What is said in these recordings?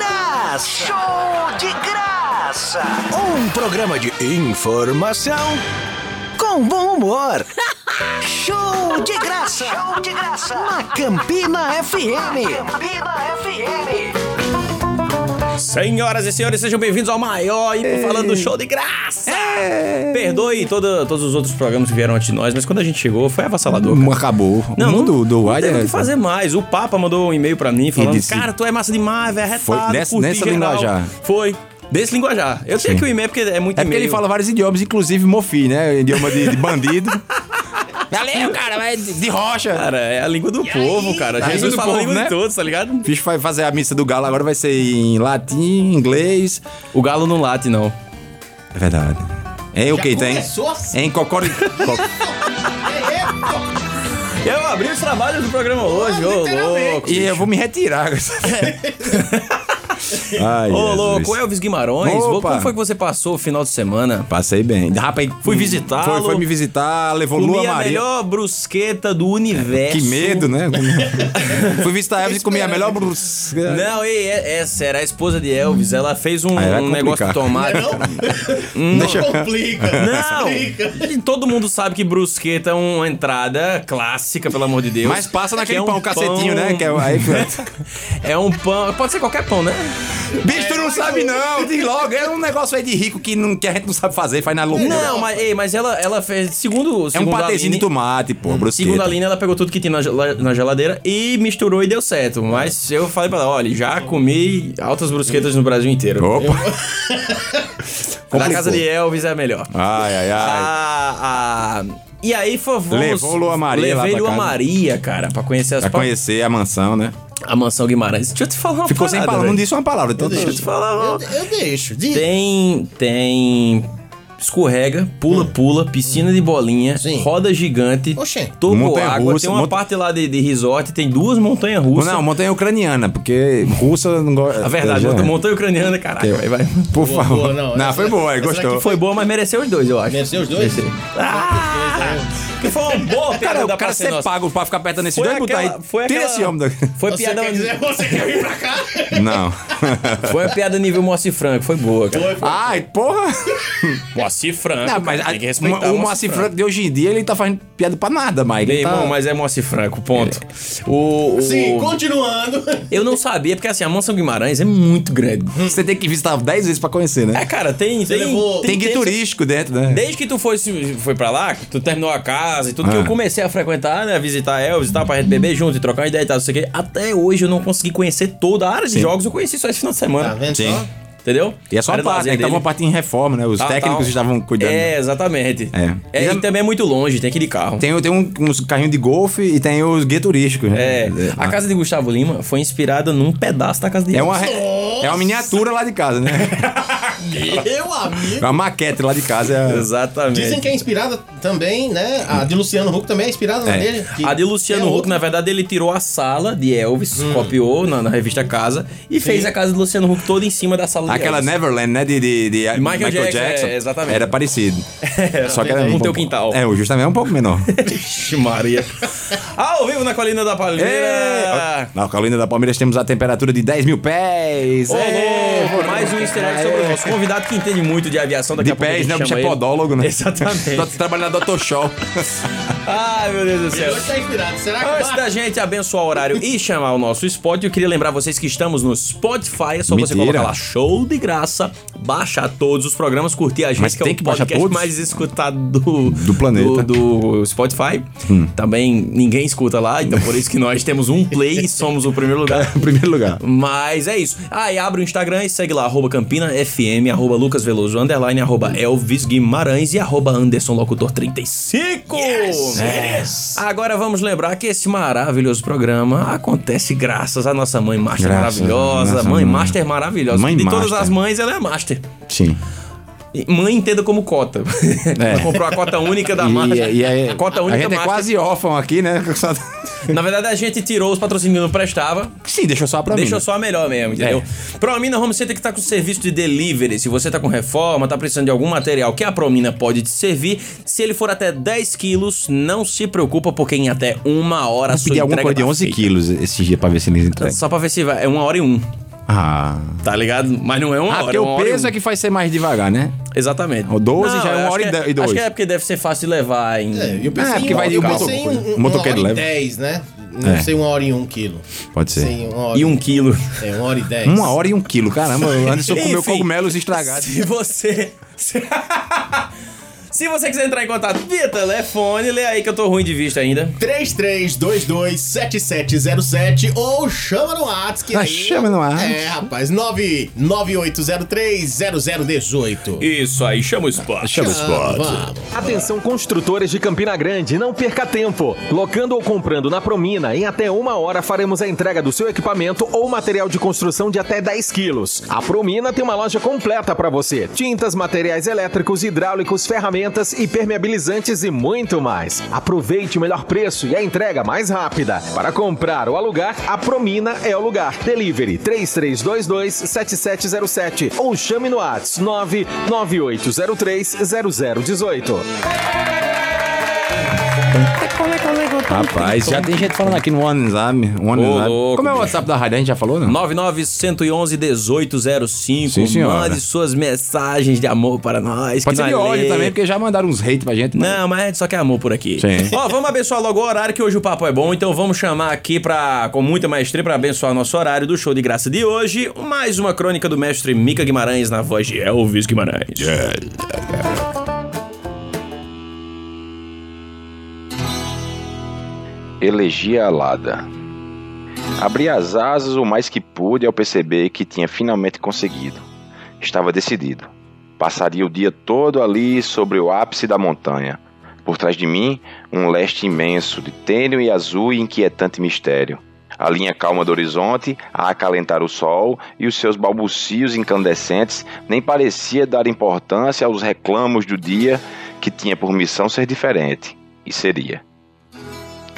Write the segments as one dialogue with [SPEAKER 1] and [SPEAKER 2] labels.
[SPEAKER 1] graça.
[SPEAKER 2] Show de graça!
[SPEAKER 1] Um programa de informação com bom humor.
[SPEAKER 2] Show de graça! Show de graça!
[SPEAKER 1] Na Campina FM.
[SPEAKER 2] Campina FM!
[SPEAKER 3] Senhoras e senhores, sejam bem-vindos ao maior e falando show de graça!
[SPEAKER 4] É.
[SPEAKER 3] Perdoe todo- todos os outros programas que vieram antes de nós, mas quando a gente chegou foi avassalador. cara.
[SPEAKER 4] Não acabou. o Hum, mundo do é-
[SPEAKER 3] não
[SPEAKER 4] Wire
[SPEAKER 3] teve o que fazer mais. O Papa mandou um e-mail pra mim falando:
[SPEAKER 4] disse-
[SPEAKER 3] Cara, tu é massa demais, velho, arretado.
[SPEAKER 4] Foi nessa-
[SPEAKER 3] curti
[SPEAKER 4] nessa
[SPEAKER 3] geral."
[SPEAKER 4] linguajar.
[SPEAKER 3] Foi. Desse linguajar. Eu tenho
[SPEAKER 4] Sim.
[SPEAKER 3] aqui o e-mail porque é muito
[SPEAKER 4] É porque
[SPEAKER 3] e-mail.
[SPEAKER 4] ele fala vários idiomas, inclusive mofi, né? Idioma de, de bandido. Valeu, cara, mas de rocha.
[SPEAKER 3] Cara, é a língua do povo, cara.
[SPEAKER 4] A língua
[SPEAKER 3] Jesus
[SPEAKER 4] do
[SPEAKER 3] fala a
[SPEAKER 4] povo,
[SPEAKER 3] língua de
[SPEAKER 4] né?
[SPEAKER 3] todos, tá ligado?
[SPEAKER 4] O bicho vai fazer a missa do galo agora, vai ser em latim, inglês.
[SPEAKER 3] O galo não late, não.
[SPEAKER 4] É verdade. É o que tem?
[SPEAKER 3] assim?
[SPEAKER 4] É Em cocori... co-
[SPEAKER 3] Eu abri os trabalhos do programa hoje, ô louco.
[SPEAKER 4] E eu vou me retirar. Ai,
[SPEAKER 3] Ô,
[SPEAKER 4] Jesus.
[SPEAKER 3] louco, Elvis Guimarães,
[SPEAKER 4] Opa.
[SPEAKER 3] como foi que você passou o final de semana?
[SPEAKER 4] Passei bem. Rapaz, hum,
[SPEAKER 3] Fui visitá-lo.
[SPEAKER 4] Foi, foi me visitar, levou
[SPEAKER 3] Comi
[SPEAKER 4] Lua
[SPEAKER 3] a
[SPEAKER 4] Maria.
[SPEAKER 3] melhor brusqueta do universo.
[SPEAKER 4] Que medo, né? Fui visitar Elvis e comi a melhor brusca.
[SPEAKER 3] Não, e é, essa era a esposa de Elvis. Ela fez um,
[SPEAKER 4] Aí vai
[SPEAKER 3] um negócio
[SPEAKER 4] complicar.
[SPEAKER 3] de tomate.
[SPEAKER 4] Deixa-
[SPEAKER 5] Complica.
[SPEAKER 3] Não!
[SPEAKER 5] Explica.
[SPEAKER 3] Todo mundo sabe que brusqueta é uma entrada clássica, pelo amor de Deus.
[SPEAKER 4] Mas passa
[SPEAKER 3] Que
[SPEAKER 4] naquele
[SPEAKER 3] é um
[SPEAKER 4] pão, cacetinho, né? Que é, aí,
[SPEAKER 3] É um pão. Pode ser qualquer pão, né?
[SPEAKER 4] Bicho, tu não sabe não, diz logo. É um negócio aí de rico que, não, que a gente não sabe fazer, faz na loucura.
[SPEAKER 3] Não, mas, ei, mas ela, ela fez. Segundo.
[SPEAKER 4] é um
[SPEAKER 3] segundo a
[SPEAKER 4] patezinho de
[SPEAKER 3] Aline-
[SPEAKER 4] tomate,
[SPEAKER 3] Hum,
[SPEAKER 4] pô, brusqueta.
[SPEAKER 3] Segundo a Aline, ela pegou tudo que tinha na gela- na geladeira e misturou e deu certo. Mas eu falei pra ela, olha, já comi altas brusquetas no Brasil inteiro.
[SPEAKER 4] Opa.
[SPEAKER 3] Na
[SPEAKER 4] Complicou.
[SPEAKER 3] casa de Elvis é a melhor.
[SPEAKER 4] Ai, ai, ai.
[SPEAKER 3] Ah, ah, e aí, foi vamos...
[SPEAKER 4] Levou Lua Maria lá
[SPEAKER 3] Levei
[SPEAKER 4] pra
[SPEAKER 3] Lua
[SPEAKER 4] casa.
[SPEAKER 3] Maria, cara, pra conhecer as
[SPEAKER 4] Pra conhecer a mansão, né?
[SPEAKER 3] a mansão Guimarães. Deixa eu te falar uma
[SPEAKER 4] Ficou
[SPEAKER 3] parada,
[SPEAKER 4] sem palavra, não
[SPEAKER 3] velho.
[SPEAKER 4] disse uma palavra. Então
[SPEAKER 3] Deixa eu te falar uma...
[SPEAKER 5] Eu, eu deixo. De...
[SPEAKER 3] Tem... tem... Escorrega, pula,
[SPEAKER 4] Hum.
[SPEAKER 3] pula, piscina de bolinha,
[SPEAKER 5] Sim.
[SPEAKER 3] roda gigante,
[SPEAKER 5] Oxê.
[SPEAKER 3] tobo
[SPEAKER 4] Montanha
[SPEAKER 3] água,
[SPEAKER 4] russa,
[SPEAKER 3] tem uma
[SPEAKER 4] monta-
[SPEAKER 3] parte lá de, de resort, tem duas montanhas russas.
[SPEAKER 4] Não, montanha ucraniana, porque russa não gosta.
[SPEAKER 3] A verdade,
[SPEAKER 4] já-
[SPEAKER 3] monta- montanha ucraniana, caralho. Vai, vai.
[SPEAKER 4] Por
[SPEAKER 5] Boa,
[SPEAKER 4] favor.
[SPEAKER 5] boa,
[SPEAKER 4] não,
[SPEAKER 5] não, essa-
[SPEAKER 4] foi boa, aí
[SPEAKER 5] essa
[SPEAKER 4] gostou.
[SPEAKER 5] daqui
[SPEAKER 3] Foi boa, mas mereceu os dois, eu acho.
[SPEAKER 5] Mereceu os dois?
[SPEAKER 3] Que foi uma boa
[SPEAKER 4] Cara,
[SPEAKER 3] piada
[SPEAKER 4] o
[SPEAKER 3] pra
[SPEAKER 4] cara
[SPEAKER 3] ser
[SPEAKER 4] ser
[SPEAKER 3] nossa.
[SPEAKER 4] pago pra ficar apertando nesse
[SPEAKER 3] Foi
[SPEAKER 4] dois botões.
[SPEAKER 3] aquela, foi
[SPEAKER 4] Tira
[SPEAKER 3] aquela-
[SPEAKER 4] esse homem da...
[SPEAKER 3] Foi
[SPEAKER 5] Você
[SPEAKER 3] piada,
[SPEAKER 5] quer dizer, você quer vir pra cá?
[SPEAKER 4] Não.
[SPEAKER 3] foi uma piada nível Moacir Franco, foi boa, cara.
[SPEAKER 4] Ai, porra.
[SPEAKER 3] Moacir Franco,
[SPEAKER 4] Não, mas
[SPEAKER 3] mas
[SPEAKER 4] a-
[SPEAKER 3] tem que respeitar
[SPEAKER 4] o Moacir Franco de hoje em dia, ele tá fazendo piada pra nada, Mike.
[SPEAKER 3] Meu
[SPEAKER 4] Ele tá-
[SPEAKER 3] irmão, mas é Moacir Franco, ponto. O, o-
[SPEAKER 5] Sim, continuando.
[SPEAKER 3] Eu não sabia, porque assim, a Mansão Guimarães é muito grande.
[SPEAKER 4] Você tem que visitar 10 vezes pra conhecer,
[SPEAKER 3] É,
[SPEAKER 4] né?
[SPEAKER 3] cara, tem... É, Tem,
[SPEAKER 5] levou-
[SPEAKER 4] Tem guia turístico dentro, né?
[SPEAKER 3] Desde que tu foi, foi pra lá, que tu terminou a casa e tudo, que
[SPEAKER 4] Ah.
[SPEAKER 3] eu comecei a frequentar, né? Visitar Elvis e tal, pra gente beber junto e trocar uma ideia e tal, não sei o quê. Até hoje eu não consegui conhecer toda a área de jogos, eu conheci só esse final de semana.
[SPEAKER 5] Tá vendo
[SPEAKER 4] Sim.
[SPEAKER 5] só?
[SPEAKER 3] Entendeu?
[SPEAKER 4] E é só
[SPEAKER 3] Área
[SPEAKER 4] uma
[SPEAKER 3] de
[SPEAKER 4] parte,
[SPEAKER 3] lazer
[SPEAKER 4] né? Que tava
[SPEAKER 3] dele.
[SPEAKER 4] uma parte em reforma, né? Os
[SPEAKER 3] Tá,
[SPEAKER 4] técnicos
[SPEAKER 3] tá.
[SPEAKER 4] estavam cuidando.
[SPEAKER 3] É, exatamente.
[SPEAKER 4] É.
[SPEAKER 3] É,
[SPEAKER 4] E
[SPEAKER 3] e
[SPEAKER 4] a-
[SPEAKER 3] também é muito longe, tem que ir de carro.
[SPEAKER 4] Tem, tem um- uns carrinhos de golfe e tem os guia turísticos, né?
[SPEAKER 3] É, a casa de Gustavo Lima foi inspirada num pedaço da casa de
[SPEAKER 4] É
[SPEAKER 3] Elvis.
[SPEAKER 4] uma, é uma miniatura lá de casa, né?
[SPEAKER 5] Meu amigo.
[SPEAKER 4] É uma maquete lá de casa. É...
[SPEAKER 3] Exatamente.
[SPEAKER 5] Dizem que é inspirada também, né? A de Luciano Huck também é inspirada na
[SPEAKER 4] É.
[SPEAKER 5] dele. que
[SPEAKER 3] A de Luciano
[SPEAKER 5] é Hum.
[SPEAKER 3] Huck,
[SPEAKER 5] outra-
[SPEAKER 3] na verdade, ele tirou a sala de Elvis, copiou na, na revista Casa e fez a casa de Luciano Huck toda em cima da sala
[SPEAKER 4] Aquela
[SPEAKER 3] de Elvis.
[SPEAKER 4] Neverland, né? De, de, de Michael,
[SPEAKER 3] Jackson,
[SPEAKER 4] Jackson.
[SPEAKER 3] é, exatamente.
[SPEAKER 4] Era parecido. Só que era
[SPEAKER 3] Com
[SPEAKER 4] um
[SPEAKER 3] teu
[SPEAKER 4] pouco-
[SPEAKER 3] quintal.
[SPEAKER 4] É, justamente é um pouco menor.
[SPEAKER 3] Ixi, Maria. Ao vivo na Colina da Palmeira.
[SPEAKER 4] Na Carolina da Palmeiras temos a temperatura de 10 mil pés.
[SPEAKER 3] Ô,
[SPEAKER 4] Ê,
[SPEAKER 3] louco, mais um easter egg sobre o nosso convidado que entende muito de aviação. Daqui a
[SPEAKER 4] É. De
[SPEAKER 3] pouco a
[SPEAKER 4] pés,
[SPEAKER 3] gente
[SPEAKER 4] né? O bicho
[SPEAKER 3] chama
[SPEAKER 4] é
[SPEAKER 3] ele.
[SPEAKER 4] podólogo, né?
[SPEAKER 3] Exatamente.
[SPEAKER 4] Trabalha na Dr. Show.
[SPEAKER 3] Ai, meu Deus do
[SPEAKER 5] Ele
[SPEAKER 3] céu.
[SPEAKER 5] hoje tá inspirado. Será
[SPEAKER 4] Ah,
[SPEAKER 5] que
[SPEAKER 3] Antes da gente abençoar o horário e chamar o nosso spot, eu queria lembrar vocês que estamos no Spotify. É só você
[SPEAKER 4] Mentira.
[SPEAKER 3] colocar lá show de graça, baixar todos os programas, curtir a gente,
[SPEAKER 4] Mas
[SPEAKER 3] que é
[SPEAKER 4] tem
[SPEAKER 3] o
[SPEAKER 4] que baixar
[SPEAKER 3] podcast
[SPEAKER 4] todos?
[SPEAKER 3] mais escutado do,
[SPEAKER 4] Do planeta. Hum.
[SPEAKER 3] Do, do Spotify. Também ninguém escuta lá, então por isso que nós temos um play e somos o primeiro lugar.
[SPEAKER 4] Em primeiro lugar.
[SPEAKER 3] Mas é isso. Ah, e abre o Instagram e segue lá, arroba Campina FM, arroba Lucas Veloso, underline, arroba Elvis Guimarães e arroba Anderson Locutor 35. Yes. É. Agora vamos lembrar que esse maravilhoso programa acontece graças à nossa mãe master
[SPEAKER 4] Graças à
[SPEAKER 3] maravilhosa.
[SPEAKER 4] nossa
[SPEAKER 3] Mãe,
[SPEAKER 4] mãe.
[SPEAKER 3] master maravilhosa.
[SPEAKER 4] Mãe
[SPEAKER 3] De todas
[SPEAKER 4] master.
[SPEAKER 3] as mães, ela é master.
[SPEAKER 4] Sim.
[SPEAKER 3] E Mãe entenda como cota. Ela comprou a cota única da
[SPEAKER 4] É. E, é,
[SPEAKER 3] master.
[SPEAKER 4] e aí,
[SPEAKER 3] Ah, cota
[SPEAKER 4] a
[SPEAKER 3] única
[SPEAKER 4] gente é
[SPEAKER 3] master.
[SPEAKER 4] quase órfão aqui, né? Só-
[SPEAKER 3] Na verdade, a gente tirou os patrocínios que não prestava.
[SPEAKER 4] Sim, deixa só pra mim. né? É.
[SPEAKER 3] Deixa só a melhor mesmo, entendeu? Promina Home Center que tá com serviço de delivery. Se você tá com reforma, tá precisando de algum material que a Promina pode te servir, se ele for até 10 quilos, não se preocupa, porque em até uma hora a
[SPEAKER 4] Eu
[SPEAKER 3] sua
[SPEAKER 4] pedi alguma
[SPEAKER 3] entrega
[SPEAKER 4] coisa de
[SPEAKER 3] tá
[SPEAKER 4] 11
[SPEAKER 3] feita.
[SPEAKER 4] quilos esses dias pra ver se eles entregam.
[SPEAKER 3] Só pra ver se vai. É uma hora e um.
[SPEAKER 4] Ah.
[SPEAKER 3] tá ligado? Mas não é uma
[SPEAKER 4] Ah,
[SPEAKER 3] hora.
[SPEAKER 4] porque
[SPEAKER 3] é
[SPEAKER 4] o
[SPEAKER 3] uma hora e
[SPEAKER 4] peso
[SPEAKER 3] um.
[SPEAKER 4] é que faz ser mais devagar, né?
[SPEAKER 3] Exatamente.
[SPEAKER 4] O 12 já
[SPEAKER 3] eu
[SPEAKER 4] é uma
[SPEAKER 3] acho
[SPEAKER 4] hora e
[SPEAKER 3] que
[SPEAKER 4] de- e dois.
[SPEAKER 3] Acho que é porque deve ser fácil levar em...
[SPEAKER 5] É, eu
[SPEAKER 4] É,
[SPEAKER 5] pensei
[SPEAKER 4] porque
[SPEAKER 5] em,
[SPEAKER 4] vai de
[SPEAKER 5] eu
[SPEAKER 4] moto-
[SPEAKER 5] pensei em um, uma
[SPEAKER 4] motoqueiro
[SPEAKER 5] hora e
[SPEAKER 4] leve.
[SPEAKER 5] dez, né? Não
[SPEAKER 4] É.
[SPEAKER 5] sei, uma hora e um quilo.
[SPEAKER 4] Pode ser.
[SPEAKER 5] Sim, uma hora
[SPEAKER 3] E um quilo.
[SPEAKER 5] É, uma hora e dez.
[SPEAKER 4] Uma hora e um quilo. Caramba, o Anderson comeu
[SPEAKER 3] Enfim,
[SPEAKER 4] cogumelos estragados.
[SPEAKER 3] Se você... se- Se você quiser entrar em contato via telefone, lê aí que eu tô ruim de vista ainda.
[SPEAKER 5] 33227707 ou chama no Whats que
[SPEAKER 4] Ah,
[SPEAKER 5] aí-
[SPEAKER 4] chama no Whats.
[SPEAKER 5] É, rapaz, 998030018.
[SPEAKER 3] Isso aí, chama o esporte.
[SPEAKER 4] Chama o esporte.
[SPEAKER 5] Vamos.
[SPEAKER 6] Atenção construtores de Campina Grande, não perca tempo. Locando ou comprando na Promina, em até uma hora faremos a entrega do seu equipamento ou material de construção de até 10 quilos. A Promina tem uma loja completa para você. Tintas, materiais elétricos, hidráulicos, ferramentas, impermeabilizantes e muito mais. Aproveite o melhor preço e a entrega mais rápida. Para comprar ou alugar, a Promina é o lugar. Delivery 3322-7707 ou chame no ATS 99803-0018.
[SPEAKER 4] Rapaz, já tem gente falando aqui no WhatsApp. WhatsApp.
[SPEAKER 3] louco,
[SPEAKER 4] Como é
[SPEAKER 3] bicho.
[SPEAKER 4] o WhatsApp da rádio? A gente já falou, não?
[SPEAKER 3] 99111-1805.
[SPEAKER 4] Sim, senhora.
[SPEAKER 3] Mande suas mensagens de amor para nós.
[SPEAKER 4] Pode
[SPEAKER 3] que
[SPEAKER 4] ser de
[SPEAKER 3] nós
[SPEAKER 4] ódio
[SPEAKER 3] lê.
[SPEAKER 4] também, porque já mandaram uns hate pra gente. né?
[SPEAKER 3] Não, mas a gente só quer amor por aqui.
[SPEAKER 4] Sim.
[SPEAKER 3] Ó, vamos abençoar logo o horário, que hoje o papo é bom. Então vamos chamar aqui pra, com muita maestria pra abençoar nosso horário do show de graça de hoje. Mais uma crônica do mestre Mica Guimarães na voz de Elvis Guimarães.
[SPEAKER 7] Elegia alada. Abri as asas o mais que pude ao perceber que tinha finalmente conseguido. Estava decidido. Passaria o dia todo ali sobre o ápice da montanha. Por trás de mim, um leste imenso, de tênue e azul e inquietante mistério. A linha calma do horizonte, a acalentar o sol, e os seus balbucios incandescentes nem parecia dar importância aos reclamos do dia que tinha por missão ser diferente. E seria.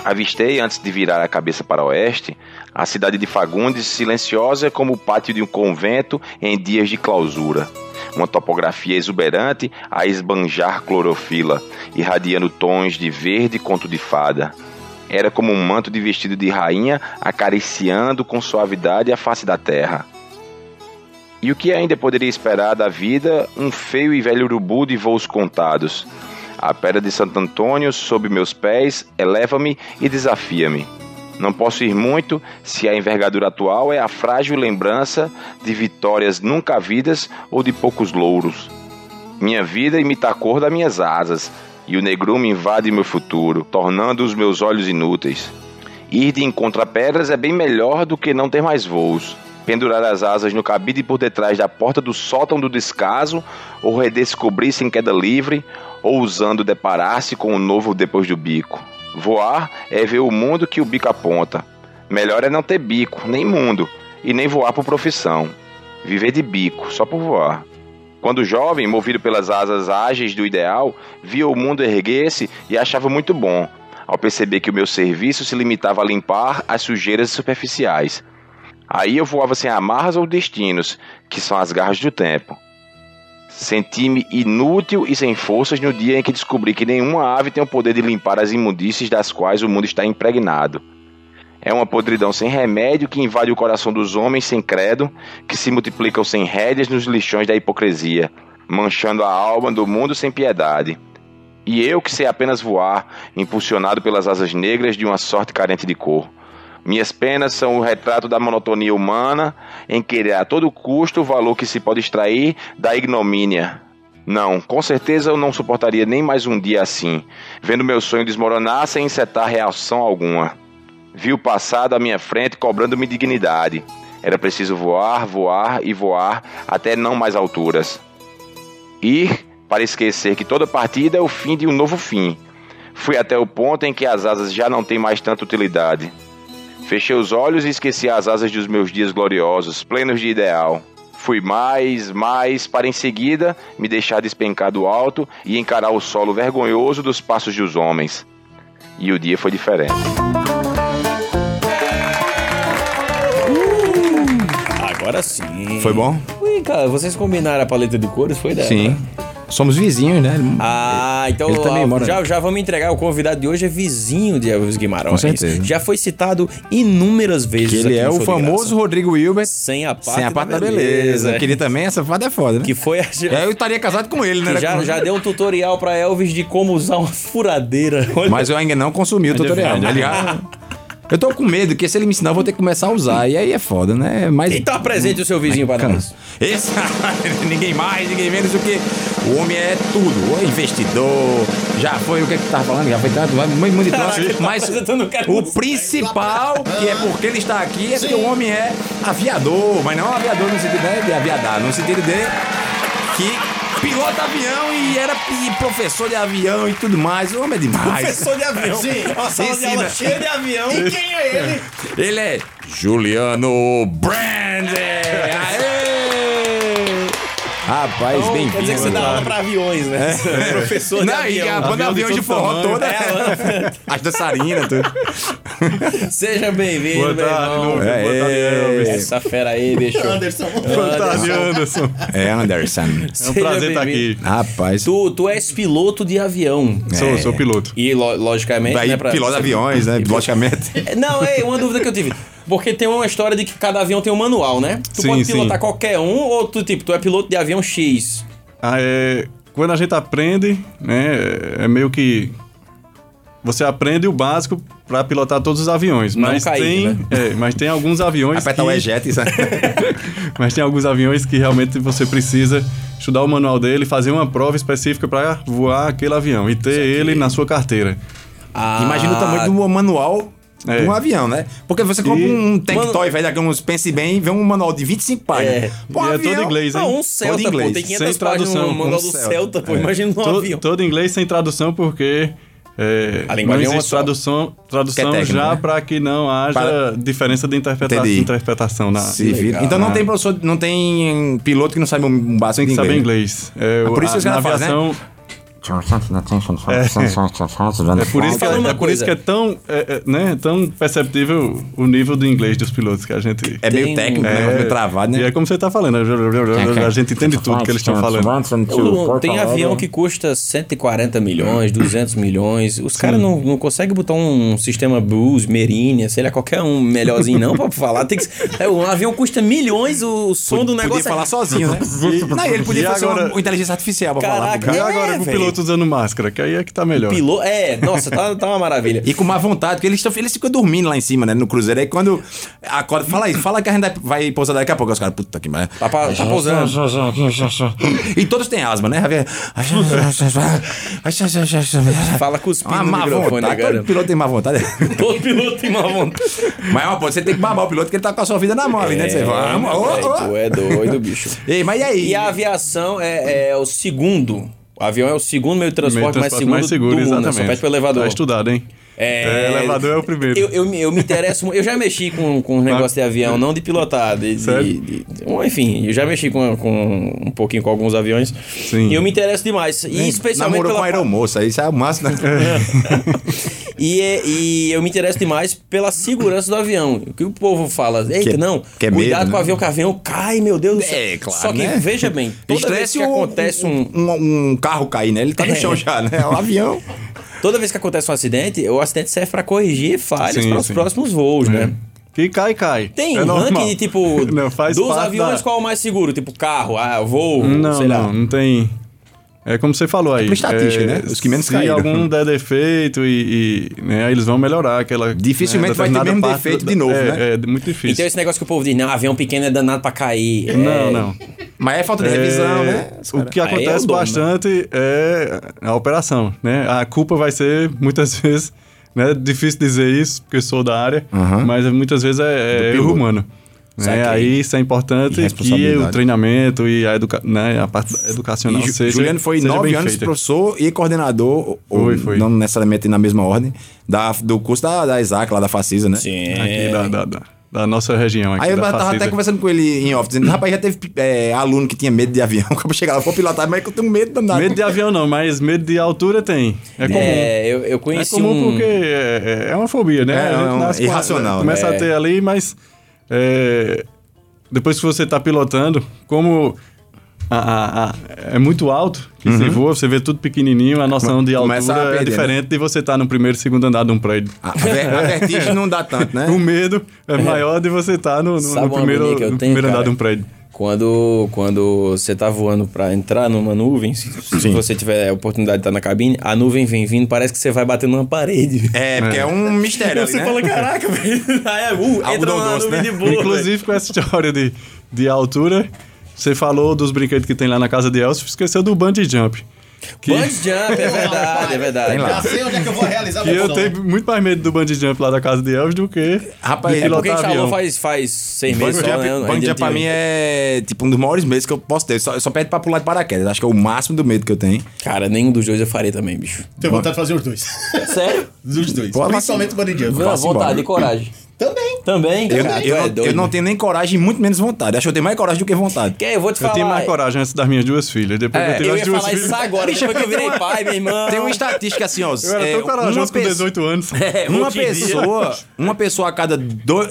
[SPEAKER 7] Avistei, antes de virar a cabeça para o oeste, a cidade de Fagundes, silenciosa como o pátio de um convento em dias de clausura. Uma topografia exuberante a esbanjar clorofila, irradiando tons de verde conto de fada. Era como um manto de vestido de rainha acariciando com suavidade a face da terra. E o que ainda poderia esperar da vida um feio e velho urubu de voos contados? A pedra de Santo Antônio, sob meus pés, eleva-me e desafia-me. Não posso ir muito se a envergadura atual é a frágil lembrança de vitórias nunca havidas ou de poucos louros. Minha vida imita a cor das minhas asas, e o negrume invade meu futuro, tornando os meus olhos inúteis. Ir de encontro a pedras é bem melhor do que não ter mais voos. Pendurar as asas no cabide por detrás da porta do sótão do descaso, ou redescobrir-se em queda livre, ou usando deparar-se com o novo depois do bico. Voar é ver o mundo que o bico aponta. Melhor é não ter bico, nem mundo, e nem voar por profissão. Viver de bico, só por voar. Quando jovem, movido pelas asas ágeis do ideal, via o mundo erguer-se e achava muito bom, ao perceber que o meu serviço se limitava a limpar as sujeiras superficiais. Aí eu voava sem amarras ou destinos, que são as garras do tempo. Senti-me inútil e sem forças no dia em que descobri que nenhuma ave tem o poder de limpar as imundícies das quais o mundo está impregnado. É uma podridão sem remédio que invade o coração dos homens sem credo, que se multiplicam sem rédeas nos lixões da hipocrisia, manchando a alma do mundo sem piedade. E eu que sei apenas voar, impulsionado pelas asas negras de uma sorte carente de cor. Minhas penas são o retrato da monotonia humana, em querer a todo custo o valor que se pode extrair da ignomínia. Não, com certeza eu não suportaria nem mais um dia assim, vendo meu sonho desmoronar sem encetar reação alguma. Vi o passado à minha frente cobrando-me dignidade. Era preciso voar, voar e voar até não mais alturas. Ir para esquecer que toda partida é o fim de um novo fim. Fui até o ponto em que as asas já não têm mais tanta utilidade. Fechei os olhos e esqueci as asas dos meus dias gloriosos, plenos de ideal. Fui mais, mais, para em seguida me deixar despencar do alto e encarar o solo vergonhoso dos passos dos homens. E o dia foi diferente.
[SPEAKER 3] Agora sim.
[SPEAKER 4] Foi bom?
[SPEAKER 3] Ui, cara, vocês combinaram a paleta de cores? Foi dela?
[SPEAKER 4] Sim. Somos vizinhos, né?
[SPEAKER 3] É, Ah, Ah, então
[SPEAKER 4] Ele também
[SPEAKER 3] ó,
[SPEAKER 4] mora-
[SPEAKER 3] já, já vamos entregar. O convidado de hoje é vizinho de Elvis Guimarães.
[SPEAKER 4] Com certeza.
[SPEAKER 3] Já foi citado inúmeras vezes.
[SPEAKER 4] Que ele
[SPEAKER 3] aqui
[SPEAKER 4] é
[SPEAKER 3] no
[SPEAKER 4] o
[SPEAKER 3] Show de
[SPEAKER 4] famoso
[SPEAKER 3] Graça.
[SPEAKER 4] Rodrigo Wilber
[SPEAKER 3] Sem a parte,
[SPEAKER 4] sem a parte da beleza. Que ele também, essa fada é foda, né?
[SPEAKER 3] Que foi a.
[SPEAKER 4] É, eu estaria casado com ele, né?
[SPEAKER 3] que já, já deu um tutorial pra Elvis de como usar uma furadeira. Olha.
[SPEAKER 4] Mas eu ainda não consumi o tutorial.
[SPEAKER 3] verdade, é
[SPEAKER 4] Aliás, eu tô com medo, que se ele me ensinar, eu vou ter que começar a usar. E aí é foda, né? Mas.
[SPEAKER 3] Então apresente o seu vizinho pra
[SPEAKER 4] Cara,
[SPEAKER 3] nós.
[SPEAKER 4] Esse, ninguém mais, ninguém menos do que o homem é tudo. O investidor, já foi o que é que tu tava falando, já foi tanto, vai muito, muito
[SPEAKER 3] Caraca,
[SPEAKER 4] tanto.
[SPEAKER 3] ele tá
[SPEAKER 4] Mas
[SPEAKER 3] apresentando o cara
[SPEAKER 4] o
[SPEAKER 3] do-
[SPEAKER 4] principal, que é porque ele está aqui, é porque
[SPEAKER 5] Sim.
[SPEAKER 4] o homem é aviador, mas não aviador no sentido né, de aviadar, no sentido de que pilota avião e era pi- professor de avião e tudo mais. O homem é demais.
[SPEAKER 3] Professor de avião.
[SPEAKER 5] Sim.
[SPEAKER 3] Uma sala de
[SPEAKER 4] Ensina.
[SPEAKER 3] aula cheia de avião.
[SPEAKER 5] E quem é ele?
[SPEAKER 4] Ele é Juliano Brand. Aê! Rapaz,
[SPEAKER 3] Então, Quer dizer que você dá aula
[SPEAKER 4] bem-vindo.
[SPEAKER 3] pra aviões, né?
[SPEAKER 4] É.
[SPEAKER 3] Professor de
[SPEAKER 4] Não, e a
[SPEAKER 3] avião.
[SPEAKER 4] banda avião de forró toda.
[SPEAKER 3] É,
[SPEAKER 4] As dançarinas, tudo.
[SPEAKER 3] Seja bem-vindo,
[SPEAKER 8] Boa
[SPEAKER 3] meu
[SPEAKER 8] tarde,
[SPEAKER 3] irmão.
[SPEAKER 8] Lucas.
[SPEAKER 4] É,
[SPEAKER 8] Boa tarde,
[SPEAKER 4] é,
[SPEAKER 8] Elvis.
[SPEAKER 3] Essa fera aí, bicho.
[SPEAKER 5] Anderson.
[SPEAKER 8] Boa tarde, Anderson.
[SPEAKER 4] É, Anderson.
[SPEAKER 8] É um prazer estar aqui.
[SPEAKER 4] Rapaz,
[SPEAKER 3] Tu, tu és piloto de avião. É.
[SPEAKER 8] Sou, sou piloto.
[SPEAKER 3] E, lo- logicamente,
[SPEAKER 4] daí
[SPEAKER 3] né, pra-
[SPEAKER 4] pilota aviões, né? Logicamente.
[SPEAKER 3] Não, é uma dúvida que eu tive. Porque tem uma história de que cada avião tem um manual, né? Tu
[SPEAKER 8] Sim,
[SPEAKER 3] pode pilotar
[SPEAKER 8] sim.
[SPEAKER 3] qualquer um ou tu, tipo, tu é piloto de avião X.
[SPEAKER 8] Ah, é, quando a gente aprende, né, é meio que você aprende o básico pra pilotar todos os aviões,
[SPEAKER 3] Não
[SPEAKER 8] mas
[SPEAKER 3] cair,
[SPEAKER 8] tem,
[SPEAKER 3] né?
[SPEAKER 8] é, mas tem alguns aviões
[SPEAKER 4] Apertar o
[SPEAKER 8] que,
[SPEAKER 4] ejet, sabe?
[SPEAKER 8] mas tem alguns aviões que realmente você precisa estudar o manual dele, fazer uma prova específica pra voar aquele avião e ter ele na sua carteira.
[SPEAKER 3] Ah,
[SPEAKER 4] Imagina o tamanho do manual
[SPEAKER 8] É.
[SPEAKER 4] de um avião, né? Porque você compra
[SPEAKER 8] E-
[SPEAKER 4] um tank
[SPEAKER 3] Mano-
[SPEAKER 4] toy, velho, daqui uns pense bem, vem um manual de 25 páginas.
[SPEAKER 3] É.
[SPEAKER 4] Pô,
[SPEAKER 8] e é
[SPEAKER 4] avião-
[SPEAKER 8] todo inglês, hein?
[SPEAKER 3] Ah, um
[SPEAKER 4] Todo
[SPEAKER 3] Celta, pô.
[SPEAKER 4] inglês,
[SPEAKER 3] Tem 500
[SPEAKER 8] sem
[SPEAKER 3] páginas no
[SPEAKER 8] tradução,
[SPEAKER 3] manual
[SPEAKER 4] um
[SPEAKER 3] do
[SPEAKER 4] Celta.
[SPEAKER 3] Celta, pô. Imagina um
[SPEAKER 8] To-
[SPEAKER 3] avião.
[SPEAKER 8] todo inglês sem tradução, porque. é,
[SPEAKER 3] A
[SPEAKER 8] não
[SPEAKER 3] linguagem
[SPEAKER 4] um
[SPEAKER 3] é uma
[SPEAKER 8] existe
[SPEAKER 3] só.
[SPEAKER 8] tradução, tradução
[SPEAKER 4] Que é técnica,
[SPEAKER 8] já
[SPEAKER 4] né?
[SPEAKER 8] pra que não haja
[SPEAKER 4] Para-
[SPEAKER 8] diferença de interpreta
[SPEAKER 4] Entendi.
[SPEAKER 8] interpretação na.
[SPEAKER 4] Se vira.
[SPEAKER 8] na-
[SPEAKER 4] Então não
[SPEAKER 8] na-
[SPEAKER 4] tem professor, não tem piloto que não sabe um básico
[SPEAKER 8] Tem que
[SPEAKER 4] de
[SPEAKER 8] saber
[SPEAKER 4] inglês.
[SPEAKER 8] inglês. É,
[SPEAKER 4] Ah, por
[SPEAKER 8] o-
[SPEAKER 4] isso
[SPEAKER 8] a-
[SPEAKER 4] que os caras
[SPEAKER 8] na
[SPEAKER 4] fazem, né?
[SPEAKER 8] aviação,
[SPEAKER 3] um
[SPEAKER 8] É por isso que,
[SPEAKER 3] Fala uma
[SPEAKER 8] é, por
[SPEAKER 3] coisa.
[SPEAKER 8] isso que é tão, é, é, né, tão perceptível o nível do inglês dos pilotos que a gente.
[SPEAKER 4] É
[SPEAKER 3] Tem-
[SPEAKER 4] meio técnico, né?
[SPEAKER 8] É,
[SPEAKER 4] Meio travado, né?
[SPEAKER 8] E
[SPEAKER 4] É, Tá
[SPEAKER 8] é como você tá falando, né? a gente entende tudo que eles estão falando.
[SPEAKER 3] Ô, Tem avião
[SPEAKER 4] né?
[SPEAKER 3] que custa 140 milhões, 200 milhões. Os caras não, não conseguem botar um sistema Blues, Merinia, sei lá, qualquer um melhorzinho não pra falar. Tem que, ser- é, um avião custa milhões, o som do negócio
[SPEAKER 4] Podia
[SPEAKER 3] é-
[SPEAKER 4] falar sozinho, né? Não, ele
[SPEAKER 8] e
[SPEAKER 4] podia fazer uma-
[SPEAKER 8] agora-
[SPEAKER 4] uma inteligência artificial pra falar pro
[SPEAKER 3] Caraca,
[SPEAKER 8] E
[SPEAKER 4] cara.
[SPEAKER 8] agora
[SPEAKER 3] é,
[SPEAKER 8] com o
[SPEAKER 3] velho.
[SPEAKER 8] piloto usando máscara, que aí é que tá melhor.
[SPEAKER 3] Piloto, é, nossa, tá, tá uma maravilha.
[SPEAKER 4] E com má vontade, porque eles, tão, eles ficam dormindo lá em cima, né? No cruzeiro. Aí quando acorda, fala aí, fala que a gente vai pousar daqui a pouco. Aí Os caras, puta que merda.
[SPEAKER 3] Tá, pa- tá pousando.
[SPEAKER 4] E todos têm asma, né, Javier?
[SPEAKER 3] Fala cuspindo
[SPEAKER 4] Uma
[SPEAKER 3] no
[SPEAKER 4] má
[SPEAKER 3] microfone
[SPEAKER 4] vontade.
[SPEAKER 3] agora.
[SPEAKER 4] Todo piloto tem má vontade.
[SPEAKER 3] Todo piloto tem má vontade.
[SPEAKER 4] Mas, ó, pô, você tem que babar o piloto, porque ele tá com a sua vida na mão ali, né? Você fala, vamos,
[SPEAKER 3] velho,
[SPEAKER 4] ô,
[SPEAKER 3] tu
[SPEAKER 4] ô.
[SPEAKER 3] é doido, bicho.
[SPEAKER 4] Ei, mas e aí?
[SPEAKER 3] E a aviação é, é o segundo. O avião é o segundo meio de transporte,
[SPEAKER 8] Meio de transporte
[SPEAKER 3] mais seguro do mundo, né?
[SPEAKER 8] exatamente.
[SPEAKER 3] Só pede pro elevador.
[SPEAKER 8] Tá estudado, hein?
[SPEAKER 3] É,
[SPEAKER 8] elevador é o primeiro.
[SPEAKER 3] Eu, eu, me- eu me interesso. mu- Eu já mexi com, com um negócio de avião, não de pilotar. De, de-
[SPEAKER 8] Sério?
[SPEAKER 3] de- bom, enfim, eu já mexi com, com um pouquinho com alguns aviões.
[SPEAKER 8] Sim.
[SPEAKER 3] E eu me interesso demais. E especialmente
[SPEAKER 4] Namorou com
[SPEAKER 3] pela.
[SPEAKER 4] a aeromoça, isso é o máximo, né?
[SPEAKER 3] E, é- e eu me interesso demais pela segurança do avião. O que o povo fala? Eita,
[SPEAKER 4] Que-
[SPEAKER 3] não.
[SPEAKER 4] que é
[SPEAKER 3] cuidado
[SPEAKER 4] medo,
[SPEAKER 3] com o
[SPEAKER 4] né?
[SPEAKER 3] avião, que o avião cai, meu Deus do céu.
[SPEAKER 4] É, claro,
[SPEAKER 3] Só que,
[SPEAKER 4] né?
[SPEAKER 3] veja bem, toda vez que
[SPEAKER 4] um-
[SPEAKER 3] acontece um,
[SPEAKER 4] um, um carro cair, né? Ele tá no
[SPEAKER 3] É.
[SPEAKER 4] chão já, né? É um avião.
[SPEAKER 3] Toda vez que acontece um acidente, o acidente serve pra corrigir falhas
[SPEAKER 8] Sim,
[SPEAKER 3] para os
[SPEAKER 8] sim.
[SPEAKER 3] próximos
[SPEAKER 4] É.
[SPEAKER 3] voos, né?
[SPEAKER 8] Que cai, cai.
[SPEAKER 3] Tem
[SPEAKER 8] É
[SPEAKER 3] um
[SPEAKER 8] normal.
[SPEAKER 3] ranking de tipo
[SPEAKER 8] Não, faz
[SPEAKER 3] dos
[SPEAKER 8] parte
[SPEAKER 3] aviões
[SPEAKER 8] da-
[SPEAKER 3] qual é o mais seguro, tipo carro, ah, voo,
[SPEAKER 8] Não,
[SPEAKER 3] sei
[SPEAKER 8] não,
[SPEAKER 3] lá. tipo
[SPEAKER 8] não tem. É como você falou aí. é,
[SPEAKER 4] por estatística, né? Os que menos
[SPEAKER 8] se
[SPEAKER 4] caíram.
[SPEAKER 8] algum der defeito e, e, né, aí eles vão melhorar aquela. né,
[SPEAKER 4] Dificilmente vai ter
[SPEAKER 8] determinada
[SPEAKER 4] mesmo
[SPEAKER 8] parte
[SPEAKER 4] defeito
[SPEAKER 8] da-
[SPEAKER 4] de novo,
[SPEAKER 8] é,
[SPEAKER 4] né?
[SPEAKER 8] É, muito
[SPEAKER 3] E tem
[SPEAKER 8] difícil.
[SPEAKER 3] Então, esse negócio que o povo diz, não, avião pequeno é danado pra cair.
[SPEAKER 8] Não,
[SPEAKER 3] É,
[SPEAKER 8] não.
[SPEAKER 4] Mas é falta de revisão,
[SPEAKER 8] É,
[SPEAKER 4] né?
[SPEAKER 8] o que
[SPEAKER 3] Aí é o
[SPEAKER 8] acontece
[SPEAKER 3] dono, né?
[SPEAKER 8] bastante é a operação, né? A culpa vai ser muitas vezes, né? Difícil dizer isso porque eu sou da área, mas muitas vezes é, é erro humano. Né?
[SPEAKER 3] Saquei.
[SPEAKER 8] Aí isso é importante que
[SPEAKER 4] Irresponsabilidade.
[SPEAKER 8] o treinamento e a, educa né? a parte educacional
[SPEAKER 4] E Ju-
[SPEAKER 8] seja
[SPEAKER 4] Juliano foi
[SPEAKER 8] seja
[SPEAKER 4] nove
[SPEAKER 8] bem
[SPEAKER 4] anos
[SPEAKER 8] feita.
[SPEAKER 4] professor e coordenador, ou,
[SPEAKER 8] Foi, foi.
[SPEAKER 4] não necessariamente na mesma ordem, da, do curso da, da Isaac, lá da Facisa, né?
[SPEAKER 3] Sim.
[SPEAKER 8] aqui da, da, da, da nossa região aqui.
[SPEAKER 4] Aí eu
[SPEAKER 8] da
[SPEAKER 4] tava
[SPEAKER 8] Facisa.
[SPEAKER 4] até conversando com ele em off, dizendo, rapaz, já teve é, aluno que tinha medo de avião, acabou chegar lá, vou pilotar, mas é que eu tenho medo danado.
[SPEAKER 8] Medo de avião não, mas medo de altura tem. É comum. É...
[SPEAKER 3] É, eu, eu conheci
[SPEAKER 8] comum
[SPEAKER 3] um...
[SPEAKER 8] porque é, é- é uma fobia, né?
[SPEAKER 4] É,
[SPEAKER 8] A gente
[SPEAKER 4] é um-
[SPEAKER 8] nasce com a-
[SPEAKER 4] irracional,
[SPEAKER 8] Começa
[SPEAKER 3] né?
[SPEAKER 8] a ter é, ali, mas é, depois que você tá pilotando, como a- a- a- é muito alto, que você voa, você vê tudo pequenininho, a noção de altura
[SPEAKER 4] Uhum. Começa a né? perder,
[SPEAKER 8] é diferente de você estar no primeiro, segundo andar de um prédio.
[SPEAKER 4] A, ver- a vertigem não dá tanto, né?
[SPEAKER 8] O medo é maior de você estar no, no-
[SPEAKER 3] Sabe
[SPEAKER 8] no
[SPEAKER 3] uma
[SPEAKER 8] primeiro,
[SPEAKER 3] agonia que eu
[SPEAKER 8] no
[SPEAKER 3] tenho,
[SPEAKER 8] primeiro andar
[SPEAKER 3] cara?
[SPEAKER 8] de um prédio.
[SPEAKER 3] Quando, quando você tá voando pra entrar numa nuvem, se, se você tiver a oportunidade de estar na cabine, a nuvem vem vindo, parece que você vai bater numa parede.
[SPEAKER 8] tá
[SPEAKER 4] É, porque é um mistério ali,
[SPEAKER 3] você
[SPEAKER 4] né?
[SPEAKER 3] fala, caraca, velho. Aí, é, uh, entra
[SPEAKER 4] Algodão
[SPEAKER 3] na
[SPEAKER 4] doce,
[SPEAKER 3] nuvem
[SPEAKER 4] né?
[SPEAKER 3] de boa. velho.
[SPEAKER 8] Inclusive, com essa história de, de altura, você falou dos brinquedos que tem lá na casa de Elcio, esqueceu do bungee jump. Que,
[SPEAKER 3] Bungee jump, é verdade, é verdade.
[SPEAKER 4] Tem lá.
[SPEAKER 5] Já sei onde é que eu vou realizar
[SPEAKER 8] que
[SPEAKER 5] meu
[SPEAKER 8] eu
[SPEAKER 5] sonho.
[SPEAKER 8] tenho
[SPEAKER 3] né?
[SPEAKER 8] muito mais medo do bungee jump lá da casa de Elcio do que
[SPEAKER 4] Rapaz,
[SPEAKER 8] de
[SPEAKER 4] é
[SPEAKER 3] Porque
[SPEAKER 8] pilotar
[SPEAKER 3] instalou
[SPEAKER 8] avião.
[SPEAKER 3] faz, faz seis meses
[SPEAKER 4] Bungee
[SPEAKER 3] só,
[SPEAKER 4] jump,
[SPEAKER 3] né? Eu
[SPEAKER 4] bungee
[SPEAKER 3] ainda
[SPEAKER 4] jump pra
[SPEAKER 3] tive-
[SPEAKER 4] mim é tipo um dos maiores medos que eu posso ter. Só, só perde pra pular de paraquedas. Acho que é o máximo do medo que eu tenho.
[SPEAKER 3] Cara, nenhum dos dois eu faria também, bicho.
[SPEAKER 5] Tenho vontade de fazer os dois.
[SPEAKER 3] Sério?
[SPEAKER 5] Os dois.
[SPEAKER 4] Pô,
[SPEAKER 5] Principalmente o Bunny Jump.
[SPEAKER 3] Não,
[SPEAKER 4] Faça
[SPEAKER 3] vontade
[SPEAKER 4] embora.
[SPEAKER 3] e coragem.
[SPEAKER 5] Também.
[SPEAKER 3] Também?
[SPEAKER 4] Eu,
[SPEAKER 3] Cara,
[SPEAKER 4] eu
[SPEAKER 3] tu é
[SPEAKER 4] não- eu
[SPEAKER 3] doido.
[SPEAKER 4] não tenho nem coragem, muito menos vontade. Acho que eu tenho mais coragem do que vontade.
[SPEAKER 3] Que eu vou te falar.
[SPEAKER 8] Eu tenho mais coragem antes das minhas duas filhas. Depois
[SPEAKER 4] É,
[SPEAKER 8] eu tive
[SPEAKER 3] Eu
[SPEAKER 8] as
[SPEAKER 3] ia
[SPEAKER 8] duas
[SPEAKER 3] falar
[SPEAKER 8] filhas.
[SPEAKER 3] isso agora, depois que eu virei pai, meu irmão.
[SPEAKER 4] Tem uma estatística assim, ó.
[SPEAKER 8] Eu era
[SPEAKER 4] é,
[SPEAKER 8] tão
[SPEAKER 4] uma
[SPEAKER 8] corajoso com
[SPEAKER 4] pe-
[SPEAKER 8] 18 anos.
[SPEAKER 4] É, uma
[SPEAKER 3] Hoje em dia.
[SPEAKER 4] pessoa, uma pessoa a cada dois,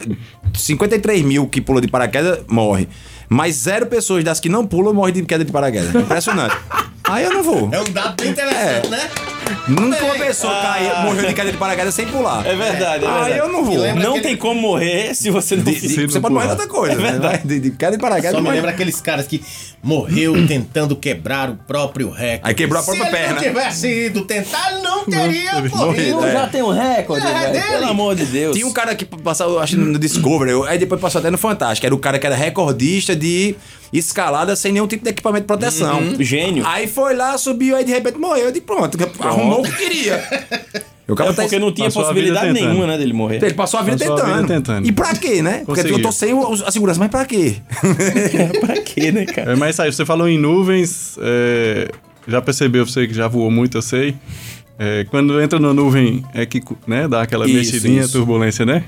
[SPEAKER 4] 53 mil que pula de paraquedas morre. Mas zero pessoas das que não pulam morrem de queda de paraquedas. Impressionante. Aí eu não vou.
[SPEAKER 5] É um dado bem
[SPEAKER 4] É.
[SPEAKER 5] interessante, né?
[SPEAKER 4] Nunca uma pessoa caiu, morreu de queda de paraquedas sem pular.
[SPEAKER 3] É verdade, é
[SPEAKER 4] Aí
[SPEAKER 3] verdade.
[SPEAKER 4] Ah, eu não
[SPEAKER 5] E
[SPEAKER 4] vou.
[SPEAKER 5] lembra
[SPEAKER 3] Não
[SPEAKER 5] aquele-
[SPEAKER 3] tem como morrer se você não
[SPEAKER 4] De- de-
[SPEAKER 3] fizer.
[SPEAKER 8] Sim,
[SPEAKER 4] você
[SPEAKER 8] não
[SPEAKER 4] pode morrer de
[SPEAKER 8] pular.
[SPEAKER 4] outra coisa. né? De, de queda de paraquedas.
[SPEAKER 5] Só me
[SPEAKER 4] mas-
[SPEAKER 5] lembra aqueles caras que morreu tentando quebrar o próprio recorde.
[SPEAKER 4] Hum. Aí quebrou a própria
[SPEAKER 5] Se
[SPEAKER 4] perna.
[SPEAKER 5] ele não tivesse ido tentar, não teria
[SPEAKER 8] teve-
[SPEAKER 5] morrido.
[SPEAKER 3] Eu já tenho um recorde,
[SPEAKER 5] É
[SPEAKER 3] velho.
[SPEAKER 5] dele.
[SPEAKER 3] Pelo amor de Deus.
[SPEAKER 4] Tinha um cara que passava, acho, no Discovery, eu- aí depois passou até no Fantástico. Era o cara que era recordista de escalada sem nenhum tipo de equipamento de proteção.
[SPEAKER 3] Uhum. Gênio.
[SPEAKER 4] Aí foi lá, subiu, aí de repente morreu. De pronto, arrumou o que queria. Eu
[SPEAKER 3] É porque não tinha
[SPEAKER 8] Passou a
[SPEAKER 3] possibilidade
[SPEAKER 8] vida tentando.
[SPEAKER 3] nenhuma, né, dele morrer.
[SPEAKER 4] Ele passou a vida,
[SPEAKER 8] Passou a
[SPEAKER 4] tentando.
[SPEAKER 8] vida tentando.
[SPEAKER 4] E pra quê, né? Porque
[SPEAKER 8] Conseguiu.
[SPEAKER 4] eu tô sem o- a segurança, mas pra quê?
[SPEAKER 3] pra quê, né, cara?
[SPEAKER 8] É, mas isso aí, você falou em nuvens, é, já percebeu, você que já voou muito, eu sei. é, quando entra na nuvem, é que né, dá aquela
[SPEAKER 3] Isso,
[SPEAKER 8] mexidinha,
[SPEAKER 3] isso.
[SPEAKER 8] turbulência, né?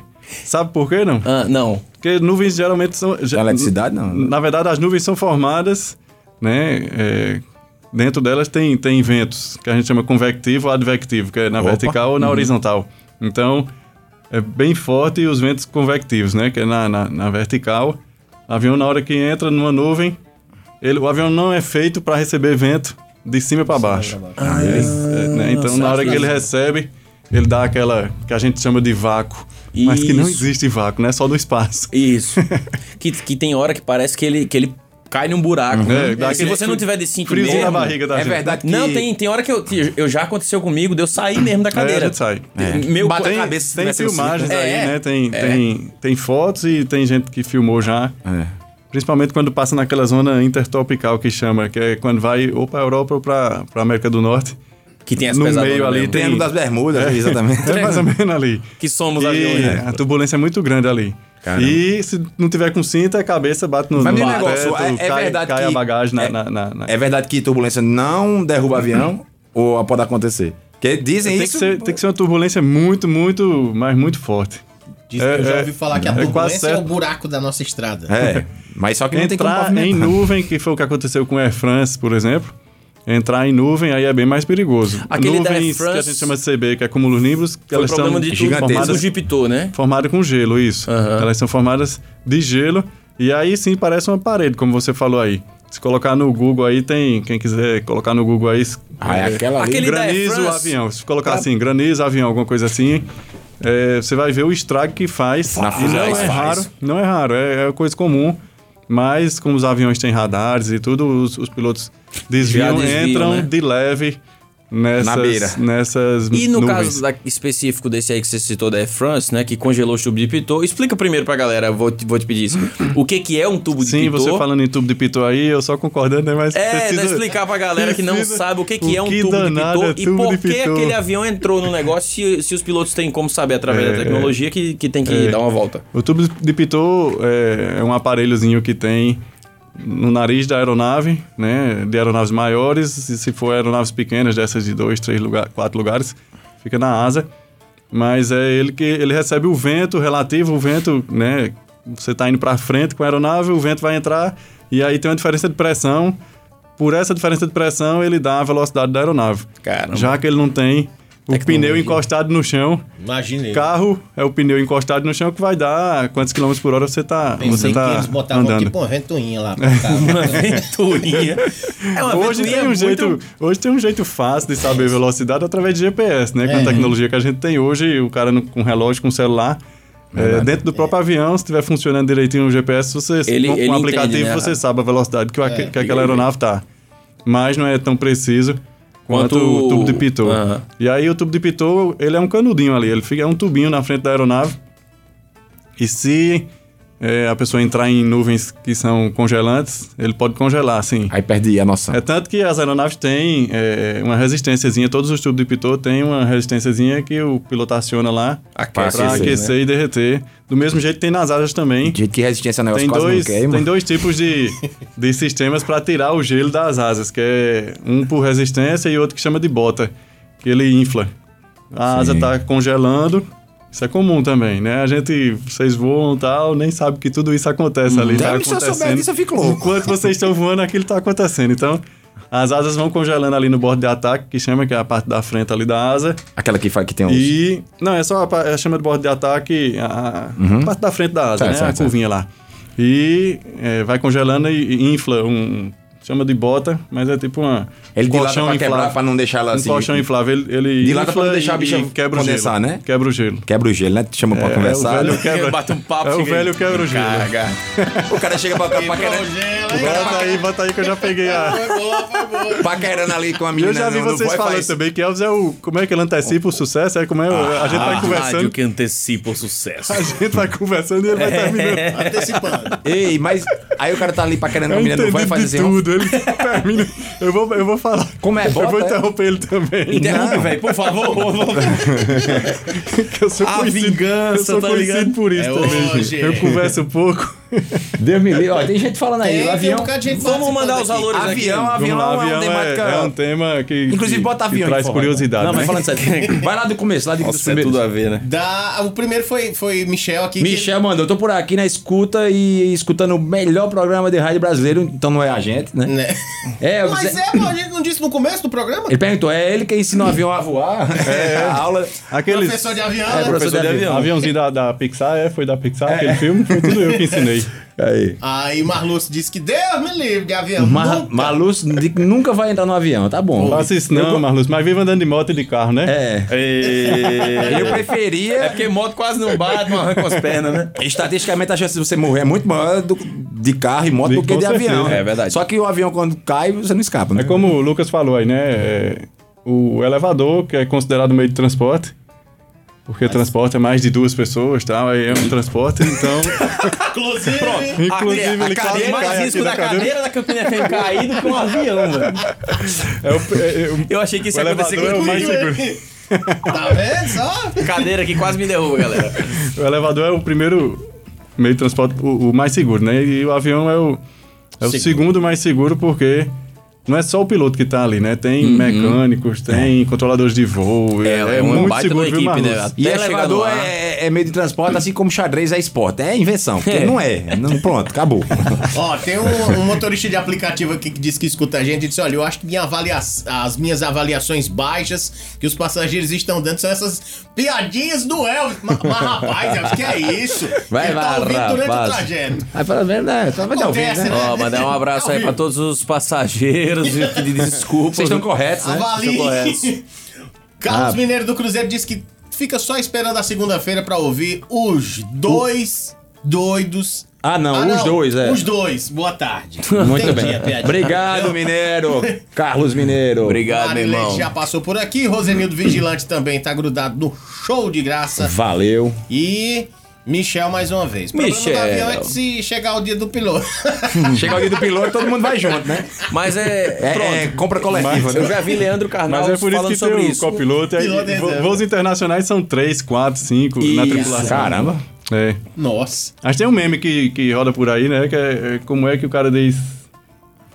[SPEAKER 8] Sabe por quê, não?
[SPEAKER 3] Ah, não.
[SPEAKER 8] Porque nuvens geralmente são... ge-
[SPEAKER 4] Eletricidade, não. né?
[SPEAKER 8] Na verdade, as nuvens são formadas, né? é, dentro delas tem, tem ventos, que a gente chama convectivo ou advectivo, que é na
[SPEAKER 4] Opa. Uhum.
[SPEAKER 8] vertical ou na horizontal. Então, é bem forte os ventos convectivos, né? Que é na, na, na vertical. O avião, na hora que entra numa nuvem, ele, o avião não é feito para receber vento de cima para baixo. Ele- é, né, Então, na hora que ele recebe, ele dá aquela que a gente chama de vácuo. Mas que não
[SPEAKER 3] Isso.
[SPEAKER 8] existe vácuo, né? Só do espaço.
[SPEAKER 3] Isso. que, que tem hora que parece que ele, que ele cai num buraco. né?
[SPEAKER 8] É, dá
[SPEAKER 3] se
[SPEAKER 8] aquele
[SPEAKER 3] você não tiver de cinto
[SPEAKER 8] Frisinho
[SPEAKER 3] mesmo,
[SPEAKER 8] na barriga da
[SPEAKER 4] é
[SPEAKER 8] gente.
[SPEAKER 4] verdade que...
[SPEAKER 3] Não, tem, tem hora que eu, que eu já aconteceu comigo de eu sair mesmo da
[SPEAKER 8] É, a
[SPEAKER 3] cadeira.
[SPEAKER 8] gente sai.
[SPEAKER 3] Meu
[SPEAKER 4] Bate
[SPEAKER 3] co-
[SPEAKER 4] a
[SPEAKER 8] Tem,
[SPEAKER 4] cabeça se
[SPEAKER 8] tem
[SPEAKER 4] tivesse no
[SPEAKER 8] filmagens
[SPEAKER 4] cinto.
[SPEAKER 8] aí,
[SPEAKER 4] É.
[SPEAKER 8] né? Tem, tem, tem fotos e tem gente que filmou já. Principalmente quando passa naquela zona intertropical que chama, que é quando vai ou pra Europa ou pra, pra América do Norte.
[SPEAKER 3] Que tem as
[SPEAKER 8] no
[SPEAKER 3] pesadonas
[SPEAKER 8] meio ali
[SPEAKER 3] mesmo.
[SPEAKER 8] tem.
[SPEAKER 4] Triângulo das Bermudas, exatamente.
[SPEAKER 8] É mais ou menos ali.
[SPEAKER 3] Que somos aviões,
[SPEAKER 8] e
[SPEAKER 3] né?
[SPEAKER 8] a turbulência é muito grande ali. E se não tiver com cinta, a cabeça bate no,
[SPEAKER 4] Mas
[SPEAKER 8] no
[SPEAKER 4] meu
[SPEAKER 8] teto,
[SPEAKER 4] negócio, é, é
[SPEAKER 8] cai,
[SPEAKER 4] verdade que...
[SPEAKER 8] cai a bagagem na...
[SPEAKER 4] é,
[SPEAKER 8] na, na- na-
[SPEAKER 4] é verdade que turbulência não derruba avião ou pode acontecer? Porque dizem
[SPEAKER 8] Tem,
[SPEAKER 4] isso...
[SPEAKER 8] que ser, tem que ser uma turbulência muito, muito, mas muito forte.
[SPEAKER 5] Diz que eu já
[SPEAKER 8] É,
[SPEAKER 5] ouvi falar que a
[SPEAKER 8] é quase
[SPEAKER 5] turbulência é, o
[SPEAKER 8] certo.
[SPEAKER 5] buraco da nossa estrada.
[SPEAKER 4] É, mas só que não tem como
[SPEAKER 8] entrar
[SPEAKER 4] pavimentar.
[SPEAKER 8] em nuvem, que foi o que aconteceu com Air France, por exemplo. Entrar em nuvem aí é bem mais perigoso.
[SPEAKER 3] Aquele da Air
[SPEAKER 8] Nuvens que a
[SPEAKER 3] France
[SPEAKER 8] gente chama de CB, que é cúmulo nimbus, que
[SPEAKER 3] Foi
[SPEAKER 8] elas são
[SPEAKER 3] um problema de tudo.
[SPEAKER 8] formadas,
[SPEAKER 4] gigantescas.
[SPEAKER 3] Formado o Jupiter, né?
[SPEAKER 8] formadas com gelo, isso. Elas são formadas de gelo e aí sim parece uma parede, como você falou aí. Se colocar no Google aí tem, quem quiser colocar no Google aí,
[SPEAKER 4] Ah, é aquela ali.
[SPEAKER 3] Aquele- da Air
[SPEAKER 8] granizo
[SPEAKER 3] France.
[SPEAKER 8] avião. Se colocar assim, granizo avião, alguma coisa assim, é, você vai ver o estrago que faz.
[SPEAKER 4] Na
[SPEAKER 8] E
[SPEAKER 4] fusão,
[SPEAKER 8] não é
[SPEAKER 4] faz.
[SPEAKER 8] raro, não é raro, é, é coisa comum. Mas como os aviões têm radares e tudo, os, os pilotos desviam,
[SPEAKER 3] desviam,
[SPEAKER 8] entram
[SPEAKER 3] né?
[SPEAKER 8] de leve nessas,
[SPEAKER 4] Na beira.
[SPEAKER 8] nessas
[SPEAKER 3] E no
[SPEAKER 8] nuvens.
[SPEAKER 3] caso da- específico desse aí que você citou da Air France, né? Que congelou o tubo de Pitot. Explica primeiro pra galera, eu vou te, vou te pedir isso. O que, que é um tubo de
[SPEAKER 8] Sim,
[SPEAKER 3] Pitot?
[SPEAKER 8] você falando em tubo de pitot aí, eu só concordando, né? Mas
[SPEAKER 3] É,
[SPEAKER 8] precisa-
[SPEAKER 3] dá explicar pra galera que não
[SPEAKER 8] precisa-
[SPEAKER 3] sabe o que, que é um
[SPEAKER 8] que
[SPEAKER 3] tubo de
[SPEAKER 8] danado
[SPEAKER 3] Pitot
[SPEAKER 8] é
[SPEAKER 3] e
[SPEAKER 8] tubo
[SPEAKER 3] por
[SPEAKER 8] de
[SPEAKER 3] que
[SPEAKER 8] Pitot?
[SPEAKER 3] aquele avião entrou no negócio se, se os pilotos têm como saber através da
[SPEAKER 8] É,
[SPEAKER 3] tecnologia que, que tem que
[SPEAKER 8] É.
[SPEAKER 3] dar uma volta.
[SPEAKER 8] O tubo de pitot é, é um aparelhozinho que tem no nariz da aeronave, né? De aeronaves maiores, e se for aeronaves pequenas, dessas de dois, três, lugar, quatro lugares, fica na asa. Mas é ele que ele recebe o vento relativo, o vento, né? Você tá indo para frente com a aeronave, o vento vai entrar e aí tem uma diferença de pressão. Por essa diferença de pressão, ele dá a velocidade da aeronave.
[SPEAKER 3] Caramba.
[SPEAKER 8] Já que ele não tem o pneu encostado no chão.
[SPEAKER 5] Imagina.
[SPEAKER 8] Carro é o pneu encostado no chão que vai dar quantos quilômetros por hora você tá, você
[SPEAKER 5] Pensei que
[SPEAKER 8] tá
[SPEAKER 5] eles botavam
[SPEAKER 8] andando.
[SPEAKER 5] tipo uma ventoinha lá. pra cá.
[SPEAKER 3] Uma aventurinha. É uma
[SPEAKER 8] Hoje tem, um
[SPEAKER 3] muito-
[SPEAKER 8] jeito, hoje tem um jeito fácil de saber velocidade através de GPS, né? Com
[SPEAKER 3] É.
[SPEAKER 8] a tecnologia que a gente tem hoje, o cara no- com relógio, com celular. é, dentro do próprio avião, se estiver funcionando direitinho o GPS, você,
[SPEAKER 3] Ele-
[SPEAKER 8] com, com
[SPEAKER 3] ele
[SPEAKER 8] o aplicativo
[SPEAKER 3] entende, né? É.
[SPEAKER 8] você sabe a velocidade que, o aque- que aquela aeronave tá. Mas não é tão preciso quanto,
[SPEAKER 3] Quanto
[SPEAKER 8] o tubo de
[SPEAKER 3] o-
[SPEAKER 8] pitot.
[SPEAKER 3] Aham.
[SPEAKER 8] E aí o tubo de pitot, ele é um canudinho ali, ele fica é um tubinho na frente da aeronave. E se é, a pessoa entrar em nuvens que são congelantes, ele pode congelar, assim, sim.
[SPEAKER 4] Aí perdi a noção.
[SPEAKER 8] É tanto que as aeronaves têm é, uma resistênciazinha, todos os tubos de pitot têm uma resistênciazinha que o piloto aciona lá
[SPEAKER 3] Aquece,
[SPEAKER 8] pra
[SPEAKER 4] né?
[SPEAKER 8] aquecer e derreter. Do mesmo jeito tem nas asas também.
[SPEAKER 4] Do jeito que resistência ao negócio
[SPEAKER 8] Tem
[SPEAKER 4] quase
[SPEAKER 8] dois,
[SPEAKER 4] não queima.
[SPEAKER 8] tem dois tipos de, de sistemas para tirar o gelo das asas, que é um por resistência e outro que chama de bota, que ele infla. A asa
[SPEAKER 4] Sim.
[SPEAKER 8] tá congelando, isso é comum também, né? A gente, vocês voam e tal, nem sabe que tudo isso acontece ali. Tá
[SPEAKER 4] Deve, Então, se eu souber
[SPEAKER 8] acontecendo.
[SPEAKER 4] disso, eu fico louco.
[SPEAKER 8] Enquanto vocês estão voando, aquilo tá acontecendo. Então, as asas vão congelando ali no bordo de ataque, que chama, que é a parte da frente ali da asa.
[SPEAKER 4] Aquela que faz que tem um uns...
[SPEAKER 8] E. Não, é só a, pa- é a chama de bordo de ataque, a, a parte da frente da asa,
[SPEAKER 4] Uhum. Certo,
[SPEAKER 8] né?
[SPEAKER 4] certo,
[SPEAKER 8] a curvinha lá. E é, vai congelando e, e infla um. Chama de bota, mas é tipo uma.
[SPEAKER 4] Ele
[SPEAKER 8] um
[SPEAKER 4] dilata
[SPEAKER 8] colchão
[SPEAKER 4] pra quebrar,
[SPEAKER 8] inflável.
[SPEAKER 4] pra não deixar ela assim-
[SPEAKER 8] Um colchão inflável. Ele, ele
[SPEAKER 4] Dilata pra não
[SPEAKER 8] infla
[SPEAKER 4] deixar a
[SPEAKER 8] e-
[SPEAKER 4] bicha
[SPEAKER 8] e quebra
[SPEAKER 4] condensar,
[SPEAKER 8] o gelo.
[SPEAKER 4] né?
[SPEAKER 8] Quebra o gelo.
[SPEAKER 4] Quebra o gelo, né? Te chama pra conversar. né?
[SPEAKER 8] É o velho quebra.
[SPEAKER 3] Bate um papo,
[SPEAKER 8] é o
[SPEAKER 3] chega
[SPEAKER 8] velho quebra o gelo.
[SPEAKER 4] Caga. O cara chega pra, pra, paquerando,
[SPEAKER 8] Bota aí, bota aí que eu já peguei a.
[SPEAKER 4] paquerando ali com a menina.
[SPEAKER 8] Eu já vi
[SPEAKER 4] no- no
[SPEAKER 8] vocês
[SPEAKER 4] boy,
[SPEAKER 8] falando
[SPEAKER 4] faz-
[SPEAKER 8] também que Elvis é o. Como é que ele antecipa o sucesso? É como é. a
[SPEAKER 4] Ah,
[SPEAKER 8] gente vai
[SPEAKER 3] Ah, Rádio
[SPEAKER 8] conversando.
[SPEAKER 3] que antecipa o sucesso.
[SPEAKER 8] A gente vai conversando e ele
[SPEAKER 4] É.
[SPEAKER 8] vai terminando.
[SPEAKER 5] Antecipando.
[SPEAKER 4] Ei, mas aí o cara tá ali paquerando a
[SPEAKER 8] Eu
[SPEAKER 4] menina, não vai
[SPEAKER 8] entendi
[SPEAKER 4] fazer
[SPEAKER 8] de
[SPEAKER 4] assim.
[SPEAKER 8] tudo. Ele termina. Eu vou, eu vou falar.
[SPEAKER 4] Como é,
[SPEAKER 8] Eu
[SPEAKER 4] bota,
[SPEAKER 8] vou
[SPEAKER 4] é?
[SPEAKER 8] interromper ele também.
[SPEAKER 3] Interrompe, velho, por favor.
[SPEAKER 8] eu sou
[SPEAKER 3] A
[SPEAKER 8] conhecido-
[SPEAKER 3] vingança,
[SPEAKER 8] eu sou
[SPEAKER 3] tá
[SPEAKER 8] conhecido
[SPEAKER 3] ligado?
[SPEAKER 8] por isso
[SPEAKER 5] É
[SPEAKER 8] também.
[SPEAKER 5] hoje.
[SPEAKER 8] Eu converso pouco.
[SPEAKER 4] Deus me livre. Ó, tem gente falando aí.
[SPEAKER 5] Tem,
[SPEAKER 4] o
[SPEAKER 5] tem um
[SPEAKER 4] avião...
[SPEAKER 5] bocado de gente
[SPEAKER 3] Vamos mandar os
[SPEAKER 5] participando Ah,
[SPEAKER 3] valores aqui.
[SPEAKER 4] Avião, avião,
[SPEAKER 8] Vamos lá,
[SPEAKER 4] é um
[SPEAKER 8] avião é,
[SPEAKER 4] temática...
[SPEAKER 8] é um tema que.
[SPEAKER 4] Inclusive,
[SPEAKER 8] que-
[SPEAKER 4] bota avião
[SPEAKER 8] Que
[SPEAKER 4] aí,
[SPEAKER 8] traz
[SPEAKER 4] porra.
[SPEAKER 8] curiosidade.
[SPEAKER 4] Não, mas
[SPEAKER 8] né?
[SPEAKER 4] falando sério. Vai lá do começo, lá de, dos
[SPEAKER 3] Nossa, é
[SPEAKER 4] primeiros.
[SPEAKER 3] tudo a ver, né?
[SPEAKER 5] Da, o primeiro foi, foi Michel aqui. que-
[SPEAKER 4] Michel mandou, eu tô por aqui na escuta e escutando o melhor programa de rádio brasileiro, então não é a gente, né?
[SPEAKER 5] Né?
[SPEAKER 4] É, eu-
[SPEAKER 5] Mas é, pô, a gente não disse no começo do programa?
[SPEAKER 4] Ele perguntou, é ele quem ensina o avião a voar? É, a aula.
[SPEAKER 8] Aqueles.
[SPEAKER 5] Professor de avião,
[SPEAKER 4] É,
[SPEAKER 5] né?
[SPEAKER 4] professor de avião.
[SPEAKER 8] Aviãozinho da, da Pixar, é, foi da Pixar, aquele filme, foi tudo eu que ensinei.
[SPEAKER 4] Aí.
[SPEAKER 5] Aí Marluce disse que Deus me livre de avião.
[SPEAKER 4] Ma
[SPEAKER 5] Nunca.
[SPEAKER 4] Maluf diz que nunca vai entrar no avião, tá bom.
[SPEAKER 8] Faça isso não, Marlus, mas vive andando de moto e de carro, né?
[SPEAKER 4] É. Eu
[SPEAKER 8] É
[SPEAKER 4] preferia.
[SPEAKER 3] É Porque moto quase não bate, não arranca as pernas, né?
[SPEAKER 4] Estatisticamente a chance de você morrer é muito maior do- de carro e moto do que
[SPEAKER 8] Com
[SPEAKER 4] de
[SPEAKER 8] certeza.
[SPEAKER 4] avião.
[SPEAKER 3] É verdade.
[SPEAKER 4] Só que o avião quando cai, você não escapa, né?
[SPEAKER 8] É como o Lucas falou aí, né? É, o elevador, que é considerado meio de transporte, porque transporta mais de duas pessoas, tá? Aí é um transporte, então.
[SPEAKER 5] Inclusive,
[SPEAKER 8] inclusive, ele quase cai aqui na cadeira.
[SPEAKER 3] da Campina tem caído que um avião, velho.
[SPEAKER 8] É o, é- é o-
[SPEAKER 3] Eu achei que isso
[SPEAKER 8] o
[SPEAKER 3] ia acontecer
[SPEAKER 8] elevador é
[SPEAKER 3] com
[SPEAKER 8] o mais seguro.
[SPEAKER 5] tá vendo só?
[SPEAKER 3] Cadeira que quase me derruba, galera.
[SPEAKER 8] O elevador é o primeiro meio de transporte, o, o mais seguro, né? E o avião é o, é o segundo mais seguro, porque. Não é só o piloto que tá ali, né? Tem
[SPEAKER 3] Uhum.
[SPEAKER 8] mecânicos,
[SPEAKER 3] É.
[SPEAKER 8] tem controladores de voo. É, é, muito seguro, viu, Marlus?
[SPEAKER 4] E
[SPEAKER 3] Até
[SPEAKER 4] elevador
[SPEAKER 3] levar no ar.
[SPEAKER 4] é, é meio de transporte, assim como xadrez é esporte. É invenção, porque
[SPEAKER 3] É.
[SPEAKER 4] não é. Não, pronto, acabou.
[SPEAKER 5] Ó, tem um, um motorista de aplicativo aqui que disse que escuta a gente e disse: olha, eu acho que minha avalia as minhas avaliações baixas que os passageiros estão dando são essas piadinhas do Elvis. Mas, mas rapaz, Elvis, que é isso?
[SPEAKER 4] Vai
[SPEAKER 5] Ele
[SPEAKER 4] lá,
[SPEAKER 5] tá ouvindo durante o
[SPEAKER 4] rapaz.
[SPEAKER 5] trajeto.
[SPEAKER 4] Aí pelo menos, né? Só vai dar ouvido, né?
[SPEAKER 5] Acontece, né?
[SPEAKER 3] Ó, mandar um abraço aí pra todos os passageiros e pedir desculpas.
[SPEAKER 4] Vocês estão corretos, né?
[SPEAKER 5] Avalie.
[SPEAKER 4] Ah.
[SPEAKER 5] Carlos Mineiro do Cruzeiro disse que fica só esperando a segunda-feira pra ouvir os dois doidos.
[SPEAKER 4] Ah, não, os dois, é.
[SPEAKER 5] Os dois. Boa tarde.
[SPEAKER 4] Muito
[SPEAKER 5] Entendi a
[SPEAKER 4] bem.
[SPEAKER 5] piadinha.
[SPEAKER 4] Obrigado, Mineiro. Carlos Mineiro.
[SPEAKER 3] Obrigado, meu
[SPEAKER 5] Marilene
[SPEAKER 3] irmão.
[SPEAKER 5] já passou por aqui. Rosenildo Vigilante também tá grudado no show de graça.
[SPEAKER 4] Valeu.
[SPEAKER 5] E Michel mais uma vez. O problema do
[SPEAKER 3] Michel.
[SPEAKER 5] avião é que se chegar o dia do piloto.
[SPEAKER 4] Chega o dia do piloto, todo mundo vai junto, né?
[SPEAKER 3] Mas é.
[SPEAKER 4] É,
[SPEAKER 3] Pronto.
[SPEAKER 4] é compra coletiva,
[SPEAKER 3] Eu
[SPEAKER 4] né?
[SPEAKER 3] já vi Leandro Carnal
[SPEAKER 8] Mas é por isso
[SPEAKER 3] falando
[SPEAKER 8] que
[SPEAKER 3] sobre
[SPEAKER 8] tem o
[SPEAKER 3] isso.
[SPEAKER 8] copiloto. e aí
[SPEAKER 5] Piloto é
[SPEAKER 8] vo-
[SPEAKER 5] zero.
[SPEAKER 8] voos internacionais são 3, 4, 5 na
[SPEAKER 3] Isso.
[SPEAKER 8] tripulação.
[SPEAKER 4] Caramba.
[SPEAKER 8] É.
[SPEAKER 5] Nossa.
[SPEAKER 8] Mas tem um meme que, que roda por aí, né? Que é, é como é que o cara diz...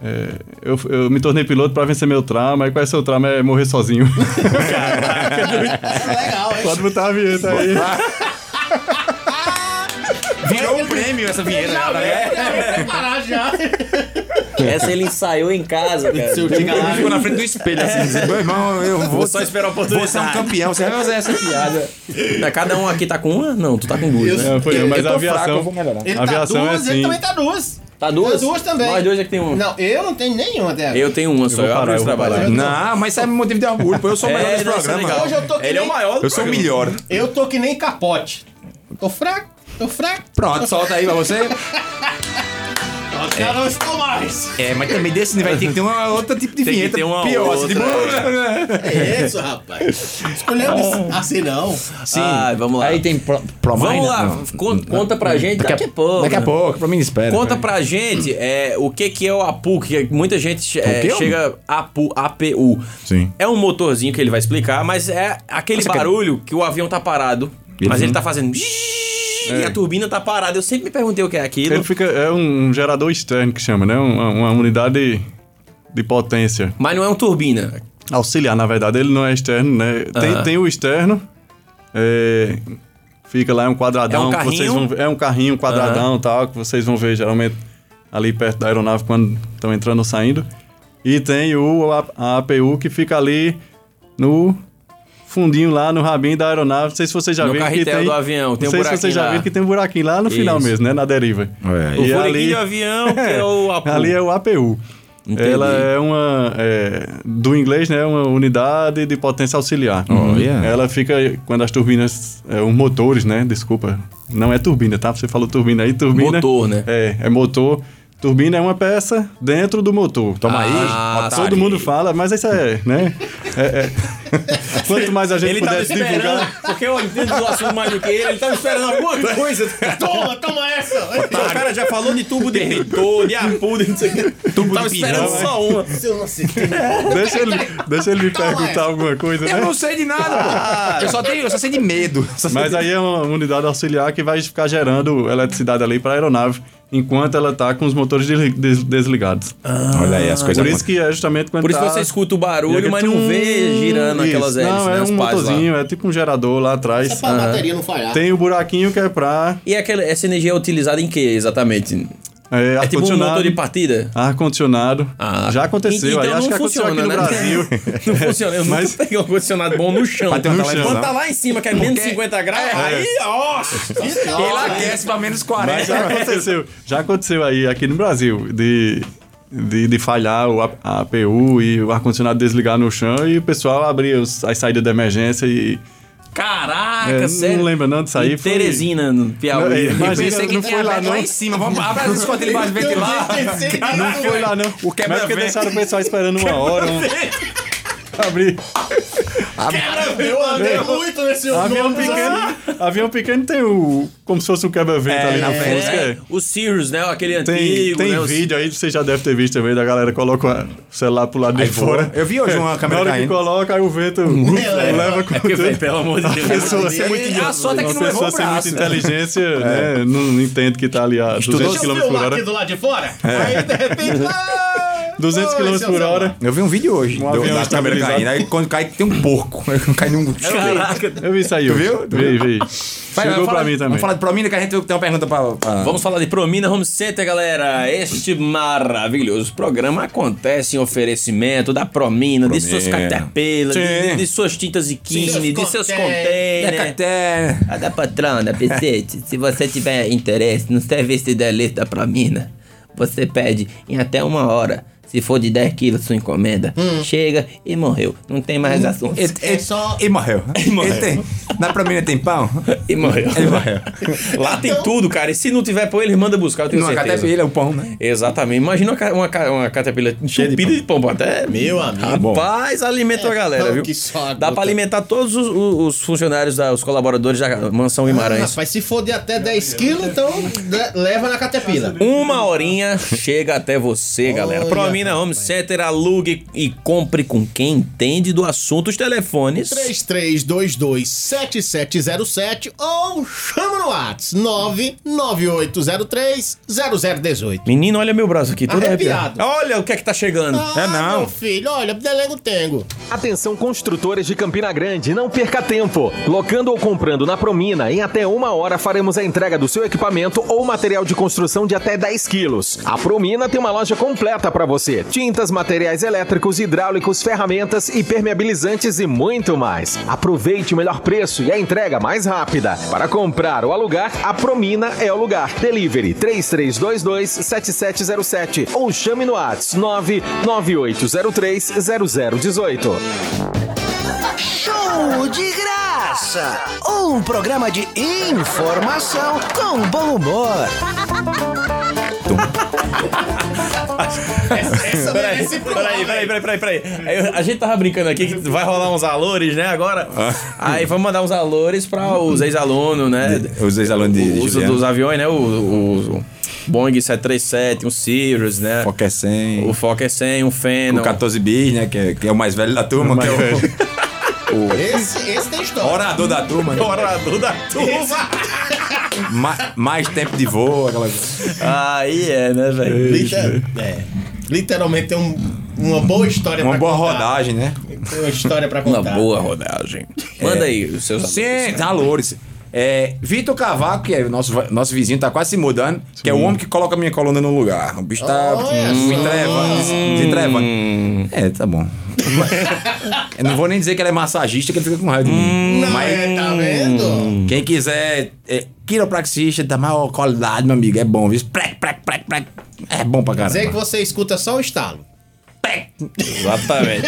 [SPEAKER 8] é, eu, eu me tornei piloto pra vencer meu trauma. E qual é seu trauma? É morrer sozinho.
[SPEAKER 5] É Legal, hein?
[SPEAKER 8] Pode botar a vinheta aí.
[SPEAKER 4] Virou um prêmio essa vinheta.
[SPEAKER 9] é.
[SPEAKER 5] Já veio, já veio preparar já.
[SPEAKER 9] Essa ele ensaiou em casa, cara.
[SPEAKER 5] Seu
[SPEAKER 4] Ele ficou
[SPEAKER 5] Tigalho.
[SPEAKER 4] na frente do espelho assim, dizendo, meu irmão, eu vou,
[SPEAKER 3] só esperar a
[SPEAKER 4] vou ser um
[SPEAKER 3] oportunidade."
[SPEAKER 4] campeão, você vai fazer essa piada.
[SPEAKER 3] Mas Cada um aqui tá com uma? Não, tu tá com duas, né?
[SPEAKER 8] É, foi eu, mas
[SPEAKER 4] eu
[SPEAKER 8] a
[SPEAKER 4] tô fraco, eu
[SPEAKER 8] aviação.
[SPEAKER 4] vou melhorar.
[SPEAKER 5] Ele
[SPEAKER 8] a
[SPEAKER 5] tá
[SPEAKER 8] aviação é
[SPEAKER 5] duas, ele
[SPEAKER 8] assim.
[SPEAKER 5] também tá duas.
[SPEAKER 9] Tá duas?
[SPEAKER 5] Tá duas também.
[SPEAKER 9] Nós dois é que tem um.
[SPEAKER 5] Não, eu não tenho nenhuma até agora.
[SPEAKER 3] Eu tenho uma só,
[SPEAKER 8] vou
[SPEAKER 3] eu, abro
[SPEAKER 8] parar,
[SPEAKER 3] esse
[SPEAKER 8] eu vou
[SPEAKER 3] trabalho.
[SPEAKER 8] parar.
[SPEAKER 4] Não, mas isso é motivo de orgulho, pô, eu sou o melhor
[SPEAKER 3] É,
[SPEAKER 4] desse
[SPEAKER 3] não, isso é
[SPEAKER 4] programa.
[SPEAKER 3] legal.
[SPEAKER 5] Hoje eu tô que
[SPEAKER 3] Ele é o
[SPEAKER 5] nem-
[SPEAKER 3] maior do
[SPEAKER 4] Eu sou o
[SPEAKER 3] programa.
[SPEAKER 4] melhor.
[SPEAKER 5] Eu tô que nem capote. Tô fraco, tô fraco.
[SPEAKER 4] Pronto, solta aí pra você.
[SPEAKER 5] Os caras não estão mais.
[SPEAKER 4] É, mas também desse nível aí tem que ter uma outra tipo de
[SPEAKER 3] Tem que
[SPEAKER 4] vinheta
[SPEAKER 3] ter uma
[SPEAKER 4] pior. assim,
[SPEAKER 3] outra.
[SPEAKER 4] tipo-
[SPEAKER 5] É isso, rapaz. Escolhemos assim não.
[SPEAKER 3] Sim. Ai, Ah, vamos lá.
[SPEAKER 9] Aí tem pro,
[SPEAKER 4] tipo,
[SPEAKER 3] Vamos lá, con-
[SPEAKER 9] Conta pra gente daqui, a pouco.
[SPEAKER 4] Daqui a
[SPEAKER 9] né?
[SPEAKER 4] pouco, pra mim espera.
[SPEAKER 8] Uhum.
[SPEAKER 3] Conta pra gente é, o que, que é o APU, que muita gente é,
[SPEAKER 4] O quê?
[SPEAKER 3] chega APU, APU.
[SPEAKER 4] Sim.
[SPEAKER 3] É um motorzinho que ele vai explicar, mas é aquele barulho que o avião tá parado, mas ele tá fazendo... E a turbina tá parada. Eu sempre me perguntei o que é aquilo.
[SPEAKER 8] É. Ele fica, é um gerador externo que chama, né? Uma, uma unidade de potência.
[SPEAKER 3] Mas não é um turbina.
[SPEAKER 8] Auxiliar, na verdade, ele não é externo, né? Tem,
[SPEAKER 3] Aham.
[SPEAKER 8] tem o externo, é, fica lá, é um quadradão.
[SPEAKER 3] É um
[SPEAKER 8] que vocês
[SPEAKER 3] carrinho?
[SPEAKER 8] vão ver- é um carrinho, um quadradão e tal, que vocês vão ver geralmente ali perto da aeronave quando estão entrando ou saindo. E tem o a, a APU que fica ali no fundinho lá no rabinho da aeronave. Não sei se vocês já
[SPEAKER 3] No
[SPEAKER 8] viram que
[SPEAKER 3] carretel
[SPEAKER 8] tem.
[SPEAKER 3] do avião, tem um
[SPEAKER 8] não sei se
[SPEAKER 3] buraquinho
[SPEAKER 8] vocês já
[SPEAKER 3] lá.
[SPEAKER 8] viram que tem um buraquinho lá no final
[SPEAKER 3] Isso.
[SPEAKER 8] mesmo, né? Na deriva.
[SPEAKER 4] É.
[SPEAKER 3] O
[SPEAKER 8] E
[SPEAKER 3] fureguinho
[SPEAKER 8] ali-
[SPEAKER 3] do avião, que é o APU.
[SPEAKER 8] Ali é o APU.
[SPEAKER 3] Entendi.
[SPEAKER 8] Ela é uma. é, do inglês, né? Uma unidade de potência auxiliar.
[SPEAKER 4] yeah.
[SPEAKER 8] Ela fica quando as turbinas. é, os motores, né? Desculpa. Não é turbina, tá? Você falou turbina aí, turbina.
[SPEAKER 3] Motor, né?
[SPEAKER 8] É, é motor. Turbina é uma peça dentro do motor. Toma
[SPEAKER 3] Ah,
[SPEAKER 8] Todo
[SPEAKER 3] saquei.
[SPEAKER 8] mundo fala, mas isso é, né? É, é. Quanto mais a gente
[SPEAKER 3] Ele tá me
[SPEAKER 8] pudesse
[SPEAKER 3] esperando,
[SPEAKER 8] divulgar.
[SPEAKER 3] porque eu entendo do assunto mais do que ele, ele tá me esperando alguma coisa.
[SPEAKER 5] Toma, toma essa.
[SPEAKER 3] O cara já falou de tubo derretor, de apudo, não sei o que. Tubo Tava
[SPEAKER 4] de
[SPEAKER 3] esperando
[SPEAKER 8] pirão,
[SPEAKER 3] só uma.
[SPEAKER 5] Eu não sei.
[SPEAKER 8] Deixa ele, deixa ele me
[SPEAKER 5] Toma essa.
[SPEAKER 8] perguntar alguma coisa,
[SPEAKER 4] Eu
[SPEAKER 8] né?
[SPEAKER 4] não sei de nada, pô. Eu só, tenho, eu só sei de medo. Só sei
[SPEAKER 8] Mas
[SPEAKER 4] de-
[SPEAKER 8] aí é uma unidade auxiliar que vai ficar gerando eletricidade ali para a aeronave enquanto ela tá com os motores desli- des- desligados.
[SPEAKER 4] Olha aí as coisas.
[SPEAKER 8] Por isso que é justamente quando
[SPEAKER 3] Por isso
[SPEAKER 8] tá-
[SPEAKER 3] você escuta o
[SPEAKER 8] E
[SPEAKER 3] barulho,
[SPEAKER 8] aquele
[SPEAKER 3] mas não
[SPEAKER 8] tum,
[SPEAKER 3] vê girando
[SPEAKER 8] isso.
[SPEAKER 3] aquelas hélices,
[SPEAKER 8] Não,
[SPEAKER 3] né?
[SPEAKER 8] é
[SPEAKER 3] as
[SPEAKER 8] um
[SPEAKER 3] pás lá.
[SPEAKER 8] motorzinho, é tipo um gerador lá
[SPEAKER 5] É
[SPEAKER 8] atrás.
[SPEAKER 5] pra bateria não falhar.
[SPEAKER 8] Tem o buraquinho que é pra
[SPEAKER 3] E aquela, essa energia é utilizada em que exatamente?
[SPEAKER 8] é,
[SPEAKER 3] É tipo um
[SPEAKER 8] ar-condicionado.
[SPEAKER 3] motor de partida?
[SPEAKER 8] Ar-condicionado.
[SPEAKER 3] Ah.
[SPEAKER 8] Já aconteceu.
[SPEAKER 3] Então
[SPEAKER 8] aí
[SPEAKER 3] não
[SPEAKER 8] acho que aconteceu aqui no
[SPEAKER 3] funciona, né?
[SPEAKER 8] Brasil.
[SPEAKER 3] Não funciona. Eu
[SPEAKER 8] Mas-
[SPEAKER 3] nunca peguei um condicionado bom no chão.
[SPEAKER 4] Pra ter uma televisão.
[SPEAKER 3] Quando tá lá em cima, que é menos 50 graus, aí, ó.
[SPEAKER 4] Ele
[SPEAKER 8] É,
[SPEAKER 4] aquece pra menos 40.
[SPEAKER 8] Já aconteceu, já aconteceu aí aqui no Brasil de, de, de falhar o A- a APU e o ar-condicionado desligar no chão e o pessoal abria os- as saídas de emergência e.
[SPEAKER 3] Caraca,
[SPEAKER 8] É, não
[SPEAKER 3] sério.
[SPEAKER 8] lembra não disso aí,
[SPEAKER 3] Em
[SPEAKER 8] foi-
[SPEAKER 3] Teresina, no Piauí.
[SPEAKER 8] Não, mas-
[SPEAKER 4] Pensei que
[SPEAKER 8] não
[SPEAKER 4] tinha
[SPEAKER 8] foi lá,
[SPEAKER 4] aberto lá
[SPEAKER 8] não.
[SPEAKER 4] em cima. Vamos abre as escotas embaixo do
[SPEAKER 5] Eu
[SPEAKER 4] ventilar.
[SPEAKER 5] pensei que era isso,
[SPEAKER 8] Foi
[SPEAKER 5] velho.
[SPEAKER 8] lá, não.
[SPEAKER 4] O
[SPEAKER 8] Mas porque
[SPEAKER 4] quebra-vento.
[SPEAKER 8] deixaram o pessoal esperando uma hora. um- Abrir.
[SPEAKER 5] Cara, eu andei muito nesse
[SPEAKER 8] Avião
[SPEAKER 5] nome.
[SPEAKER 8] um pequeno, avião pequeno tem o. como se fosse um quebra-vento ali na frente. que
[SPEAKER 3] É,
[SPEAKER 8] é-
[SPEAKER 3] o Sirius, né? Aquele
[SPEAKER 8] Tem,
[SPEAKER 3] antigo,
[SPEAKER 8] tem
[SPEAKER 3] né? o-
[SPEAKER 8] vídeo aí, você já deve ter visto também, da galera coloca o celular pro lado de fora.
[SPEAKER 4] Eu vi hoje uma câmera
[SPEAKER 8] Na hora que
[SPEAKER 4] caindo. É,
[SPEAKER 8] coloca, aí o vento leva com
[SPEAKER 3] Porque, velho,
[SPEAKER 8] tudo.
[SPEAKER 3] pelo amor de Deus.
[SPEAKER 8] pessoa sem muito
[SPEAKER 3] Ah,
[SPEAKER 4] A sorte é que
[SPEAKER 8] Uma
[SPEAKER 4] não errou
[SPEAKER 8] pessoa
[SPEAKER 4] o
[SPEAKER 8] sem muita
[SPEAKER 4] braço. É.
[SPEAKER 8] inteligência, né? Não entende que tá ali a 200
[SPEAKER 5] Deixa eu
[SPEAKER 8] km
[SPEAKER 5] ver o
[SPEAKER 8] por
[SPEAKER 5] mar aqui
[SPEAKER 8] hora. É.
[SPEAKER 5] do lado de fora. Aí, de repente...
[SPEAKER 4] né?
[SPEAKER 5] ah,
[SPEAKER 8] 200
[SPEAKER 5] oi,
[SPEAKER 8] km
[SPEAKER 5] seu
[SPEAKER 8] por
[SPEAKER 5] celular.
[SPEAKER 8] hora.
[SPEAKER 4] Eu vi um vídeo hoje
[SPEAKER 8] Um
[SPEAKER 4] do-
[SPEAKER 8] avião
[SPEAKER 4] da câmera
[SPEAKER 8] estabilizado.
[SPEAKER 4] caindo. Aí quando cai, tem um porco. Cai num...
[SPEAKER 3] Caraca.
[SPEAKER 8] Eu vi isso aí.
[SPEAKER 4] Tu
[SPEAKER 8] hoje.
[SPEAKER 4] viu? Tu
[SPEAKER 8] Vi,
[SPEAKER 4] viu?
[SPEAKER 8] vi.
[SPEAKER 4] Vai,
[SPEAKER 8] Chegou
[SPEAKER 4] vamos falar-
[SPEAKER 8] pra mim também.
[SPEAKER 4] Vamos falar de Promina que a gente tem uma pergunta pra... pra-
[SPEAKER 3] Vamos falar de Promina Home Center, galera. Este maravilhoso programa acontece em oferecimento da Promina, de suas caterpillas, de, de- de suas tintas e quine, de seus
[SPEAKER 5] containers.
[SPEAKER 4] É,
[SPEAKER 3] containers.
[SPEAKER 4] até-
[SPEAKER 3] A da patrona, Picete, se você tiver interesse no serviço da letra da Promina, você pede em até uma hora. Se for de 10 quilos sua encomenda, chega e morreu. Não tem mais assunto.
[SPEAKER 4] Ele-
[SPEAKER 5] É
[SPEAKER 4] ele-
[SPEAKER 5] só-
[SPEAKER 4] Ele morreu. Ele tem- Na Promina tem pão?
[SPEAKER 3] E morreu.
[SPEAKER 4] Ele morreu.
[SPEAKER 3] Lá tem tudo, cara. E se não tiver pão, ele manda buscar, eu tenho
[SPEAKER 4] Não, a
[SPEAKER 3] certeza.
[SPEAKER 4] caterpilha é o pão, né?
[SPEAKER 3] Exatamente. Imagina uma, ca- uma, ca- uma catapilha entupida de pombo até.
[SPEAKER 5] Meu amigo. É,
[SPEAKER 3] Rapaz, alimenta a galera,
[SPEAKER 5] pão
[SPEAKER 3] viu?
[SPEAKER 5] que só a
[SPEAKER 3] Dá
[SPEAKER 5] gota.
[SPEAKER 3] pra alimentar todos os, os funcionários, da, os colaboradores da Mansão
[SPEAKER 5] Ah,
[SPEAKER 3] Guimarães.
[SPEAKER 5] Rapaz, se for de até 10 quilos, então le- né, leva na catepila.
[SPEAKER 3] Uma horinha chega até você, galera. Promina Campina Home Center, alugue e compre com quem entende do assunto os telefones.
[SPEAKER 5] 3322-7707 ou chama no WhatsApp 99803-0018.
[SPEAKER 3] Menino, olha meu braço aqui, todo arrepiado.
[SPEAKER 5] Arrepiado.
[SPEAKER 3] Olha o que é que tá chegando.
[SPEAKER 5] Ah, Meu filho, olha, delengo tengo.
[SPEAKER 6] Atenção construtores de Campina Grande, não perca tempo. Locando ou comprando na Promina, em até uma hora faremos a entrega do seu equipamento ou material de construção de até 10 quilos. A Promina tem uma loja completa para você. Tintas, materiais elétricos, hidráulicos, ferramentas, impermeabilizantes e muito mais. Aproveite o melhor preço e a entrega mais rápida. Para comprar ou alugar, a Promina é o lugar. Delivery 3322-7707 ou chame no WhatsApp 99803-0018.
[SPEAKER 2] Show de graça! Um programa de informação com bom humor.
[SPEAKER 5] Essa
[SPEAKER 3] Peraí,
[SPEAKER 5] merece pro
[SPEAKER 3] peraí,
[SPEAKER 5] ar,
[SPEAKER 3] peraí,
[SPEAKER 5] velho.
[SPEAKER 3] peraí, peraí, peraí. Aí, A gente tava brincando aqui que vai rolar uns alores, né, agora? Aí vamos mandar uns alores pra os ex-alunos, né?
[SPEAKER 4] Os ex-alunos de, de
[SPEAKER 3] Os
[SPEAKER 4] Juliano.
[SPEAKER 3] dos aviões, né? O, o, o Boeing 737, um Sirius, né?
[SPEAKER 4] Qualquer 100.
[SPEAKER 3] O Fokker 100, um
[SPEAKER 4] O
[SPEAKER 3] Phenom.
[SPEAKER 4] 14 bis, né? Que é, que é o mais velho da turma, que é o,
[SPEAKER 5] Esse, esse tem
[SPEAKER 4] o
[SPEAKER 5] história.
[SPEAKER 4] orador da turma, né?
[SPEAKER 3] Orador da turma.
[SPEAKER 4] Ma- mais tempo de voo, aquela coisa.
[SPEAKER 3] Aí é, né, velho?
[SPEAKER 5] Liter- é, literalmente tem um- uma boa história
[SPEAKER 4] né? Uma
[SPEAKER 5] pra
[SPEAKER 4] boa
[SPEAKER 5] contar.
[SPEAKER 4] rodagem, né?
[SPEAKER 5] Tem uma história pra
[SPEAKER 3] Uma
[SPEAKER 5] contar.
[SPEAKER 3] boa rodagem. Manda aí os seus
[SPEAKER 4] Sim, valores. É, Vitor Cavaco, que é o nosso, nosso vizinho, tá quase se mudando, que é o homem que coloca a minha coluna no lugar. O bicho tá
[SPEAKER 5] Olha
[SPEAKER 4] me
[SPEAKER 5] só.
[SPEAKER 4] entrevando, des- desentrevando. É, tá bom. Eu não vou nem dizer que ele é massagista, que ele fica com raiva de mim.
[SPEAKER 5] Não, é,
[SPEAKER 4] hum.
[SPEAKER 5] tá vendo?
[SPEAKER 4] Quem quiser, é, quiropraxista da maior qualidade, meu amigo, é bom. viu? Prec, prec, prec, prec. É bom pra
[SPEAKER 5] Dizer que
[SPEAKER 4] caramba.
[SPEAKER 5] você escuta só o estalo.
[SPEAKER 3] Exatamente.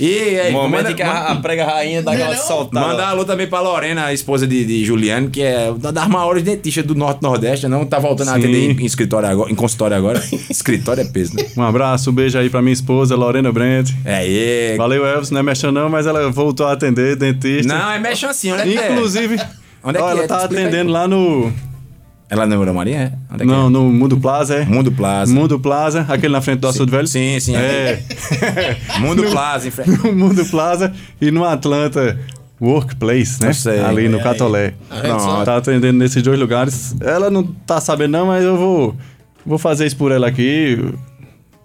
[SPEAKER 4] E aí,
[SPEAKER 3] Momento
[SPEAKER 4] manda,
[SPEAKER 3] em que a, a prega rainha dá aquela
[SPEAKER 5] Não, não.
[SPEAKER 3] soltada.
[SPEAKER 4] Manda alô também pra Lorena, a esposa de, de Juliano, que é uma das maiores dentistas do Norte e Nordeste, não tá voltando a
[SPEAKER 8] Sim.
[SPEAKER 4] atender em, em escritório agora, em consultório agora. escritório é peso, né?
[SPEAKER 8] Um abraço, um beijo aí pra minha esposa, Lorena Brandt.
[SPEAKER 4] É, é.
[SPEAKER 8] Valeu, Elvis, não é mexendo não, mas ela voltou a atender, dentista.
[SPEAKER 4] Não, é mexendo assim, onde é que é?
[SPEAKER 8] Inclusive,
[SPEAKER 4] Onde é que
[SPEAKER 8] ó, ela
[SPEAKER 4] é?
[SPEAKER 8] tá
[SPEAKER 4] Explica aí.
[SPEAKER 8] atendendo lá no...
[SPEAKER 4] Ela não é Eura Maria, é? Onde é que
[SPEAKER 8] Não, no Mundo Plaza, é?
[SPEAKER 4] é? Mundo Plaza.
[SPEAKER 8] Mundo Plaza, aquele na frente do Açude Velho.
[SPEAKER 4] Sim, sim.
[SPEAKER 8] É.
[SPEAKER 4] Mundo Plaza, em frente.
[SPEAKER 8] no Mundo Plaza e no Atlanta Workplace, né?
[SPEAKER 4] Eu sei.
[SPEAKER 8] Ali no
[SPEAKER 5] É,
[SPEAKER 8] Catolé.
[SPEAKER 5] é.
[SPEAKER 8] Não, tá atendendo nesses dois lugares. Ela não tá sabendo não, mas eu vou vou fazer isso por ela aqui.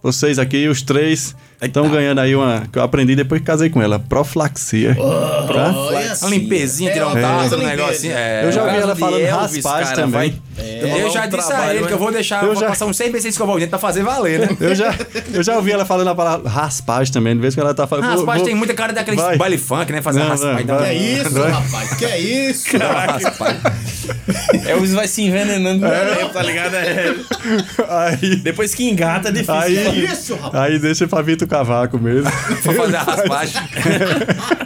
[SPEAKER 8] Vocês aqui, os três, estão ganhando aí uma que eu aprendi depois que casei com ela, proflaxia.
[SPEAKER 9] um
[SPEAKER 8] tá?
[SPEAKER 5] Olha assim.
[SPEAKER 4] Uma limpezinha, tirar um
[SPEAKER 5] É.
[SPEAKER 4] tato, um
[SPEAKER 5] Limpeza.
[SPEAKER 4] negocinho. É.
[SPEAKER 8] Eu já vi
[SPEAKER 4] Caso
[SPEAKER 8] ela
[SPEAKER 4] de
[SPEAKER 8] falando
[SPEAKER 4] Elvis,
[SPEAKER 8] raspagem
[SPEAKER 4] cara,
[SPEAKER 8] também.
[SPEAKER 4] vai- Eu
[SPEAKER 3] um
[SPEAKER 4] já disse a
[SPEAKER 3] trabalho,
[SPEAKER 4] ele que
[SPEAKER 3] né?
[SPEAKER 4] eu vou deixar,
[SPEAKER 8] Eu
[SPEAKER 4] eu vou
[SPEAKER 8] já-
[SPEAKER 4] passar uns 100 vezes escovar o dente pra fazer valer, né?
[SPEAKER 8] Eu já, eu já ouvi ela falando a palavra raspagem também, de vez que ela tá falando. vou-
[SPEAKER 4] Raspagem
[SPEAKER 8] vou-
[SPEAKER 4] tem muita cara daquele
[SPEAKER 8] Vai.
[SPEAKER 4] baile funk, né? Fazer
[SPEAKER 8] Não,
[SPEAKER 4] raspagem.
[SPEAKER 8] não,
[SPEAKER 4] dá-
[SPEAKER 5] Que é isso, rapaz? Que é isso?
[SPEAKER 3] Elvis vai se envenenando por tempo, tá ligado? É.
[SPEAKER 8] Aí,
[SPEAKER 3] Depois que engata, é difícil.
[SPEAKER 8] aí,
[SPEAKER 5] Isso, rapaz.
[SPEAKER 8] aí deixa pra Vitor Cavaco mesmo.
[SPEAKER 4] Pra fazer a raspagem.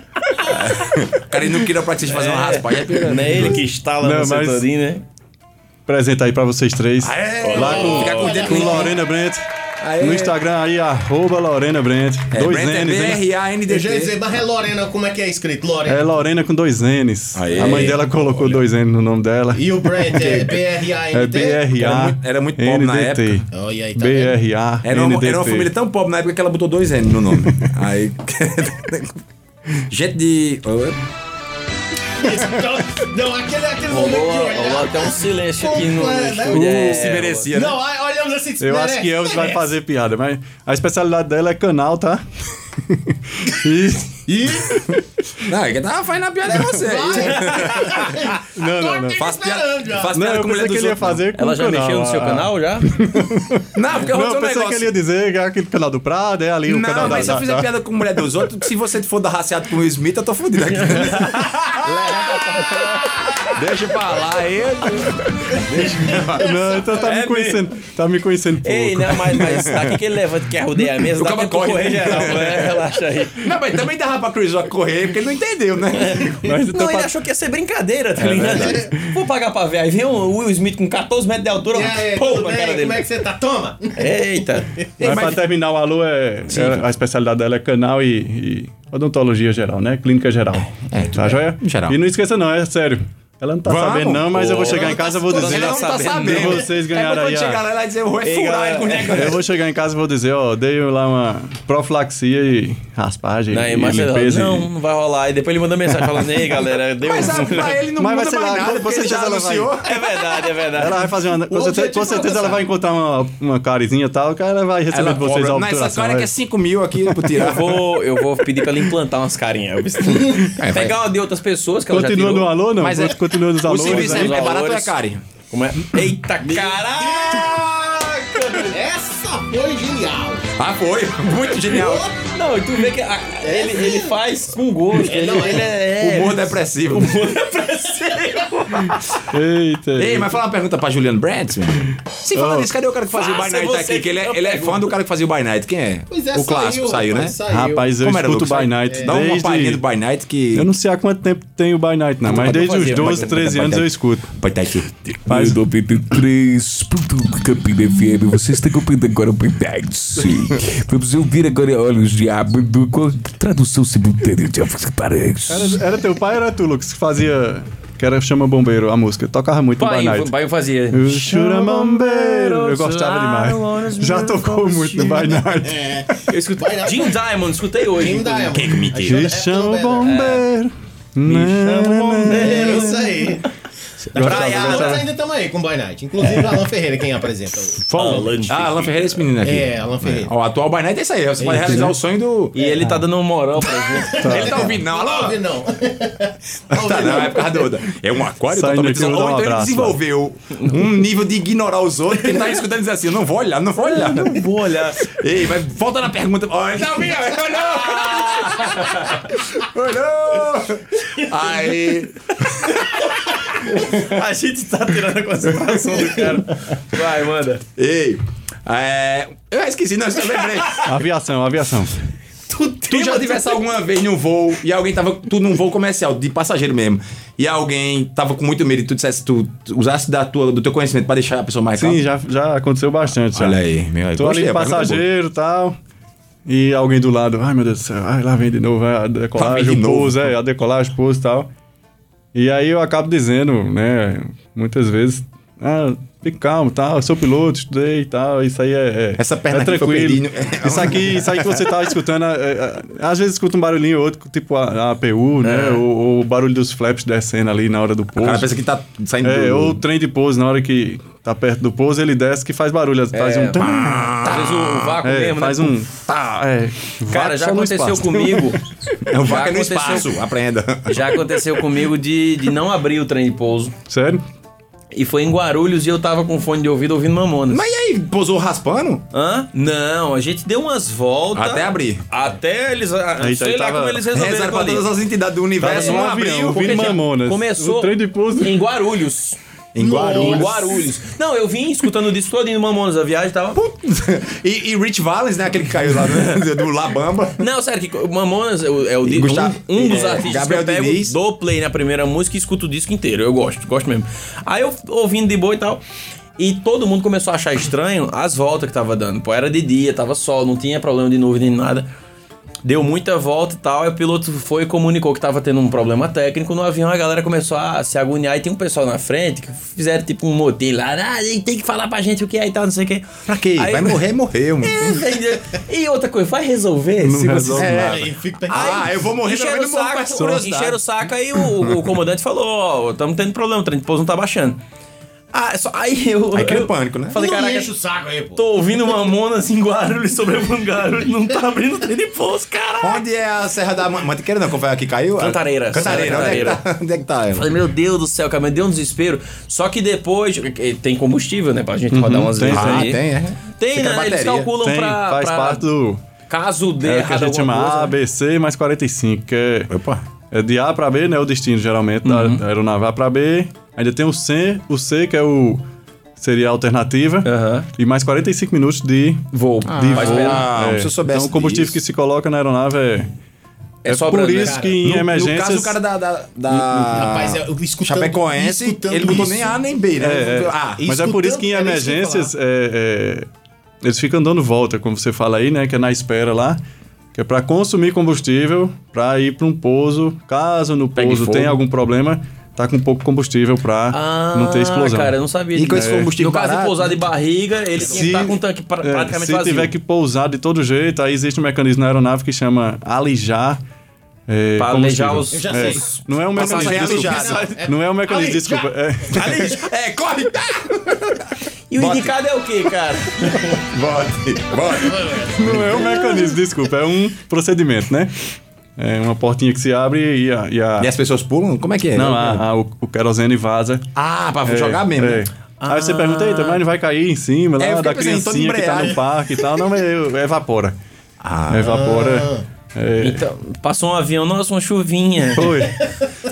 [SPEAKER 4] o cara ele não queria pra te fazer uma raspagem. é pior.
[SPEAKER 3] Não é ele que instala
[SPEAKER 8] Não,
[SPEAKER 3] no
[SPEAKER 8] mas-
[SPEAKER 3] setorinho, né?
[SPEAKER 8] Presente aí pra vocês três.
[SPEAKER 4] É,
[SPEAKER 8] Lá com-
[SPEAKER 4] ficar com o dedo
[SPEAKER 8] Com
[SPEAKER 4] limpinho.
[SPEAKER 8] Lorena Brent.
[SPEAKER 4] Aê.
[SPEAKER 8] No Instagram aí, arroba Lorena Brent.
[SPEAKER 4] É,
[SPEAKER 8] dois né?
[SPEAKER 4] Brent é
[SPEAKER 8] N's, hein?
[SPEAKER 5] Eu já ia
[SPEAKER 4] B-R-A-N-D-T.
[SPEAKER 5] dizer, mas é Lorena, como é que é escrito?
[SPEAKER 8] É
[SPEAKER 5] Lorena.
[SPEAKER 8] Lorena com dois N's.
[SPEAKER 4] Aê.
[SPEAKER 8] A mãe dela colocou dois N no nome dela.
[SPEAKER 5] E o Brent é B-R-A-N-T?
[SPEAKER 8] É BRA.
[SPEAKER 4] Era muito- era muito pobre na
[SPEAKER 8] NDT.
[SPEAKER 5] Olha aí, tá vendo?
[SPEAKER 8] BRA.
[SPEAKER 4] Era uma, era uma
[SPEAKER 8] NDT.
[SPEAKER 4] família tão pobre na época que ela botou dois N no nome. Aí. Gente de.
[SPEAKER 5] Então, Não, aquele, aquele momento de
[SPEAKER 9] Rolou
[SPEAKER 5] olhar.
[SPEAKER 9] até um silêncio aqui no, no
[SPEAKER 5] Completo, né?
[SPEAKER 9] estúdio. é,
[SPEAKER 4] se merecia, né?
[SPEAKER 5] Não, aí olhamos assim,
[SPEAKER 8] Eu acho que Elvis vai fazer piada, mas a especialidade dela é canal, tá? e,
[SPEAKER 4] né? Não, quem tava fazendo a piada é você.
[SPEAKER 8] não, não, não.
[SPEAKER 4] Faz piada,
[SPEAKER 5] Esperando, já.
[SPEAKER 4] faz
[SPEAKER 8] Não,
[SPEAKER 4] piada
[SPEAKER 8] eu
[SPEAKER 4] com mulher
[SPEAKER 8] pensei que
[SPEAKER 4] dos
[SPEAKER 8] ele
[SPEAKER 4] outros.
[SPEAKER 8] ia
[SPEAKER 4] não.
[SPEAKER 8] fazer com
[SPEAKER 3] Ela
[SPEAKER 8] o
[SPEAKER 3] já
[SPEAKER 8] canal,
[SPEAKER 3] mexeu no seu
[SPEAKER 8] ah.
[SPEAKER 3] canal já?
[SPEAKER 4] Não, porque eu
[SPEAKER 8] Não, eu
[SPEAKER 4] vou dizer um
[SPEAKER 8] pensei que ele
[SPEAKER 4] negócio.
[SPEAKER 8] ia dizer que é aquele canal do Prado, é ali o
[SPEAKER 4] Não,
[SPEAKER 8] canal da...
[SPEAKER 4] mas se eu
[SPEAKER 8] da-
[SPEAKER 4] fizer
[SPEAKER 8] da-
[SPEAKER 4] piada com mulher dos outros, se você for dar raciado com o Will Smith, eu tô fudido aqui. Deixa pra lá, ele.
[SPEAKER 8] Não, então tá me
[SPEAKER 4] É,
[SPEAKER 8] conhecendo. Tá me conhecendo pouco.
[SPEAKER 3] Ei, não, mas, mas daqui que ele levanta, quer rodeia a mesa,
[SPEAKER 4] O
[SPEAKER 3] dá
[SPEAKER 4] cara
[SPEAKER 3] pra
[SPEAKER 4] corre.
[SPEAKER 3] correr geral, né? Relaxa aí.
[SPEAKER 4] Não, mas também dava pra Chris Rock correr, porque ele não entendeu, né?
[SPEAKER 8] Mas então
[SPEAKER 3] Não, ele
[SPEAKER 8] pra-
[SPEAKER 3] achou que ia ser brincadeira, tá ligado? Vou pagar pra ver. Aí vem o Will Smith com 14 metros de altura,
[SPEAKER 5] E aí,
[SPEAKER 3] pô,
[SPEAKER 5] tudo
[SPEAKER 3] na
[SPEAKER 5] bem?
[SPEAKER 3] cara
[SPEAKER 5] Como é
[SPEAKER 3] dele.
[SPEAKER 5] que você tá? Toma!
[SPEAKER 3] Eita.
[SPEAKER 8] Mas pra terminar, o Alu é. é- A especialidade dela é canal e, e odontologia geral, né? Clínica geral. É, tá joia?
[SPEAKER 4] Geral.
[SPEAKER 8] E não esqueça, não, é sério. Ela não tá
[SPEAKER 4] Vamos,
[SPEAKER 8] sabendo, não, mas eu vou
[SPEAKER 4] pô.
[SPEAKER 8] chegar em casa e vou
[SPEAKER 4] Todo
[SPEAKER 8] dizer.
[SPEAKER 4] mundo tá sabendo.
[SPEAKER 8] E vocês
[SPEAKER 4] É
[SPEAKER 8] ganharam
[SPEAKER 4] quando
[SPEAKER 8] aí.
[SPEAKER 4] chegar lá,
[SPEAKER 8] ó.
[SPEAKER 4] ela vai dizer, eu vou
[SPEAKER 8] Ei,
[SPEAKER 4] furar
[SPEAKER 8] galera,
[SPEAKER 4] com o negócio.
[SPEAKER 8] Eu vou chegar em casa e vou dizer, ó, dei lá uma profilaxia e raspagem
[SPEAKER 3] Aí,
[SPEAKER 8] e
[SPEAKER 3] mas ela,
[SPEAKER 8] limpeza. e-
[SPEAKER 3] não, não vai rolar. E depois ele mandou mensagem falando, ei, galera, deu um
[SPEAKER 4] Mas a- pra ele não
[SPEAKER 8] Mas vai
[SPEAKER 4] muda mais
[SPEAKER 8] ser lá,
[SPEAKER 4] nada,
[SPEAKER 8] quando
[SPEAKER 4] porque
[SPEAKER 8] você
[SPEAKER 4] ele já
[SPEAKER 8] chegar, ela vai.
[SPEAKER 4] anunciou.
[SPEAKER 3] É verdade, é verdade.
[SPEAKER 8] Ela vai fazer
[SPEAKER 4] Um
[SPEAKER 8] uma. Com certeza, com certeza ela vai encontrar uma, uma carizinha e tal, que ela vai receber
[SPEAKER 4] Ela
[SPEAKER 8] de vocês a
[SPEAKER 4] cobra.
[SPEAKER 8] obturação.
[SPEAKER 4] Nessa cara que é
[SPEAKER 8] é.
[SPEAKER 4] 5 mil aqui, por
[SPEAKER 3] Eu
[SPEAKER 4] tirar.
[SPEAKER 3] vou, eu vou pedir pra ela implantar umas carinhas. Elvis. Pegar uma de outras pessoas que ela já
[SPEAKER 8] Continua
[SPEAKER 3] tirou.
[SPEAKER 8] no alô, não?
[SPEAKER 4] Mas
[SPEAKER 8] Mas
[SPEAKER 4] é-
[SPEAKER 8] Continua nos
[SPEAKER 4] O
[SPEAKER 8] alôs. né?
[SPEAKER 4] serviço é,
[SPEAKER 8] aí.
[SPEAKER 4] é barato ou é
[SPEAKER 3] né, valores.
[SPEAKER 4] caro?
[SPEAKER 3] Como é? Eita, caraca!
[SPEAKER 5] Essa foi genial.
[SPEAKER 4] Ah, foi. Muito genial.
[SPEAKER 3] Não, e tu vê que a- ele, ele faz com gosto. Ele,
[SPEAKER 5] não,
[SPEAKER 3] ele é...
[SPEAKER 4] Humor depressivo.
[SPEAKER 8] Eita.
[SPEAKER 4] Ei, mas fala uma pergunta pra Juliano Brandt, mano. Se falar nisso, cadê o cara que fazia o By
[SPEAKER 3] Faça
[SPEAKER 4] Night
[SPEAKER 3] você
[SPEAKER 4] aqui? Que ele
[SPEAKER 3] que eu
[SPEAKER 4] é, ele é fã do cara que fazia o By Night. Quem é?
[SPEAKER 5] Pois é,
[SPEAKER 4] o clássico saiu, né?
[SPEAKER 5] rapaz, Saiu.
[SPEAKER 8] Rapaz, eu
[SPEAKER 4] Como era,
[SPEAKER 8] escuto
[SPEAKER 4] Lucas? É,
[SPEAKER 8] By Night.
[SPEAKER 4] Dá uma
[SPEAKER 8] desde-
[SPEAKER 4] palhinha do By Night que.
[SPEAKER 8] Eu não sei há quanto tempo tem o By Night, não, mas
[SPEAKER 4] Pode
[SPEAKER 8] desde os
[SPEAKER 4] fazer,
[SPEAKER 8] 12,
[SPEAKER 4] pode-
[SPEAKER 8] 13
[SPEAKER 4] pode-
[SPEAKER 8] anos eu
[SPEAKER 4] pode-
[SPEAKER 8] escuto.
[SPEAKER 4] By Night.
[SPEAKER 8] Mas-
[SPEAKER 10] 93, Plutudo Campina FM, você está acompanhando agora o Pentex. Vamos ouvir agora Olhos de Abdo com a tradução simultânea de Alves Paredes.
[SPEAKER 8] Era, era teu pai ou era tu, Lucas, que fazia. Que era Chama Bombeiro, a música. Tocava muito no By Night.
[SPEAKER 3] pai fazia.
[SPEAKER 8] Eu Chama Bombeiro. Eu gostava demais. Já tocou muito no By Night.
[SPEAKER 3] Eu escutei. né? Jim Diamond, escutei hoje.
[SPEAKER 5] Quem dá, é
[SPEAKER 3] inclusive.
[SPEAKER 5] mano?
[SPEAKER 4] É,
[SPEAKER 8] Me chama Bombeiro. Né,
[SPEAKER 3] Me chama Bombeiro.
[SPEAKER 5] É, É isso aí.
[SPEAKER 3] Praiada.
[SPEAKER 5] Nós ainda estamos aí com o Boy Night. Inclusive, Alan Ferreira, quem apresenta hoje.
[SPEAKER 4] Ah, Alan Ferreira é esse menino aqui.
[SPEAKER 5] É, Alan Ferreira.
[SPEAKER 4] O atual By Night é isso aí. Você pode realizar o sonho do.
[SPEAKER 3] E ele tá dando uma moral pra gente.
[SPEAKER 4] Ele tá ouvindo, não. Alô?
[SPEAKER 5] Não, não.
[SPEAKER 4] Tá, não, é por causa do- É um aquário
[SPEAKER 8] Saindo
[SPEAKER 4] totalmente
[SPEAKER 8] aqui, eu vou dar
[SPEAKER 4] Ou
[SPEAKER 8] um
[SPEAKER 4] então ele
[SPEAKER 8] abraço,
[SPEAKER 4] desenvolveu um nível de ignorar os outros, que ele tá escutando e diz assim: eu não vou olhar, não vou olhar. Não vou olhar. Ei, vai, volta na pergunta. tá Olha, não, minha, eu não! Eu não! Aí.
[SPEAKER 3] A gente tá tirando a concentração do cara. Vai, manda.
[SPEAKER 4] Ei. É, eu esqueci, não, eu só lembrei.
[SPEAKER 8] Aviação, aviação.
[SPEAKER 4] Tu já tivesse alguma vez num voo e alguém tava. Tu num voo comercial, de passageiro mesmo. E alguém tava com muito medo e tu dissesse, tu usasse da tua, do teu conhecimento pra deixar a pessoa mais calma?
[SPEAKER 8] Sim, já, já aconteceu bastante. já.
[SPEAKER 4] Olha aí, meu aí.
[SPEAKER 8] Tô
[SPEAKER 4] gostei,
[SPEAKER 8] ali
[SPEAKER 4] a pergunta é boa.
[SPEAKER 8] passageiro e tal. E alguém do lado, ai meu Deus do céu, ai, lá vem de novo, é a
[SPEAKER 4] Lá vem de
[SPEAKER 8] decolagem, o
[SPEAKER 4] novo.
[SPEAKER 8] pouso, é, a decolagem, o pouso e tal. E aí eu acabo dizendo, né, muitas vezes, ah, fique calmo, tal, eu sou piloto, estudei e tal, isso aí é, é,
[SPEAKER 4] Essa perna
[SPEAKER 8] é
[SPEAKER 4] aqui foi perino.
[SPEAKER 8] tranquilo. isso, aqui, isso aí que você tá escutando, é, é, às vezes escuta um barulhinho ou outro, tipo a, a APU, né, ou, ou o barulho dos flaps descendo ali na hora do pouso.
[SPEAKER 4] É. O cara pensa que tá saindo
[SPEAKER 8] É,
[SPEAKER 4] do...
[SPEAKER 8] ou o trem de pouso, na hora que tá perto do pouso, ele desce que faz
[SPEAKER 4] É.
[SPEAKER 8] barulho, faz um...
[SPEAKER 3] É, Às vezes o vácuo
[SPEAKER 8] É,
[SPEAKER 3] mesmo,
[SPEAKER 8] faz
[SPEAKER 3] né?
[SPEAKER 8] um. Tá, é.
[SPEAKER 3] Cara,
[SPEAKER 8] Vaca
[SPEAKER 3] já
[SPEAKER 8] só no
[SPEAKER 3] aconteceu
[SPEAKER 8] espaço.
[SPEAKER 3] comigo.
[SPEAKER 4] É um
[SPEAKER 3] Já
[SPEAKER 4] vaca no
[SPEAKER 3] aconteceu-
[SPEAKER 4] espaço, aprenda.
[SPEAKER 3] Já aconteceu comigo de, de não abrir o trem de pouso.
[SPEAKER 8] Sério?
[SPEAKER 3] E foi em Guarulhos e eu tava com fone de ouvido ouvindo Mamonas.
[SPEAKER 4] Mas e aí, pousou raspando?
[SPEAKER 3] Hã? Não, a gente deu umas voltas.
[SPEAKER 4] Até abrir.
[SPEAKER 3] Até eles. ah,
[SPEAKER 8] Aí
[SPEAKER 3] sei lá
[SPEAKER 8] tá- tava-
[SPEAKER 3] como eles resolveram.
[SPEAKER 4] Rezaram pra
[SPEAKER 3] quando
[SPEAKER 4] todas
[SPEAKER 3] eles-
[SPEAKER 4] as entidades do universo,
[SPEAKER 3] Tava
[SPEAKER 4] um
[SPEAKER 3] num
[SPEAKER 4] abriu.
[SPEAKER 8] Tá avião.
[SPEAKER 3] Porque
[SPEAKER 8] Ouvindo
[SPEAKER 3] já
[SPEAKER 8] Mamonas.
[SPEAKER 3] Começou
[SPEAKER 8] O trem de pouso.
[SPEAKER 3] em Guarulhos.
[SPEAKER 4] Em
[SPEAKER 3] Em
[SPEAKER 4] Guarulhos.
[SPEAKER 3] Guarulhos. Não, eu vim escutando disso todo indo Mamonas, a viagem tava.
[SPEAKER 4] E, e Rich Valens, né? Aquele que caiu lá né, do Labamba.
[SPEAKER 3] Não, sério, que Mamonas é o, é o
[SPEAKER 4] E
[SPEAKER 3] di-
[SPEAKER 4] Gustavo-
[SPEAKER 3] um, um dos
[SPEAKER 4] é,
[SPEAKER 3] artistas
[SPEAKER 4] Gabriel
[SPEAKER 3] que eu pego,
[SPEAKER 4] Diniz.
[SPEAKER 3] dou play na primeira música e escuto o disco inteiro. Eu gosto, gosto mesmo. Aí eu ouvindo de boa e tal. E todo mundo começou a achar estranho as voltas que tava dando. Pô, era de dia, tava sol, não tinha problema de nuvem nem nada. Deu muita volta e tal, e o piloto foi e comunicou que tava tendo um problema técnico no avião, a galera começou a se agoniar e tem um pessoal na frente que fizeram tipo um motim lá, ah, tem que falar pra gente o que é e tal, não sei o que.
[SPEAKER 4] Pra quê?
[SPEAKER 3] Aí- É,
[SPEAKER 4] Vai morrer, morreu. mano.
[SPEAKER 3] Entendeu? E outra coisa, vai resolver se você
[SPEAKER 8] resolve nada.
[SPEAKER 5] E É, fica
[SPEAKER 4] Ah, eu vou morrer,
[SPEAKER 3] Encheram o
[SPEAKER 4] também não morro,
[SPEAKER 3] saco,
[SPEAKER 4] mas curiosidade.
[SPEAKER 3] encheram o saco aí o, o comandante falou, ó, estamos tendo problema, o trem de pouso não tá baixando. Ah, é só, aí eu...
[SPEAKER 4] Aí caiu
[SPEAKER 3] eu-
[SPEAKER 4] o pânico, né?
[SPEAKER 3] Falei,
[SPEAKER 5] Não
[SPEAKER 3] caraca,
[SPEAKER 5] enche o saco aí, pô.
[SPEAKER 3] tô ouvindo Mamonas em Guarulhos sobre o Guarulhos, não tá abrindo o trem de pouso, caralho.
[SPEAKER 4] Onde é a Serra da Man- Mantiqueira? Não, confere que caiu?
[SPEAKER 3] Cantareira.
[SPEAKER 4] Cantareira. Onde é que
[SPEAKER 3] Cantareira.
[SPEAKER 4] tá? Onde é que tá?
[SPEAKER 3] Falei, meu Deus do céu, cara, mas deu um desespero. Só que depois, eh, tem combustível, né, pra gente rodar umas
[SPEAKER 8] Uhum, tem,
[SPEAKER 3] vezes
[SPEAKER 4] Ah,
[SPEAKER 3] aí.
[SPEAKER 4] tem, é.
[SPEAKER 3] Tem,
[SPEAKER 4] Fica a
[SPEAKER 3] né? Eles
[SPEAKER 4] bateria.
[SPEAKER 3] calculam
[SPEAKER 8] Tem,
[SPEAKER 3] pra...
[SPEAKER 8] faz
[SPEAKER 3] pra-
[SPEAKER 8] parte do.
[SPEAKER 3] Caso dê
[SPEAKER 8] É o que a
[SPEAKER 3] errado
[SPEAKER 8] gente
[SPEAKER 3] alguma
[SPEAKER 8] chama
[SPEAKER 3] coisa, né?
[SPEAKER 8] A, B, C mais 45, que é.
[SPEAKER 4] Opa.
[SPEAKER 8] É de A pra B, né? O destino, geralmente, da, da aeronave A pra B. Ainda tem o C, o C, que é o. Seria a alternativa.
[SPEAKER 3] Aham.
[SPEAKER 8] E mais 45 minutos de.
[SPEAKER 3] Vou.
[SPEAKER 8] de
[SPEAKER 3] vai
[SPEAKER 8] voo.
[SPEAKER 3] esperar.
[SPEAKER 4] Ah, se eu soubesse
[SPEAKER 8] Então, o combustível
[SPEAKER 4] disso.
[SPEAKER 8] que se coloca na aeronave é. É,
[SPEAKER 3] só
[SPEAKER 8] por
[SPEAKER 3] branco, né,
[SPEAKER 8] isso
[SPEAKER 3] cara?
[SPEAKER 8] que em emergências.
[SPEAKER 4] No caso, o cara da... da, da...
[SPEAKER 3] Hum,
[SPEAKER 5] Rapaz, eu escutando-
[SPEAKER 4] Chapecoense,
[SPEAKER 5] escutando
[SPEAKER 4] ele não botou
[SPEAKER 5] isso.
[SPEAKER 4] nem A nem B, né?
[SPEAKER 8] É, é.
[SPEAKER 4] Ah,
[SPEAKER 8] Mas é por isso que em
[SPEAKER 5] escutando, era isso que eu ia
[SPEAKER 8] emergências é, é, eles ficam dando volta, como você fala aí, né? Que é na espera lá. Que é pra consumir combustível, pra ir pra um pouso. Caso no pouso
[SPEAKER 3] fogo.
[SPEAKER 8] tenha algum problema, tá com pouco combustível pra não ter explosão.
[SPEAKER 3] Ah, cara, eu não sabia
[SPEAKER 4] E com esse
[SPEAKER 3] disso. No
[SPEAKER 4] combustível
[SPEAKER 3] caso de
[SPEAKER 4] barato- né?
[SPEAKER 3] pousar de barriga, ele tinha que
[SPEAKER 8] Se-
[SPEAKER 3] estar com o tanque pra-
[SPEAKER 8] É,
[SPEAKER 3] praticamente
[SPEAKER 8] se
[SPEAKER 3] vazio.
[SPEAKER 8] tiver que pousar de todo jeito, aí existe um mecanismo na aeronave que chama alijar. É,
[SPEAKER 3] Pra
[SPEAKER 8] combustível.
[SPEAKER 3] aleijar os- Eu
[SPEAKER 5] já
[SPEAKER 8] É,
[SPEAKER 5] sei.
[SPEAKER 8] Não é um mecanismo.
[SPEAKER 4] Passageiro
[SPEAKER 8] desculpa.
[SPEAKER 4] alijado.
[SPEAKER 8] Não é um mecanismo,
[SPEAKER 5] Alijar.
[SPEAKER 8] desculpa. É,
[SPEAKER 4] É, corre!
[SPEAKER 3] E o indicado é o quê, cara?
[SPEAKER 4] Bote, bote.
[SPEAKER 8] não é um mecanismo, desculpa. É um procedimento, né? É uma portinha que se abre e a. e a-
[SPEAKER 4] E as pessoas pulam? Como é que é?
[SPEAKER 8] não, a- a- o, o querosene vaza.
[SPEAKER 4] Ah, pra
[SPEAKER 8] É,
[SPEAKER 4] jogar mesmo.
[SPEAKER 8] é.
[SPEAKER 4] né?
[SPEAKER 8] Aí você pergunta, eita, mas não vai cair em cima lá
[SPEAKER 4] É, eu fiquei
[SPEAKER 8] da
[SPEAKER 4] pensando, todo
[SPEAKER 8] criancinha que tá
[SPEAKER 4] embreagem. Ah.
[SPEAKER 8] no parque e tal. Não, mas eu- evapora. Evapora. É,
[SPEAKER 3] Então, passou um avião, nossa, uma chuvinha.
[SPEAKER 8] Foi.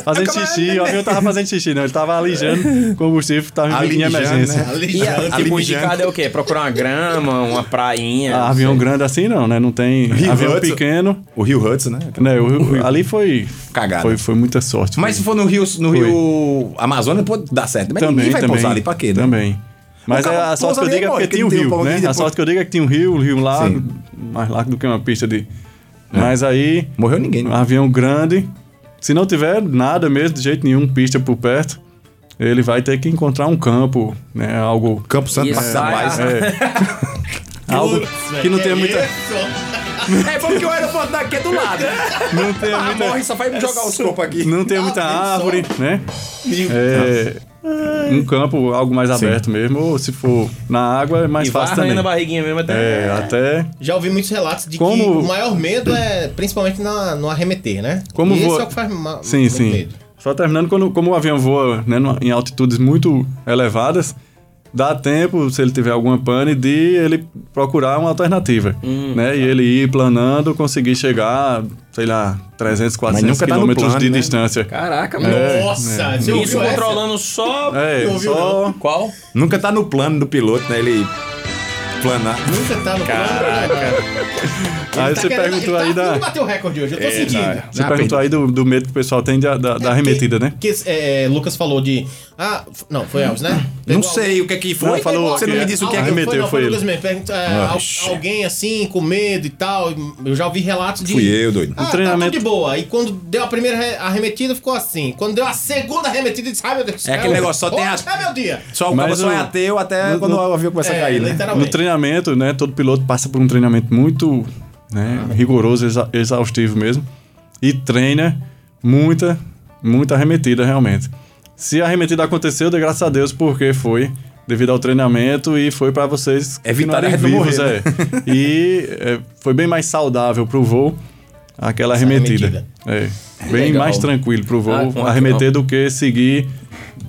[SPEAKER 8] Fazendo xixi, o avião tava fazendo xixi, não. Ele tava alijando o combustível, tava em
[SPEAKER 4] Alijando,
[SPEAKER 8] emergência.
[SPEAKER 4] né?
[SPEAKER 5] Ali
[SPEAKER 3] E
[SPEAKER 8] tá
[SPEAKER 5] já-
[SPEAKER 3] a, tipo, o indicado é o quê? Procurar uma grama, uma
[SPEAKER 4] né?
[SPEAKER 3] prainha.
[SPEAKER 8] Ah, avião grande assim não, né? Não tem
[SPEAKER 4] Rio
[SPEAKER 8] avião
[SPEAKER 4] Hudson.
[SPEAKER 8] pequeno.
[SPEAKER 4] O Rio Hudson, né?
[SPEAKER 8] Né, o- ali foi.
[SPEAKER 4] Cagada.
[SPEAKER 8] Foi, foi muita sorte.
[SPEAKER 4] Mas se
[SPEAKER 8] foi,
[SPEAKER 4] for no Rio, no Rio Amazonas, pode dar certo. Mas
[SPEAKER 8] também,
[SPEAKER 4] ninguém vai
[SPEAKER 8] também.
[SPEAKER 4] pousar ali pra quê, né?
[SPEAKER 8] Também. Mas
[SPEAKER 4] O cara
[SPEAKER 8] é a sorte que
[SPEAKER 4] pousa
[SPEAKER 8] eu
[SPEAKER 4] ali
[SPEAKER 8] digo
[SPEAKER 4] e
[SPEAKER 8] é porque
[SPEAKER 4] morre, que
[SPEAKER 8] tinha
[SPEAKER 4] não
[SPEAKER 8] um
[SPEAKER 4] tem
[SPEAKER 8] rio,
[SPEAKER 4] pra onde ir
[SPEAKER 8] né? A
[SPEAKER 4] depois.
[SPEAKER 8] sorte que eu digo é que tinha um rio, um rio lá,
[SPEAKER 4] Sim. É.
[SPEAKER 8] mais largo do que uma pista de. Mas aí.
[SPEAKER 4] Morreu ninguém, né?
[SPEAKER 8] Um avião grande. Se não tiver nada mesmo, de jeito nenhum, pista por perto, ele vai ter que encontrar um campo, né? Algo.
[SPEAKER 4] Campo Santo
[SPEAKER 3] Isso,
[SPEAKER 4] Passo da
[SPEAKER 3] vai,
[SPEAKER 4] Paz.
[SPEAKER 3] vai.
[SPEAKER 8] É. Algo que não tenha muita.
[SPEAKER 4] É porque o aeroporto daqui é do lado.
[SPEAKER 8] Não tenha
[SPEAKER 4] Ah,
[SPEAKER 8] muita.
[SPEAKER 4] morre, só vai jogar os corpos aqui.
[SPEAKER 8] Não tenha muita árvore, né? É, um campo, algo mais aberto mesmo. Ou se for na água, é mais
[SPEAKER 3] e
[SPEAKER 8] fácil
[SPEAKER 3] varrendo
[SPEAKER 8] também.
[SPEAKER 3] na barriguinha mesmo até.
[SPEAKER 8] É, até.
[SPEAKER 5] Já ouvi muitos relatos de que
[SPEAKER 8] Como-
[SPEAKER 5] o maior medo é principalmente na, no arremeter, né?
[SPEAKER 8] Como
[SPEAKER 5] e
[SPEAKER 8] voa-
[SPEAKER 5] Esse é o que faz
[SPEAKER 4] Tá
[SPEAKER 5] ma-
[SPEAKER 8] Sim,
[SPEAKER 5] muito
[SPEAKER 8] sim.
[SPEAKER 5] medo.
[SPEAKER 8] Só terminando, quando, como o avião voa né, numa- em altitudes muito elevadas, dá tempo, se ele tiver alguma pane, de ele procurar uma alternativa.
[SPEAKER 4] Hum, tá.
[SPEAKER 8] né? E ele ir planando, conseguir chegar, sei lá, 300, 400
[SPEAKER 4] nunca tá no
[SPEAKER 8] quilômetros
[SPEAKER 4] plano,
[SPEAKER 8] de
[SPEAKER 4] né?
[SPEAKER 8] distância.
[SPEAKER 3] Caraca, mano.
[SPEAKER 5] Nossa, você
[SPEAKER 3] É, Isso
[SPEAKER 5] ouviu essa?
[SPEAKER 3] controlando só.
[SPEAKER 8] É,
[SPEAKER 5] ouviu,
[SPEAKER 8] só.
[SPEAKER 3] Qual?
[SPEAKER 4] Nunca tá no plano do piloto, né? Ele planar.
[SPEAKER 5] Nunca tá no Caraca.
[SPEAKER 8] Aí
[SPEAKER 4] tá
[SPEAKER 5] tá
[SPEAKER 8] você perguntou aí da. É,
[SPEAKER 5] Não bateu o recorde hoje, eu tô sentindo. É,
[SPEAKER 8] Você perguntou aí do, do medo que o pessoal tem da,
[SPEAKER 4] É,
[SPEAKER 8] da, da arremetida, né?
[SPEAKER 5] Que, é, Lucas falou de. Ah, f- não, foi Alves, né?
[SPEAKER 4] Não
[SPEAKER 5] Pegou
[SPEAKER 4] sei o que é que foi.
[SPEAKER 8] Não, falou
[SPEAKER 4] Você não
[SPEAKER 8] que
[SPEAKER 4] me disse o que é
[SPEAKER 8] Ah,
[SPEAKER 4] que
[SPEAKER 8] arremeteu,
[SPEAKER 5] não,
[SPEAKER 8] foi
[SPEAKER 5] Lucas mesmo. Pergunta, é, al- alguém assim, com medo e tal. Eu já ouvi relatos de.
[SPEAKER 4] Fui eu, doido.
[SPEAKER 5] Ah,
[SPEAKER 8] treinamento-
[SPEAKER 5] tá tudo de boa. E quando deu a primeira re- arremetida, ficou assim. Quando deu a segunda arremetida, disse, ai meu Deus do
[SPEAKER 4] É aquele
[SPEAKER 5] céu.
[SPEAKER 4] negócio, só tem
[SPEAKER 5] Hoje
[SPEAKER 4] a-
[SPEAKER 5] É meu dia.
[SPEAKER 4] Só o
[SPEAKER 8] Mas
[SPEAKER 4] cara só
[SPEAKER 8] o-
[SPEAKER 4] é ateu até
[SPEAKER 8] no-
[SPEAKER 4] quando
[SPEAKER 8] no-
[SPEAKER 4] o avião começa a
[SPEAKER 5] É,
[SPEAKER 4] cair, né?
[SPEAKER 8] No
[SPEAKER 5] literalmente.
[SPEAKER 8] treinamento, né? Todo piloto passa por um treinamento muito né, rigoroso, exa- exaustivo mesmo. E treina muita, muita arremetida, realmente. Se a arremetida aconteceu, dê graças a Deus, porque foi devido ao treinamento e foi pra vocês
[SPEAKER 3] É
[SPEAKER 4] Evitar
[SPEAKER 8] continuarem
[SPEAKER 4] a gente não
[SPEAKER 8] vivos,
[SPEAKER 4] morrer,
[SPEAKER 8] é. E é, foi bem mais saudável pro voo aquela arremetida. É. Bem
[SPEAKER 3] Legal.
[SPEAKER 8] mais tranquilo pro
[SPEAKER 3] Ah,
[SPEAKER 8] voo
[SPEAKER 3] com-
[SPEAKER 8] arremeter do que seguir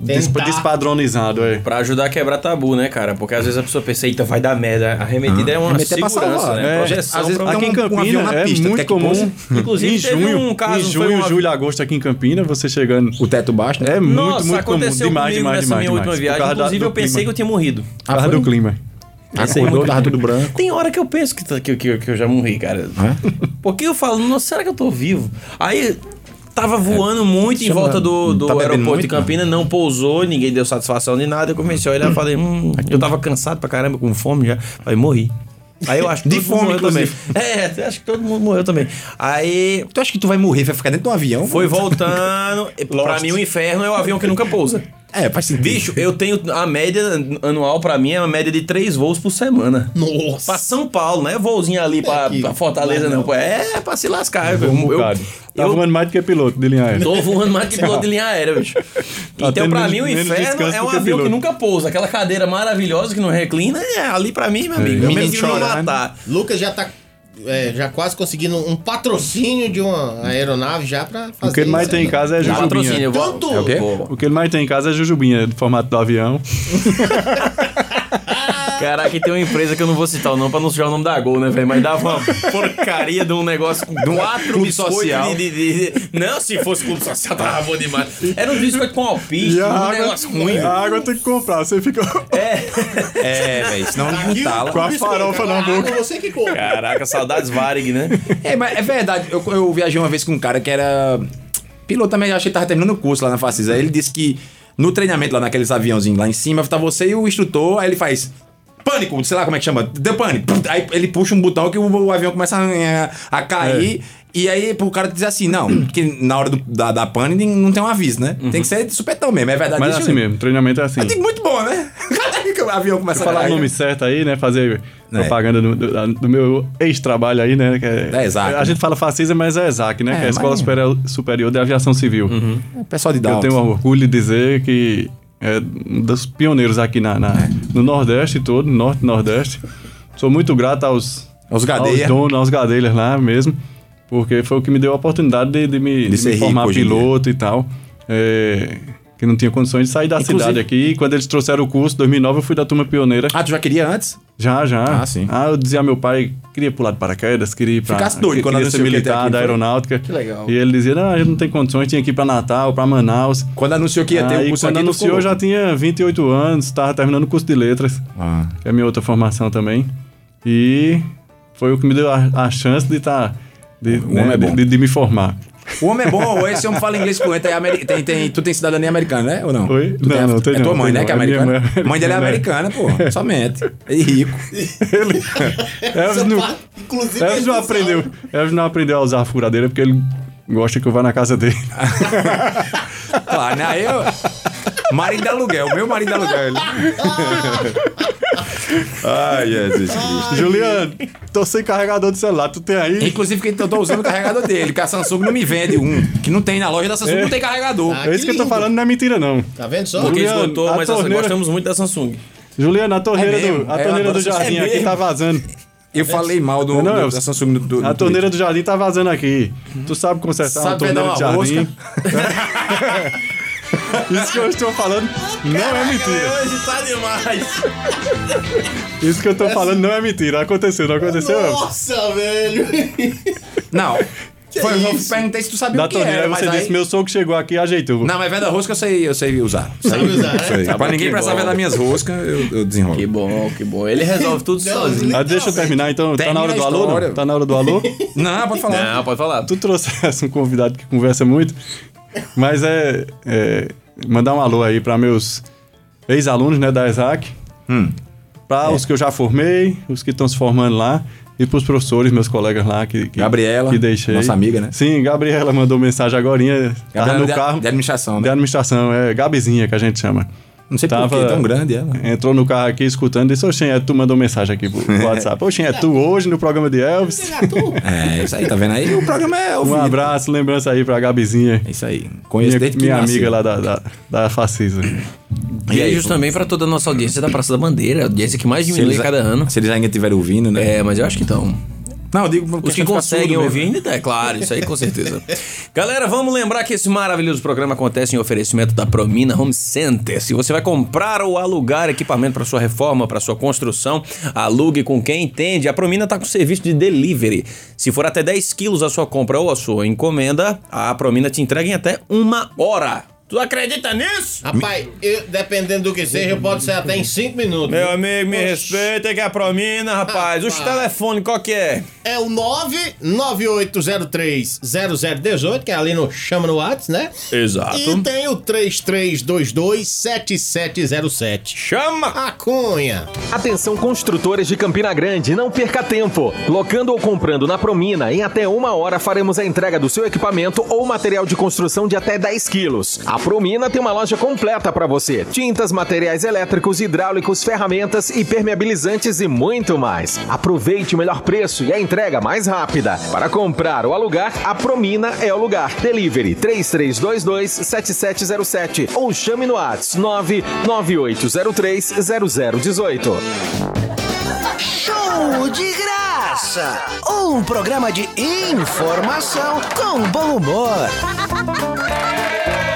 [SPEAKER 8] despa-
[SPEAKER 5] Tentar.
[SPEAKER 8] despadronizado, é.
[SPEAKER 3] Pra ajudar a quebrar tabu, né, cara? Porque às vezes a pessoa pensa, eita, vai dar merda. Arremetida é uma
[SPEAKER 4] Arremeter é pra
[SPEAKER 3] segurança,
[SPEAKER 4] salvar,
[SPEAKER 3] né?
[SPEAKER 4] né?
[SPEAKER 8] Ah. É,
[SPEAKER 3] Projeção.
[SPEAKER 4] às vezes
[SPEAKER 3] pra-
[SPEAKER 4] tem
[SPEAKER 8] aqui em
[SPEAKER 4] um- um avião
[SPEAKER 8] Campina
[SPEAKER 4] na
[SPEAKER 8] é
[SPEAKER 4] pista,
[SPEAKER 8] muito
[SPEAKER 4] até que pose.
[SPEAKER 8] comum.
[SPEAKER 3] Inclusive,
[SPEAKER 8] em
[SPEAKER 3] teve
[SPEAKER 8] junho,
[SPEAKER 3] um caso,
[SPEAKER 8] em
[SPEAKER 3] foi
[SPEAKER 8] junho,
[SPEAKER 3] um avi-
[SPEAKER 8] julho, agosto aqui em Campina, você chegando.
[SPEAKER 4] O teto baixo, né?
[SPEAKER 8] É muito,
[SPEAKER 3] Nossa,
[SPEAKER 8] muito comum. Demais,
[SPEAKER 3] aconteceu
[SPEAKER 8] demais,
[SPEAKER 3] comigo
[SPEAKER 8] demais.
[SPEAKER 3] nessa minha última
[SPEAKER 8] demais. Por
[SPEAKER 3] viagem.
[SPEAKER 8] causa da-
[SPEAKER 3] Inclusive,
[SPEAKER 8] do
[SPEAKER 3] eu pensei que Ah,
[SPEAKER 8] clima.
[SPEAKER 3] eu tinha morrido.
[SPEAKER 8] Por causa do clima.
[SPEAKER 3] Pensei
[SPEAKER 4] Acordou,
[SPEAKER 3] muito.
[SPEAKER 4] tava tudo branco.
[SPEAKER 3] Tem hora que eu penso que, tá- que, que, que eu já morri, cara.
[SPEAKER 8] É?
[SPEAKER 3] Porque eu falo, nossa, será que eu tô vivo? Aí tava voando muito em
[SPEAKER 4] Chama-
[SPEAKER 3] volta do, do
[SPEAKER 4] tá bebendo
[SPEAKER 3] aeroporto de
[SPEAKER 4] muito, né?
[SPEAKER 3] Campina, não pousou, ninguém deu satisfação de nada. Eu comecei a olhar e falei, hum, eu tava cansado pra caramba, com fome já. Falei, morri. Aí eu acho que
[SPEAKER 4] De
[SPEAKER 3] todo mundo
[SPEAKER 4] fome,
[SPEAKER 3] morreu também. É, acho que todo mundo morreu também. Aí
[SPEAKER 4] Tu acha que tu vai morrer, vai ficar dentro de um avião?
[SPEAKER 3] foi voltando. pra mim, o inferno é o avião que nunca pousa.
[SPEAKER 4] É, faz sentido.
[SPEAKER 3] Bicho, eu tenho a média anual pra mim é uma média de três voos por semana.
[SPEAKER 5] Nossa.
[SPEAKER 3] Pra São Paulo, não é voozinho ali pra,
[SPEAKER 5] que-
[SPEAKER 3] pra Fortaleza, não. pô. É pra se lascar. Eu,
[SPEAKER 8] Um
[SPEAKER 3] eu,
[SPEAKER 8] bocado. Tá
[SPEAKER 3] eu
[SPEAKER 8] voando mais do que piloto de linha aérea.
[SPEAKER 3] tô voando mais que piloto de linha aérea, bicho. então,
[SPEAKER 8] Tá tendo
[SPEAKER 3] pra
[SPEAKER 8] menos-
[SPEAKER 3] mim, o
[SPEAKER 8] menos
[SPEAKER 3] inferno
[SPEAKER 8] descanso
[SPEAKER 3] é
[SPEAKER 8] do
[SPEAKER 3] um
[SPEAKER 8] que
[SPEAKER 3] avião que
[SPEAKER 8] piloto.
[SPEAKER 3] nunca pousa. Aquela cadeira maravilhosa que não reclina, é ali pra mim, meu amigo. Eu
[SPEAKER 4] Menino
[SPEAKER 3] prefiro me
[SPEAKER 4] chora, né?
[SPEAKER 3] matar.
[SPEAKER 5] Lucas já tá. é, já quase conseguindo um patrocínio de uma aeronave já pra fazer.
[SPEAKER 8] O que ele mais
[SPEAKER 5] isso aí,
[SPEAKER 8] tem
[SPEAKER 5] né?
[SPEAKER 8] em casa é
[SPEAKER 3] Patrocínio,
[SPEAKER 8] jujubinha.
[SPEAKER 3] eu vou.
[SPEAKER 5] Tanto-
[SPEAKER 3] É o quê?
[SPEAKER 8] O que ele mais tem em casa é jujubinha, de formato do avião.
[SPEAKER 3] Caraca, e tem uma empresa que eu não vou citar o nome pra não sujar o nome da Gol, né, velho? Mas dava uma porcaria de um negócio com quatro
[SPEAKER 4] clube
[SPEAKER 3] biscoitos
[SPEAKER 4] social.
[SPEAKER 3] De, de- de- Não, se fosse clube social, tava bom demais. Era um biscoito com alpiste,
[SPEAKER 8] E a
[SPEAKER 3] um
[SPEAKER 8] água,
[SPEAKER 3] negócio ruim.
[SPEAKER 8] a água tem que comprar. Você fica
[SPEAKER 4] É, velho, senão
[SPEAKER 5] Aqui,
[SPEAKER 4] não tala.
[SPEAKER 8] com a
[SPEAKER 5] biscoito,
[SPEAKER 8] farofa na
[SPEAKER 5] água,
[SPEAKER 8] boca.
[SPEAKER 5] ah, Você que compra.
[SPEAKER 3] Caraca, saudades Varig, né?
[SPEAKER 4] É, mas é verdade. Eu, eu viajei uma vez com um cara que era piloto também, achei que tava terminando o curso lá na Facisa. Aí ele disse que no treinamento lá naqueles aviãozinhos lá em cima, tá você e o instrutor, aí ele faz pânico, sei lá como é que chama, deu pânico. Aí ele puxa um botão que o, o avião começa a, a cair. E aí, pro cara dizer assim, não, que na hora do- da, da pane nem- não tem um aviso, né? Tem que ser de supetão mesmo, é verdade.
[SPEAKER 8] Uhum. Mas é
[SPEAKER 4] isso
[SPEAKER 8] assim mesmo, treinamento é assim.
[SPEAKER 4] Mas tem muito bom, né? o avião começa
[SPEAKER 8] Vou falar
[SPEAKER 4] cair.
[SPEAKER 8] o nome certo aí, né? Fazer
[SPEAKER 4] É.
[SPEAKER 8] propaganda do, do- do meu ex-trabalho aí, né? Que é,
[SPEAKER 4] Da ESAC,
[SPEAKER 8] A
[SPEAKER 4] né?
[SPEAKER 8] gente fala FACISA, mas é ESAC, né?
[SPEAKER 4] É,
[SPEAKER 8] que é a
[SPEAKER 4] mas-
[SPEAKER 8] Escola Superior, Superior de Aviação Civil.
[SPEAKER 4] Pessoal de
[SPEAKER 8] Que Eu
[SPEAKER 4] Dalton.
[SPEAKER 8] tenho orgulho de dizer que é um dos pioneiros aqui na, na-
[SPEAKER 4] É.
[SPEAKER 8] no Nordeste todo, Norte e Nordeste. Sou muito grato aos,
[SPEAKER 4] Aos gadeia.
[SPEAKER 8] aos donos, aos gadelhas lá mesmo, porque foi o que me deu a oportunidade de, de me, de
[SPEAKER 4] ser
[SPEAKER 8] me
[SPEAKER 4] rico
[SPEAKER 8] formar
[SPEAKER 4] hoje em
[SPEAKER 8] piloto e tal. É, que não tinha condições de sair da
[SPEAKER 4] Inclusive-
[SPEAKER 8] cidade aqui. E quando eles trouxeram o curso, em 2009, eu fui da turma pioneira.
[SPEAKER 4] Ah, tu já queria antes?
[SPEAKER 8] Já, já.
[SPEAKER 4] Ah, sim.
[SPEAKER 8] Ah, eu dizia ao meu pai, queria pular de paraquedas, queria ir pra...
[SPEAKER 4] Ficasse doido quando
[SPEAKER 8] queria ser
[SPEAKER 4] anunciou que ia ter
[SPEAKER 8] militar
[SPEAKER 4] aqui,
[SPEAKER 8] da
[SPEAKER 4] foi?
[SPEAKER 8] aeronáutica. Que
[SPEAKER 4] legal.
[SPEAKER 8] E ele dizia, não, a gente não tem condições, tinha que ir pra Natal, pra Manaus.
[SPEAKER 4] Quando anunciou que ia ter
[SPEAKER 8] Aí,
[SPEAKER 4] o curso
[SPEAKER 8] quando
[SPEAKER 4] aqui, tu
[SPEAKER 8] anunciou,
[SPEAKER 4] ficou
[SPEAKER 8] eu já
[SPEAKER 4] louco.
[SPEAKER 8] tinha 28 anos, tava terminando o curso de letras,
[SPEAKER 4] Ah.
[SPEAKER 8] que é a minha outra formação também. E foi o que me deu a, a chance de estar... de, né,
[SPEAKER 4] homem é bom.
[SPEAKER 8] de- de me formar.
[SPEAKER 4] O homem é bom, esse homem fala inglês fluente. é ameri- tem, tem, tu tem cidadania americana, né? Ou não?
[SPEAKER 8] Oi?
[SPEAKER 4] Tu
[SPEAKER 8] Não,
[SPEAKER 4] tem a-
[SPEAKER 8] não, tem
[SPEAKER 4] É
[SPEAKER 8] não,
[SPEAKER 4] tua mãe,
[SPEAKER 8] tem
[SPEAKER 4] né?
[SPEAKER 8] não.
[SPEAKER 4] Que é
[SPEAKER 8] A minha
[SPEAKER 4] americana.
[SPEAKER 8] mãe é
[SPEAKER 4] Mãe dele é
[SPEAKER 8] americana.
[SPEAKER 4] americana, pô. Somente. E rico.
[SPEAKER 8] Ele... Elvis É, não,
[SPEAKER 5] Inclusive,
[SPEAKER 8] Elvis não aprendeu. Elvis não aprendeu a usar a furadeira porque ele gosta que eu vá na casa dele.
[SPEAKER 4] Claro, né? Aí eu. Marido de aluguel, meu marido de aluguel. Ai, Jesus Cristo.
[SPEAKER 8] Juliano, tô sem carregador de celular, tu tem aí?
[SPEAKER 4] Inclusive, que eu tô usando o carregador dele, que a Samsung não me vende um. Que não tem na loja da Samsung, não tem carregador.
[SPEAKER 5] Ah,
[SPEAKER 8] É isso que,
[SPEAKER 5] que
[SPEAKER 8] eu tô
[SPEAKER 5] lindo.
[SPEAKER 8] falando, não é mentira não.
[SPEAKER 5] Tá vendo só?
[SPEAKER 8] Porque- Juliano,
[SPEAKER 3] esgotou,
[SPEAKER 8] a
[SPEAKER 3] mas
[SPEAKER 8] torneira- É
[SPEAKER 3] gostamos muito da Samsung.
[SPEAKER 8] Juliano, a torneira,
[SPEAKER 4] É mesmo?
[SPEAKER 8] do, a
[SPEAKER 4] É, eu
[SPEAKER 8] torneira
[SPEAKER 4] adoro
[SPEAKER 8] do
[SPEAKER 4] essa- é
[SPEAKER 8] jardim aqui
[SPEAKER 4] mesmo?
[SPEAKER 8] tá vazando.
[SPEAKER 4] Eu falei mal do,
[SPEAKER 8] Não, não,
[SPEAKER 4] do-
[SPEAKER 8] eu-
[SPEAKER 4] da Samsung no, do,
[SPEAKER 8] A torneira do jardim tá vazando aqui. Tu sabe consertar uma
[SPEAKER 4] Sabe
[SPEAKER 8] torneira de
[SPEAKER 4] pegar uma
[SPEAKER 8] jardim. Isso que eu estou falando não é mentira.
[SPEAKER 5] Hoje tá demais.
[SPEAKER 8] Isso que eu tô falando não é mentira. Aconteceu, não aconteceu? Elvis?
[SPEAKER 5] Nossa, velho.
[SPEAKER 4] Não. Foi, eu
[SPEAKER 5] isso?
[SPEAKER 4] perguntei se tu sabia
[SPEAKER 8] Da
[SPEAKER 4] o que era,
[SPEAKER 8] torneira
[SPEAKER 4] mas
[SPEAKER 8] você
[SPEAKER 4] aí-
[SPEAKER 8] disse, meu soco chegou aqui e ajeitou.
[SPEAKER 4] Não, mas venda rosca eu sei, eu sei usar.
[SPEAKER 5] Sabe usar, né?
[SPEAKER 4] Sei. pra
[SPEAKER 9] que
[SPEAKER 4] ninguém
[SPEAKER 8] Tá
[SPEAKER 4] precisar
[SPEAKER 9] bom.
[SPEAKER 4] ver das minhas roscas, eu, eu desenrolo.
[SPEAKER 9] Que bom, que bom. Ele resolve tudo
[SPEAKER 5] Não,
[SPEAKER 9] sozinho.
[SPEAKER 8] Ah, deixa eu terminar então. Tá na
[SPEAKER 4] Termina
[SPEAKER 8] hora do
[SPEAKER 4] a
[SPEAKER 8] alô?
[SPEAKER 4] história.
[SPEAKER 8] não? Tá na hora do alô?
[SPEAKER 4] Não, pode falar.
[SPEAKER 3] Não, pode falar.
[SPEAKER 8] tu trouxesse um convidado que conversa muito, mas é, é, mandar um alô aí para meus ex-alunos né, da ESAC,
[SPEAKER 4] Hum.
[SPEAKER 8] para os que eu já formei, os que estão se formando lá, e para os professores, meus colegas lá que, que
[SPEAKER 4] Gabriela,
[SPEAKER 8] que deixei.
[SPEAKER 4] nossa amiga, né?
[SPEAKER 8] Sim, Gabriela mandou mensagem agorinha, tava
[SPEAKER 4] Gabriela
[SPEAKER 8] no
[SPEAKER 4] de-
[SPEAKER 8] carro.
[SPEAKER 4] de administração, né?
[SPEAKER 8] De administração, é Gabizinha que a gente chama.
[SPEAKER 4] Não sei por
[SPEAKER 8] Tava-
[SPEAKER 4] que, tão grande ela.
[SPEAKER 8] Entrou no carro aqui escutando, disse: Oxen, é tu, mandou mensagem aqui pro pro WhatsApp. Oxen, é tu hoje no programa de Elvis.
[SPEAKER 4] É, isso aí, tá vendo aí? O programa é
[SPEAKER 8] Um
[SPEAKER 4] ouvido.
[SPEAKER 8] abraço, lembrança aí pra Gabizinha.
[SPEAKER 4] É isso aí. Conheço
[SPEAKER 8] Minha,
[SPEAKER 4] desde que
[SPEAKER 8] minha
[SPEAKER 4] nasci.
[SPEAKER 8] amiga lá da, da, da Facisa.
[SPEAKER 3] E aí, também para toda a nossa audiência da Praça da Bandeira, audiência que mais
[SPEAKER 4] Se
[SPEAKER 3] diminui
[SPEAKER 4] eles,
[SPEAKER 3] a cada ano.
[SPEAKER 4] se eles ainda estiverem ouvindo, né?
[SPEAKER 3] É, mas eu acho que estão.
[SPEAKER 4] Não, eu digo porque é
[SPEAKER 3] Os que conseguem ouvir ainda, tá, é claro, isso aí com certeza. Galera, vamos lembrar que esse maravilhoso programa acontece em oferecimento da Promina Home Center. Se você vai comprar ou alugar equipamento para sua reforma, para sua construção, alugue com quem entende. A Promina está com serviço de delivery. Se for até 10 quilos a sua compra ou a sua encomenda, a Promina te entrega em até uma hora. Tu acredita nisso?
[SPEAKER 5] Rapaz, eu- dependendo do que seja, eu posso ser até em 5 minutos.
[SPEAKER 3] Meu amigo, me
[SPEAKER 5] Oxi.
[SPEAKER 3] respeita que é a Promina, rapaz. Os
[SPEAKER 5] Rapaz.
[SPEAKER 3] telefones, qual que é?
[SPEAKER 5] É o 998030018, que é ali no Chama no Whats, né?
[SPEAKER 3] Exato.
[SPEAKER 5] E tem o 33227707.
[SPEAKER 3] Chama!
[SPEAKER 5] A cunha.
[SPEAKER 6] Atenção construtores de Campina Grande, não perca tempo. Locando ou comprando na Promina, em até uma hora faremos a entrega do seu equipamento ou material de construção de até 10 quilos. A Promina tem uma loja completa para você. Tintas, materiais elétricos, hidráulicos, ferramentas, impermeabilizantes e muito mais. Aproveite o melhor preço e a entrega mais rápida. Para comprar ou alugar, a Promina é o lugar. Delivery 3322-7707 ou chame no WhatsApp 99803-0018.
[SPEAKER 2] Show de graça! Um programa de informação com bom humor.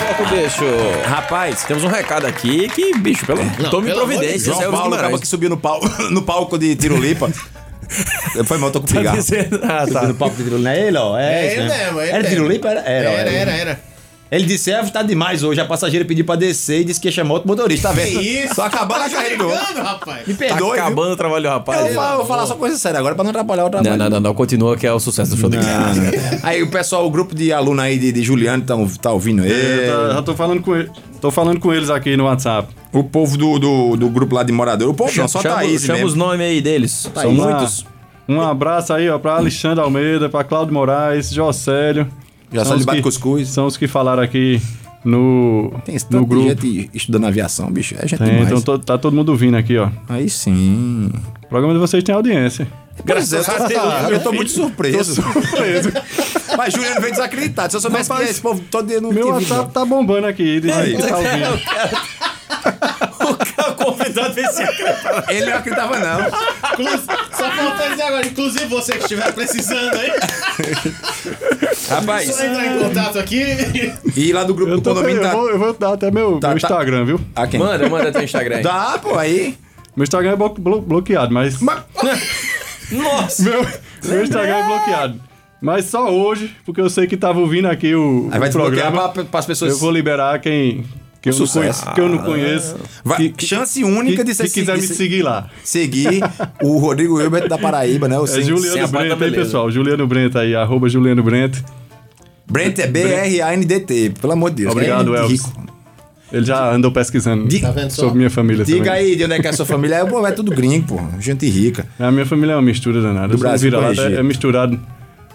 [SPEAKER 3] Foco, bicho.
[SPEAKER 4] Rapaz,
[SPEAKER 3] Temos um recado aqui que, bicho,
[SPEAKER 4] É.
[SPEAKER 3] pelo tome
[SPEAKER 5] pelo
[SPEAKER 3] providência,
[SPEAKER 4] João
[SPEAKER 3] Elvis
[SPEAKER 4] Paulo acaba
[SPEAKER 3] Guimarães.
[SPEAKER 4] que subiu no, pau, no palco de Tirolipa. Foi mal, tô com
[SPEAKER 3] Tá
[SPEAKER 4] cigarro.
[SPEAKER 3] dizendo- Ah, tá.
[SPEAKER 11] No palco de Tirulipa. Não é ele, ó. É,
[SPEAKER 5] É
[SPEAKER 11] isso
[SPEAKER 5] ele
[SPEAKER 11] mesmo.
[SPEAKER 5] mesmo, é ele
[SPEAKER 11] Era
[SPEAKER 5] mesmo.
[SPEAKER 11] Tirulipa? Era, era, era.
[SPEAKER 5] Era, era, era.
[SPEAKER 11] Ele disse, Elvis, tá demais hoje. A passageira pediu pra descer e disse que ia chamar outro motorista. Tá vendo?
[SPEAKER 5] Que isso?
[SPEAKER 11] Só acabando a carreira do outro.
[SPEAKER 5] Engano, rapaz.
[SPEAKER 11] Me
[SPEAKER 3] Tá
[SPEAKER 11] perdoe, viu?
[SPEAKER 3] acabando o trabalho do
[SPEAKER 4] Eu
[SPEAKER 3] rapaz.
[SPEAKER 4] vou falar- eu vou falar só coisa séria agora pra não atrapalhar o trabalho. Ah, né?
[SPEAKER 3] Não, não, não, não, continua que é o sucesso do show dele.
[SPEAKER 4] Aí o pessoal, o grupo de aluno aí de, de Juliano tão, tá
[SPEAKER 11] É,
[SPEAKER 4] ouvindo
[SPEAKER 8] Eu
[SPEAKER 4] ele.
[SPEAKER 8] tá- já tô falando com ele. Tô falando com eles aqui no WhatsApp.
[SPEAKER 4] O povo do, do, do grupo lá de morador. O povo não, só
[SPEAKER 3] chama
[SPEAKER 4] Thaís
[SPEAKER 3] chama
[SPEAKER 4] mesmo.
[SPEAKER 3] os nomes aí deles.
[SPEAKER 8] São
[SPEAKER 3] São muitos.
[SPEAKER 8] Uma, Um abraço aí, ó, pra Alexandre Almeida, pra Cláudio Moraes, Jocélio.
[SPEAKER 4] Jocélio
[SPEAKER 8] São os
[SPEAKER 4] bate
[SPEAKER 8] que-
[SPEAKER 4] cuscuz.
[SPEAKER 8] São os que falaram aqui no,
[SPEAKER 4] Tem esse
[SPEAKER 8] no
[SPEAKER 4] tanto
[SPEAKER 8] grupo.
[SPEAKER 4] de gente estudando aviação, bicho. É gente
[SPEAKER 8] Tem,
[SPEAKER 4] demais.
[SPEAKER 8] então to- tá todo mundo vindo aqui, ó.
[SPEAKER 4] Aí sim.
[SPEAKER 8] O programa de vocês tem audiência.
[SPEAKER 4] Graças a Deus, eu tô muito surpreso.
[SPEAKER 8] surpreso.
[SPEAKER 4] Mas Juliano veio desacreditado. Se eu soubesse que esse povo todo dia não
[SPEAKER 8] Meu
[SPEAKER 4] tinha
[SPEAKER 8] WhatsApp tá bombando aqui. de
[SPEAKER 4] É
[SPEAKER 8] gente que tá ouvindo.
[SPEAKER 12] O
[SPEAKER 5] Então,
[SPEAKER 12] convidado veio se acreditar.
[SPEAKER 4] Ele não acreditava, não.
[SPEAKER 5] Inclusive, Só falta dizer agora, inclusive você que estiver precisando aí,
[SPEAKER 4] Rapaz,
[SPEAKER 5] só entrar em contato aqui.
[SPEAKER 4] e lá do grupo do
[SPEAKER 8] Eu, tô-
[SPEAKER 4] condomínio
[SPEAKER 8] eu
[SPEAKER 4] tá.
[SPEAKER 8] vou, eu vou dar até meu,
[SPEAKER 4] Tá,
[SPEAKER 8] meu
[SPEAKER 4] tá.
[SPEAKER 8] Instagram, viu?
[SPEAKER 4] Ah, quem?
[SPEAKER 3] Manda, manda teu Instagram
[SPEAKER 8] é
[SPEAKER 3] aí.
[SPEAKER 4] Dá, pô, aí.
[SPEAKER 8] Meu Instagram é blo- blo- bloqueado, mas.
[SPEAKER 12] Nossa!
[SPEAKER 8] Meu, meu Instagram é bloqueado. Mas só hoje, porque eu sei que tava ouvindo aqui o,
[SPEAKER 4] Aí vai
[SPEAKER 8] o
[SPEAKER 4] desbloquear
[SPEAKER 8] programa.
[SPEAKER 4] pra, pras pessoas.
[SPEAKER 8] Eu vou liberar quem, quem, eu não
[SPEAKER 4] Sucesso.
[SPEAKER 8] conheço, quem eu não conheço.
[SPEAKER 4] Vai-
[SPEAKER 8] que- que-
[SPEAKER 4] chance única é
[SPEAKER 8] que-
[SPEAKER 4] de você
[SPEAKER 8] que quiser
[SPEAKER 4] seguir-
[SPEAKER 8] me seguir lá.
[SPEAKER 4] seguir o Rodrigo Hilbert da Paraíba, né? O
[SPEAKER 8] É
[SPEAKER 4] sem-
[SPEAKER 8] Juliano
[SPEAKER 3] barba,
[SPEAKER 8] Brent, aí,
[SPEAKER 3] beleza.
[SPEAKER 8] pessoal. Juliano Brent aí, arroba Juliano Brent.
[SPEAKER 4] Brent é B-R-A-N-D-T, pelo amor de Deus.
[SPEAKER 8] Obrigado,
[SPEAKER 4] é
[SPEAKER 8] Elvis. Ele já andou pesquisando
[SPEAKER 4] Diga-
[SPEAKER 5] Tá vendo só?
[SPEAKER 8] sobre minha família
[SPEAKER 4] Diga
[SPEAKER 8] também.
[SPEAKER 4] aí de onde é que é a sua família. É, pô, é tudo gringo, pô. Gente rica.
[SPEAKER 8] A minha família é uma mistura danada.
[SPEAKER 4] Do
[SPEAKER 8] Eu sou um
[SPEAKER 4] Brasil
[SPEAKER 8] vira-lata,
[SPEAKER 4] pro Egito.
[SPEAKER 8] é, é misturado.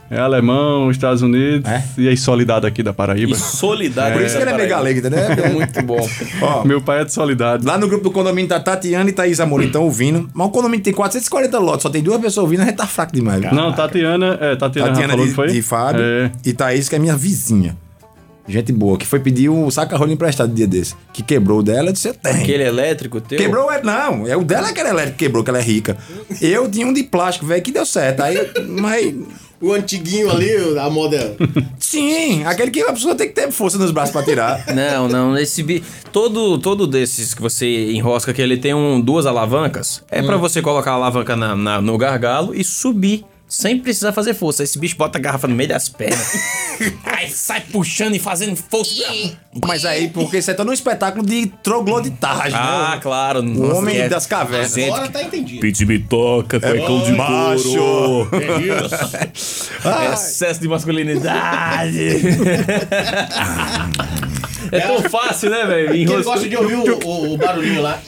[SPEAKER 8] É alemão, Estados Unidos
[SPEAKER 4] É?
[SPEAKER 8] e aí solidado aqui da Paraíba.
[SPEAKER 12] E solidariedade.
[SPEAKER 4] Por isso que ele é meio galego, entendeu? É,
[SPEAKER 3] Muito bom.
[SPEAKER 4] Ó,
[SPEAKER 8] Meu pai é de solidade.
[SPEAKER 4] Lá no grupo do condomínio tá Tatiana e Thaís Amorim estão ouvindo. Mas o condomínio tem 440 lotes, só tem duas pessoas ouvindo, a gente tá fraco demais. viu?
[SPEAKER 8] Não, Tatiana, é, Tatiana, já
[SPEAKER 4] Tatiana
[SPEAKER 8] falou
[SPEAKER 4] de,
[SPEAKER 8] que foi?
[SPEAKER 4] de Fábio
[SPEAKER 8] É.
[SPEAKER 4] e Thaís, que é minha vizinha. Gente boa, que foi pedir um saca-rolho emprestado dia desse. Que quebrou o dela, eu disse, eu tenho.
[SPEAKER 3] Aquele elétrico teu.
[SPEAKER 4] Quebrou é não, é o dela que era elétrico, quebrou, que ela é rica. Eu tinha um de plástico, velho, que deu certo. Aí, mas.
[SPEAKER 5] O antiguinho ali, a moda.
[SPEAKER 4] Sim, aquele que a pessoa tem que ter força nos braços pra tirar.
[SPEAKER 3] Não, não, esse bi... todo todo desses que você enrosca que ele tem um duas alavancas, é pra você colocar a alavanca na, na- no gargalo e subir sem precisar fazer força. Esse bicho bota a garrafa no meio das pernas. Aí sai puxando e fazendo força.
[SPEAKER 4] Mas aí, porque isso é todo um espetáculo de trogloditagem.
[SPEAKER 3] Ah,
[SPEAKER 4] né?
[SPEAKER 3] claro. é
[SPEAKER 4] O
[SPEAKER 3] não
[SPEAKER 4] homem
[SPEAKER 8] é
[SPEAKER 3] esquece.
[SPEAKER 4] das cavernas.
[SPEAKER 8] assim,
[SPEAKER 5] Agora tá entendido.
[SPEAKER 13] Pit me
[SPEAKER 3] É
[SPEAKER 13] toca, cuecão de macho.
[SPEAKER 3] É Excesso de masculinidade. é tão fácil, né, velho?
[SPEAKER 5] Ele
[SPEAKER 3] Enrosca-
[SPEAKER 5] gosta de ouvir o, o- o barulhinho lá.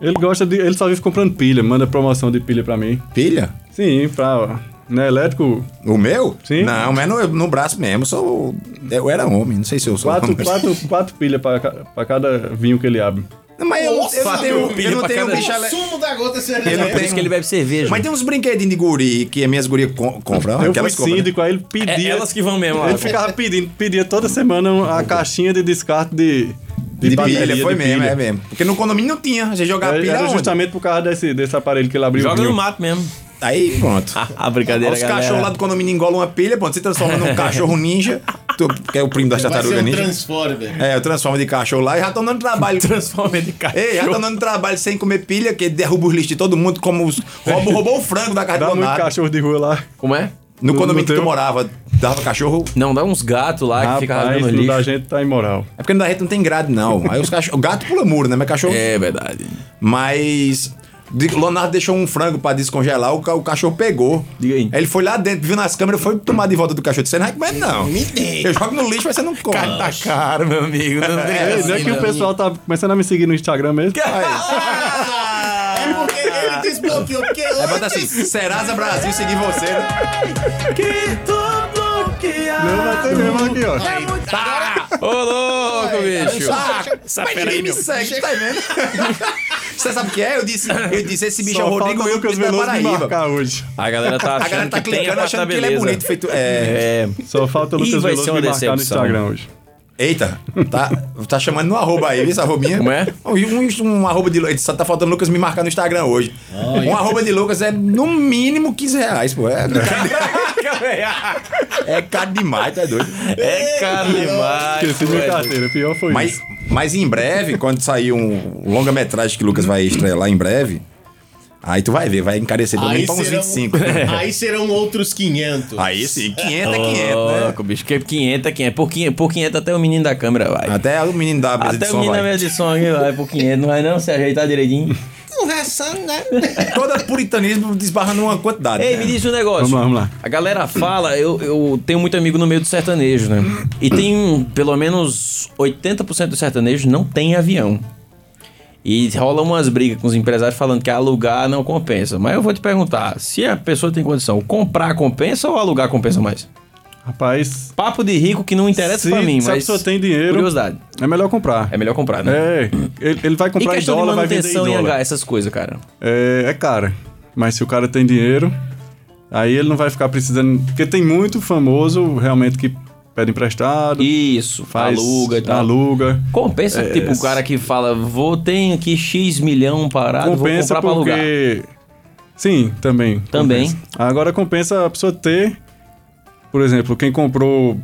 [SPEAKER 8] Ele gosta de. Ele só vive comprando pilha, manda promoção de pilha pra mim.
[SPEAKER 4] Pilha?
[SPEAKER 8] Sim, pra. Né, elétrico,
[SPEAKER 4] O meu?
[SPEAKER 8] Sim.
[SPEAKER 4] Não, mas no, no braço mesmo. Eu, sou, eu era homem, não sei se eu sou
[SPEAKER 8] quatro,
[SPEAKER 4] homem.
[SPEAKER 8] quatro, quatro pilhas pra, ca- pra cada vinho que ele abre.
[SPEAKER 4] Mas eu, eu não
[SPEAKER 5] Nossa,
[SPEAKER 4] tenho,
[SPEAKER 3] pilha
[SPEAKER 4] eu não
[SPEAKER 3] pra
[SPEAKER 4] tenho
[SPEAKER 3] cada-
[SPEAKER 4] bicho
[SPEAKER 5] O
[SPEAKER 4] ele-
[SPEAKER 5] sumo da gota
[SPEAKER 4] Eu não
[SPEAKER 5] cereja.
[SPEAKER 3] É Por isso que ele bebe cerveja.
[SPEAKER 4] Mas tem uns brinquedinhos de guri que as minhas gurias com- compram.
[SPEAKER 8] eu fui
[SPEAKER 4] aquelas compram, né?
[SPEAKER 8] síndico, aí ele
[SPEAKER 3] É
[SPEAKER 8] pedia.
[SPEAKER 3] elas que vão mesmo lá.
[SPEAKER 8] Ele ficava pedindo, pedia toda semana a caixinha de descarte de.
[SPEAKER 4] De,
[SPEAKER 8] bateria,
[SPEAKER 4] pilha,
[SPEAKER 8] de
[SPEAKER 4] foi mesmo,
[SPEAKER 8] pilha.
[SPEAKER 4] é mesmo. Porque no condomínio não tinha. Você jogava pilha é
[SPEAKER 8] Era
[SPEAKER 4] onde?
[SPEAKER 8] justamente por causa desse, desse aparelho que ele abriu. o
[SPEAKER 3] Joga no
[SPEAKER 8] vinho.
[SPEAKER 3] mato mesmo.
[SPEAKER 4] Aí, pronto.
[SPEAKER 8] Ah,
[SPEAKER 3] A brincadeira,
[SPEAKER 4] Os cachorros lá do condomínio engolam uma pilha, pronto, se transforma num cachorro ninja, tu- que é o primo das
[SPEAKER 5] Vai ser
[SPEAKER 4] tartarugas
[SPEAKER 5] um
[SPEAKER 4] ninja.
[SPEAKER 5] transformer.
[SPEAKER 4] É, eu transformo de cachorro lá e já estão dando trabalho.
[SPEAKER 3] Transforma de cachorro.
[SPEAKER 4] Ei, já estão dando trabalho sem comer pilha, que derruba os lixos de todo mundo, como os. Roubo, roubou o frango da casa
[SPEAKER 8] Dá
[SPEAKER 4] do
[SPEAKER 8] muito
[SPEAKER 4] Leonardo.
[SPEAKER 8] cachorro de rua lá.
[SPEAKER 3] Como é?
[SPEAKER 4] No
[SPEAKER 8] No-
[SPEAKER 4] condomínio
[SPEAKER 8] no
[SPEAKER 4] que tu
[SPEAKER 8] teu?
[SPEAKER 4] morava, dava cachorro.
[SPEAKER 3] Não, dá uns gatos lá que fica
[SPEAKER 8] Rapaz,
[SPEAKER 3] rasgando
[SPEAKER 8] não
[SPEAKER 3] lixo.
[SPEAKER 8] da gente tá imoral.
[SPEAKER 4] É porque na rede não tem grade, não. Aí os cachorros. O gato pula muro, né? Mas cachorro.
[SPEAKER 3] É verdade.
[SPEAKER 4] Mas. de- Leonardo deixou um frango pra descongelar, o, ca- o cachorro pegou.
[SPEAKER 3] Diga aí.
[SPEAKER 4] Ele foi lá dentro, viu nas câmeras, foi tomar de volta do cachorro. Você não vai comer, não.
[SPEAKER 5] Me dei.
[SPEAKER 4] Eu jogo no lixo, mas você não come.
[SPEAKER 3] Cara, meu amigo, não né?
[SPEAKER 8] É, não
[SPEAKER 4] assim
[SPEAKER 8] é que o pessoal tá começando a me seguir no Instagram mesmo.
[SPEAKER 5] É porque ele desbloqueou, porque
[SPEAKER 4] É, bota assim, Serasa Brasil seguir você. né?
[SPEAKER 8] Não, vai ter mesmo aqui, ó.
[SPEAKER 4] Tá.
[SPEAKER 3] Ô, louco, bicho.
[SPEAKER 4] Ah, mas ninguém me segue, tá vendo? Você sabe o que é? Eu disse, eu disse esse bicho é
[SPEAKER 8] Só
[SPEAKER 4] o
[SPEAKER 8] falta
[SPEAKER 4] Rodrigo
[SPEAKER 8] o
[SPEAKER 4] Wilkins
[SPEAKER 8] Lucas
[SPEAKER 4] da
[SPEAKER 8] Veloso me
[SPEAKER 4] Paraíba.
[SPEAKER 8] marcar hoje.
[SPEAKER 3] A galera tá achando
[SPEAKER 4] A galera tá
[SPEAKER 3] que tem a
[SPEAKER 4] clicando
[SPEAKER 3] parte da
[SPEAKER 4] achando que ele é
[SPEAKER 3] beleza.
[SPEAKER 4] bonito, feito... É...
[SPEAKER 3] É.
[SPEAKER 8] Só falta o
[SPEAKER 3] Ih,
[SPEAKER 8] Lucas
[SPEAKER 3] vai ser
[SPEAKER 8] Veloso
[SPEAKER 3] uma
[SPEAKER 8] me marcar no
[SPEAKER 3] decepção.
[SPEAKER 8] Instagram hoje.
[SPEAKER 4] Eita, tá, tá chamando no arroba aí, viu essa arrobinha?
[SPEAKER 3] Como é?
[SPEAKER 4] Um, um, um arroba de Lucas, só tá faltando Lucas me marcar no Instagram hoje. um arroba de Lucas é no mínimo 15 reais, pô. É, é caro demais, tá doido.
[SPEAKER 3] É caro demais.
[SPEAKER 8] Esqueci minha carteira, é pior foi
[SPEAKER 4] Mas,
[SPEAKER 8] isso.
[SPEAKER 4] mas em breve, quando sair um longa-metragem que o Lucas vai estrelar em breve, aí tu vai ver, vai encarecer pelo menos pra uns 25.
[SPEAKER 14] né?
[SPEAKER 5] aí serão outros 500.
[SPEAKER 4] né? Aí sim, 500 é 500,
[SPEAKER 8] Oh.
[SPEAKER 3] Ô,
[SPEAKER 4] né?
[SPEAKER 3] louco, bicho. Que 500 é 500. Por 500, por 500 até o menino da câmera vai.
[SPEAKER 4] Até o menino da mesa de
[SPEAKER 3] Até o
[SPEAKER 4] som
[SPEAKER 3] menino da
[SPEAKER 4] vai.
[SPEAKER 3] mesa de som aqui vai por 500. Não vai não se ajeitar direitinho.
[SPEAKER 5] Conversando, né?
[SPEAKER 14] é
[SPEAKER 4] Todo puritanismo desbarra numa quantidade.
[SPEAKER 3] Ei,
[SPEAKER 4] né?
[SPEAKER 3] me diz um negócio.
[SPEAKER 8] Vamos lá, vamos lá.
[SPEAKER 3] A galera fala, eu, eu tenho muito amigo no meio do sertanejo, né? E tem um- pelo menos 80% dos sertanejos não tem avião. E rola umas brigas com os empresários falando que alugar não compensa. Mas eu vou te perguntar, se a pessoa tem condição, comprar compensa ou alugar compensa mais?
[SPEAKER 8] Rapaz,
[SPEAKER 3] Papo de rico que não interessa
[SPEAKER 8] se,
[SPEAKER 3] pra mim,
[SPEAKER 8] se a
[SPEAKER 3] mas
[SPEAKER 8] pessoa tem dinheiro,
[SPEAKER 3] curiosidade.
[SPEAKER 8] é melhor comprar.
[SPEAKER 3] É melhor comprar, né?
[SPEAKER 8] É, ele, ele vai
[SPEAKER 3] E
[SPEAKER 8] comprar em
[SPEAKER 3] questão
[SPEAKER 8] dólar,
[SPEAKER 3] de
[SPEAKER 8] vai vender em
[SPEAKER 3] manutenção em
[SPEAKER 8] dólar.
[SPEAKER 3] H, essas coisas, cara.
[SPEAKER 8] é, é cara. Mas se o cara tem dinheiro, aí ele não vai ficar precisando. Porque tem muito famoso realmente que pede emprestado,
[SPEAKER 3] Isso,
[SPEAKER 8] faz.
[SPEAKER 3] aluga e tal.
[SPEAKER 8] Aluga. É,
[SPEAKER 3] Compensa, tipo, o cara que fala, vou ter aqui X milhão parado,
[SPEAKER 8] compensa
[SPEAKER 3] vou comprar pra alugar.
[SPEAKER 8] porque. Sim, também.
[SPEAKER 3] Também.
[SPEAKER 8] compensa. Agora compensa a pessoa ter. Por exemplo, quem comprou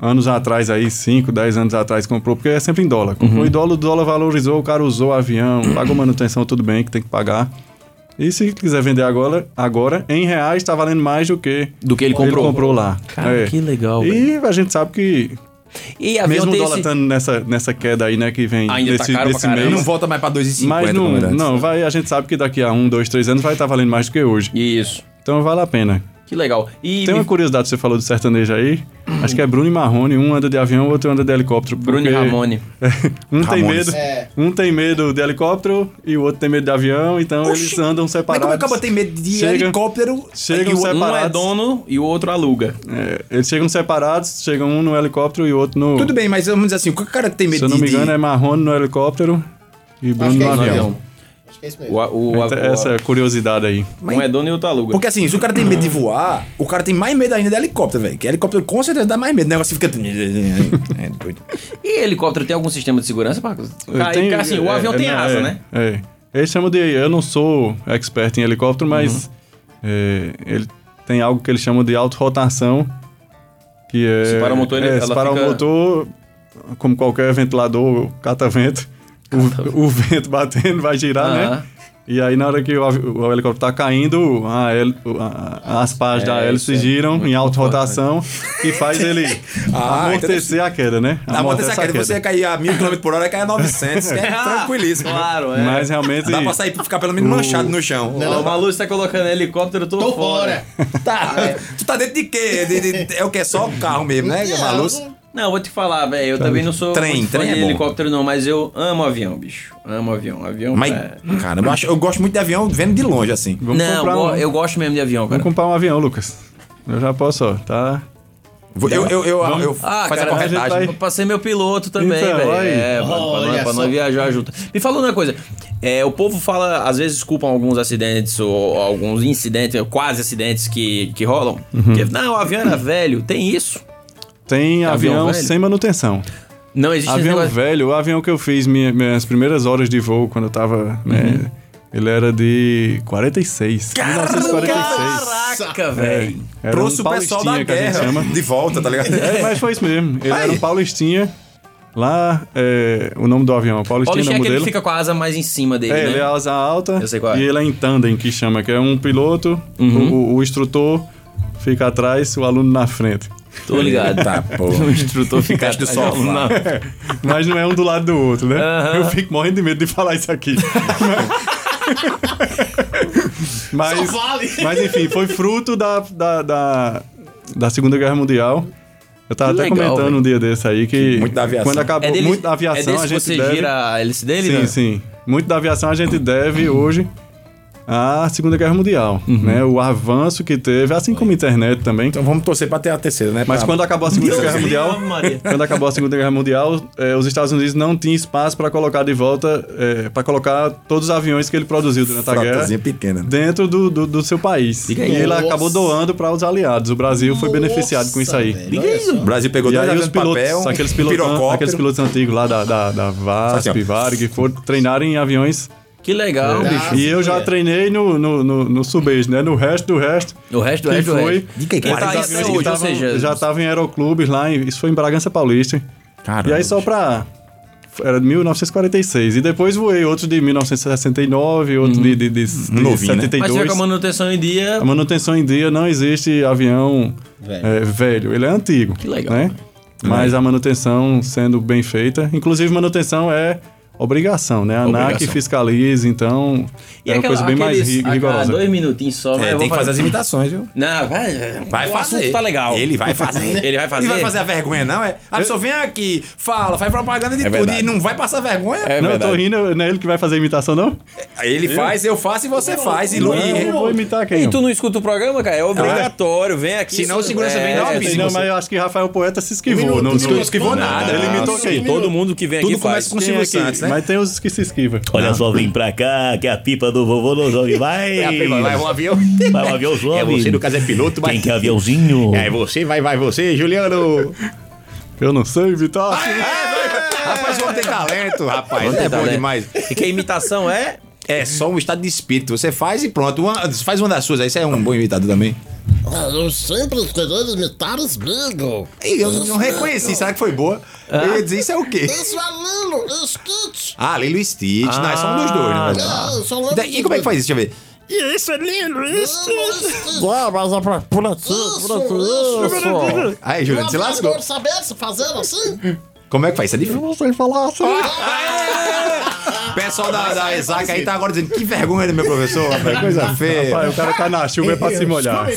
[SPEAKER 8] anos atrás aí, 5, 10 anos atrás, comprou, porque é sempre em dólar. Comprou
[SPEAKER 3] Uhum.
[SPEAKER 8] em dólar, o dólar valorizou, o cara usou o avião, pagou manutenção, tudo bem, que tem que pagar. E se quiser vender agora, agora em reais está valendo mais do que
[SPEAKER 3] Do que ele comprou.
[SPEAKER 8] lá. É.
[SPEAKER 3] Cara, que legal,
[SPEAKER 8] E a gente sabe que
[SPEAKER 3] E avião
[SPEAKER 8] mesmo o
[SPEAKER 3] tem
[SPEAKER 8] dólar
[SPEAKER 3] esse-
[SPEAKER 8] estando nessa, nessa queda aí, né, que vem
[SPEAKER 3] Ainda tá
[SPEAKER 8] desse,
[SPEAKER 3] caro pra
[SPEAKER 8] desse
[SPEAKER 3] caramba.
[SPEAKER 8] mês.
[SPEAKER 4] Não volta mais pra 2,50.
[SPEAKER 8] Mas não,
[SPEAKER 4] como era antes.
[SPEAKER 8] não vai, a gente sabe que daqui a um, dois, três anos vai estar valendo mais do que hoje.
[SPEAKER 3] Isso,
[SPEAKER 8] Então vale a pena.
[SPEAKER 3] que legal. E
[SPEAKER 8] Tem
[SPEAKER 3] me-
[SPEAKER 8] uma curiosidade, você falou do sertanejo aí. Acho que é Bruno e Marrone, um anda de avião, o outro anda de helicóptero.
[SPEAKER 3] Bruno e
[SPEAKER 8] porque-
[SPEAKER 3] Ramone.
[SPEAKER 8] um tem
[SPEAKER 4] Ramones.
[SPEAKER 8] medo, um tem medo de helicóptero e o outro tem medo de avião, então eles andam
[SPEAKER 4] Mas
[SPEAKER 8] separados.
[SPEAKER 4] como é acaba tem medo de
[SPEAKER 8] Chega-
[SPEAKER 4] helicóptero?
[SPEAKER 8] Chegam
[SPEAKER 4] e o-
[SPEAKER 8] separados.
[SPEAKER 3] Um é dono e o outro aluga.
[SPEAKER 8] É, eles chegam separados, chegam um no helicóptero e o outro no.
[SPEAKER 4] Tudo bem, mas vamos dizer assim, o que o cara tem medo
[SPEAKER 8] Se eu não
[SPEAKER 4] de-
[SPEAKER 8] me engano,
[SPEAKER 4] de...
[SPEAKER 8] é Marrone no helicóptero e Bruno
[SPEAKER 5] que é
[SPEAKER 8] no
[SPEAKER 5] isso
[SPEAKER 8] avião.
[SPEAKER 5] mesmo. Acho que é isso mesmo.
[SPEAKER 3] O, a- o, a-
[SPEAKER 8] Então, Essa é a curiosidade aí.
[SPEAKER 3] Um é dono e o outro aluga.
[SPEAKER 4] Porque assim, se o cara tem medo de voar, o cara tem mais medo ainda de helicóptero, velho. Que helicóptero com certeza dá mais medo. O negócio fica. É doido.
[SPEAKER 3] E helicóptero tem algum sistema de segurança? Pra... Cai-
[SPEAKER 8] Tem-
[SPEAKER 3] cai assim, o
[SPEAKER 8] é,
[SPEAKER 3] avião
[SPEAKER 8] é,
[SPEAKER 3] tem
[SPEAKER 8] é,
[SPEAKER 3] asa, né?
[SPEAKER 8] É. Eles chamam de. Eu não sou expert em helicóptero, mas
[SPEAKER 3] Uhum.
[SPEAKER 8] é, ele tem algo que eles chamam de autorrotação. Que é.
[SPEAKER 3] Se para o motor, ele-
[SPEAKER 8] é,
[SPEAKER 3] ela
[SPEAKER 8] se para
[SPEAKER 3] fica-
[SPEAKER 8] o motor, como qualquer ventilador, cata-vento, o, o vento batendo vai girar,
[SPEAKER 3] Aham.
[SPEAKER 8] né? E aí, na hora que o, avi- o helicóptero tá caindo, a hel- a- a- as pás da
[SPEAKER 3] É, isso
[SPEAKER 8] hélice
[SPEAKER 3] é
[SPEAKER 8] giram em autorrotação e faz ele
[SPEAKER 3] Ah,
[SPEAKER 8] amortecer a queda, né?
[SPEAKER 4] Na moto essa queda, Tá
[SPEAKER 3] é-
[SPEAKER 4] você ia cair a mil km por hora, ia cair a 900. que é tranquilíssimo.
[SPEAKER 3] Ah, Claro, é.
[SPEAKER 8] Mas realmente.
[SPEAKER 4] Dá pra sair, ficar pelo menos manchado no chão.
[SPEAKER 3] O Malu está colocando helicóptero, eu tô,
[SPEAKER 5] Tô
[SPEAKER 3] fora.
[SPEAKER 5] fora.
[SPEAKER 4] Tá.
[SPEAKER 8] É.
[SPEAKER 4] Tu tá dentro de quê? De- de- é o que? Só o carro mesmo, né? Maluz?
[SPEAKER 3] Não, vou te falar, velho.
[SPEAKER 8] Tá
[SPEAKER 3] Eu também não sou
[SPEAKER 4] Trem,
[SPEAKER 3] muito fã
[SPEAKER 4] trem é
[SPEAKER 3] de
[SPEAKER 4] bom.
[SPEAKER 3] helicóptero, não, mas eu amo avião, bicho. Amo avião. Avião.
[SPEAKER 4] Mas,
[SPEAKER 3] é-
[SPEAKER 4] cara, eu, acho- eu gosto muito de avião vendo de longe, assim.
[SPEAKER 8] Vamos
[SPEAKER 3] não,
[SPEAKER 8] comprar
[SPEAKER 3] eu go-
[SPEAKER 8] um.
[SPEAKER 3] eu gosto mesmo de avião, cara.
[SPEAKER 8] Vamos comprar um avião, Lucas. Eu já posso, ó. Tá.
[SPEAKER 4] Eu, eu, eu, eu, eu
[SPEAKER 3] Ah,
[SPEAKER 4] faço
[SPEAKER 3] cara,
[SPEAKER 4] a
[SPEAKER 8] a gente tá
[SPEAKER 4] corretagem.
[SPEAKER 8] vai-
[SPEAKER 3] eu passei meu piloto também,
[SPEAKER 8] Então,
[SPEAKER 3] velho.
[SPEAKER 8] aí.
[SPEAKER 3] É, pra, pra
[SPEAKER 5] Olha
[SPEAKER 3] nós- pra
[SPEAKER 5] só.
[SPEAKER 3] nós viajar junto. Me fala uma coisa. É, o povo fala, às vezes culpam alguns acidentes ou alguns incidentes, ou quase acidentes que, que rolam.
[SPEAKER 8] Uhum.
[SPEAKER 3] Que, não, o avião era velho. Tem isso?
[SPEAKER 8] Tem
[SPEAKER 3] Avião
[SPEAKER 8] avião,
[SPEAKER 3] velho?
[SPEAKER 8] sem manutenção.
[SPEAKER 3] Não existe esse
[SPEAKER 8] avião
[SPEAKER 3] negócio.
[SPEAKER 8] velho, o avião que eu fiz minha- minhas primeiras horas de voo quando eu tava. Né,
[SPEAKER 3] Uhum.
[SPEAKER 8] Ele era de 46. 1946. É.
[SPEAKER 3] Caraca, velho.
[SPEAKER 8] Era
[SPEAKER 4] Trouxe
[SPEAKER 8] um
[SPEAKER 4] o pessoal da
[SPEAKER 8] paulistinha que a gente
[SPEAKER 4] guerra
[SPEAKER 8] chama.
[SPEAKER 4] de volta, tá ligado?
[SPEAKER 8] É, mas foi isso mesmo. Ele era um paulistinha. Lá, é, o nome do
[SPEAKER 3] Paulistinha é
[SPEAKER 8] avião, paulistinha, paulistinha
[SPEAKER 3] aquele
[SPEAKER 8] modelo.
[SPEAKER 3] que fica com a asa mais em cima dele,
[SPEAKER 8] É,
[SPEAKER 3] né?
[SPEAKER 8] ele é asa alta
[SPEAKER 3] Eu sei qual é. Uhum.
[SPEAKER 8] e ele é em tandem que chama, que é um piloto, o- o, o instrutor fica atrás, o aluno na frente.
[SPEAKER 3] Tô ligado.
[SPEAKER 4] Tá, porra.
[SPEAKER 3] O instrutor fica
[SPEAKER 4] Teste do sofá.
[SPEAKER 3] Não.
[SPEAKER 8] Mas não é um do lado do outro, né? Eu fico morrendo de medo de falar isso aqui. mas,
[SPEAKER 5] Só fale.
[SPEAKER 8] mas enfim, foi fruto da, da, da, da Segunda Guerra Mundial. Eu tava
[SPEAKER 3] Que
[SPEAKER 8] até
[SPEAKER 3] legal,
[SPEAKER 8] comentando
[SPEAKER 3] velho.
[SPEAKER 8] um dia desse aí que.
[SPEAKER 4] Muito da aviação.
[SPEAKER 8] Quando acabou
[SPEAKER 3] É dele,
[SPEAKER 8] muito da aviação,
[SPEAKER 3] é desse que
[SPEAKER 8] a gente
[SPEAKER 3] você
[SPEAKER 8] deve.
[SPEAKER 3] gira a hélice dele,
[SPEAKER 8] Sim,
[SPEAKER 3] né?
[SPEAKER 8] sim. Muito da aviação a gente deve hoje à Segunda Guerra Mundial,
[SPEAKER 3] Uhum.
[SPEAKER 8] né? O avanço que teve, assim como a internet também.
[SPEAKER 4] Então vamos torcer pra ter a terceira, né?
[SPEAKER 8] Mas
[SPEAKER 4] Pra-
[SPEAKER 8] quando acabou a Segunda Guerra Mundial,
[SPEAKER 3] Ave Maria.
[SPEAKER 8] quando acabou a Segunda Guerra Mundial, eh, os Estados Unidos não tinham espaço para colocar de volta, para colocar todos os aviões que ele produziu durante a guerra
[SPEAKER 4] Frotazinha pequena.
[SPEAKER 8] dentro do, do, do seu país. E ele
[SPEAKER 5] Nossa.
[SPEAKER 8] acabou doando para os aliados. O Brasil foi beneficiado com isso aí.
[SPEAKER 5] Diga
[SPEAKER 4] O Brasil pegou
[SPEAKER 8] E
[SPEAKER 4] dois
[SPEAKER 8] aí
[SPEAKER 4] aviões de
[SPEAKER 8] os
[SPEAKER 4] papel,
[SPEAKER 8] pilotos, aqueles pilotos, né?
[SPEAKER 4] pirocóptero.
[SPEAKER 8] aqueles pilotos antigos lá da, da, da
[SPEAKER 4] Só
[SPEAKER 8] VASP,
[SPEAKER 4] assim, ó.
[SPEAKER 8] Varig, foram treinar em aviões.
[SPEAKER 3] Que legal,
[SPEAKER 5] É.
[SPEAKER 3] bicho.
[SPEAKER 8] E eu já treinei no, no, no, no subejo, né? No resto do resto.
[SPEAKER 3] O resto, o
[SPEAKER 8] Que
[SPEAKER 3] resto, o
[SPEAKER 8] foi?
[SPEAKER 3] resto.
[SPEAKER 4] De que-
[SPEAKER 3] Quem tá aí
[SPEAKER 4] Vários
[SPEAKER 3] até
[SPEAKER 4] aviões que
[SPEAKER 3] hoje, ou
[SPEAKER 8] Tavam-
[SPEAKER 3] seja...
[SPEAKER 8] já tava em aeroclubes lá, em- isso foi em Bragança Paulista.
[SPEAKER 4] Caramba.
[SPEAKER 8] E aí só pra. Era de 1946. E depois voei outro de 1969, outro de, de, de, de
[SPEAKER 4] Novinho, né?
[SPEAKER 8] 72.
[SPEAKER 3] Uhum. Mas se tiver com a manutenção em dia...
[SPEAKER 8] A manutenção em dia não existe avião é, velho. Ele é antigo. Que
[SPEAKER 3] legal,
[SPEAKER 8] Né? Mas a manutenção sendo bem feita. Inclusive, manutenção é obrigação, né? A ANAC
[SPEAKER 15] Obrigação.
[SPEAKER 8] fiscaliza, então é uma
[SPEAKER 3] aquela-
[SPEAKER 8] coisa bem mais
[SPEAKER 3] aqueles-
[SPEAKER 8] ri-
[SPEAKER 3] ah,
[SPEAKER 8] rigorosa.
[SPEAKER 3] dois minutinhos só, vai,
[SPEAKER 4] É,
[SPEAKER 3] eu
[SPEAKER 4] tem
[SPEAKER 3] vou
[SPEAKER 4] que fazer as imitações, viu?
[SPEAKER 3] Não, vai.
[SPEAKER 4] Vai
[SPEAKER 3] o
[SPEAKER 4] fazer.
[SPEAKER 3] assunto tá legal.
[SPEAKER 4] Ele vai fazer.
[SPEAKER 3] Ele vai fazer?
[SPEAKER 4] Ele vai fazer a vergonha, não é? A pessoa vem aqui, fala, faz
[SPEAKER 14] É
[SPEAKER 4] propaganda de tudo
[SPEAKER 15] verdade.
[SPEAKER 4] e não vai passar vergonha.
[SPEAKER 8] não, eu tô rindo, não é ele que vai fazer a imitação, não?
[SPEAKER 4] Aí ele faz, eu faço e você faz. E,
[SPEAKER 8] não, é um
[SPEAKER 4] e-
[SPEAKER 8] eu vou
[SPEAKER 4] tá
[SPEAKER 8] imitar quem?
[SPEAKER 3] E tu não escuta o programa, cara? É obrigatório, vem aqui.
[SPEAKER 4] Senão o segurança vem e dá uma
[SPEAKER 3] é,
[SPEAKER 4] pista.
[SPEAKER 8] Sei, não, mas eu acho que Rafael Poeta se esquivou.
[SPEAKER 16] Um minuto,
[SPEAKER 8] não,
[SPEAKER 16] um minuto.
[SPEAKER 8] não-
[SPEAKER 4] esquivou nada.
[SPEAKER 8] Ele imitou quem?
[SPEAKER 3] Todo mundo que vem
[SPEAKER 4] Tudo
[SPEAKER 3] aqui faz.
[SPEAKER 4] começa com o Silvio Santos, né?
[SPEAKER 8] Mas tem os que se esquivam. Ah,
[SPEAKER 5] Olha só, vem pra cá, que a pipa do vovô não sobe mais.
[SPEAKER 14] Vai um avião.
[SPEAKER 5] Vai o avião sobe.
[SPEAKER 14] É você, no caso, é piloto, mas...
[SPEAKER 5] Quem quer aviãozinho?
[SPEAKER 14] É você, vai, vai você, Juliano.
[SPEAKER 8] Eu não sei imitar.
[SPEAKER 4] Rapaz, o homem tem talento, rapaz.
[SPEAKER 3] Vamos
[SPEAKER 4] É
[SPEAKER 3] tentar,
[SPEAKER 4] bom
[SPEAKER 3] né?
[SPEAKER 4] demais.
[SPEAKER 3] E que a imitação é?
[SPEAKER 4] É só um estado de espírito. Você faz e pronto. Uma- faz uma das suas aí. Você é um bom imitador também.
[SPEAKER 17] Eu sempre querendo imitar os Beatles.
[SPEAKER 4] Ih, Eu não reconheci. Será que foi boa?
[SPEAKER 14] Ah.
[SPEAKER 4] Eu ia dizer, isso é o quê?
[SPEAKER 17] Isso é lindo, Skit.
[SPEAKER 4] Ah, Lilo e Stitch. Não, é só um dos dois, na verdade.
[SPEAKER 17] Ah, eu só lembro
[SPEAKER 4] Da- E como é que faz isso? Deixa eu ver.
[SPEAKER 17] Ué, mas é pra, por aqui, isso, por aqui, isso.
[SPEAKER 4] Aí, Juliano, você lascou.
[SPEAKER 17] Eu saber se fazer assim.
[SPEAKER 4] Como é que faz? Isso é difícil.
[SPEAKER 8] Sem falar assim.
[SPEAKER 17] Ah,
[SPEAKER 4] O pessoal da, da
[SPEAKER 17] é
[SPEAKER 4] Exaca aí tá agora dizendo que vergonha do meu professor. Rapaz, coisa
[SPEAKER 8] Pai,
[SPEAKER 4] feia.
[SPEAKER 8] o cara tá na chuva é pra se molhar.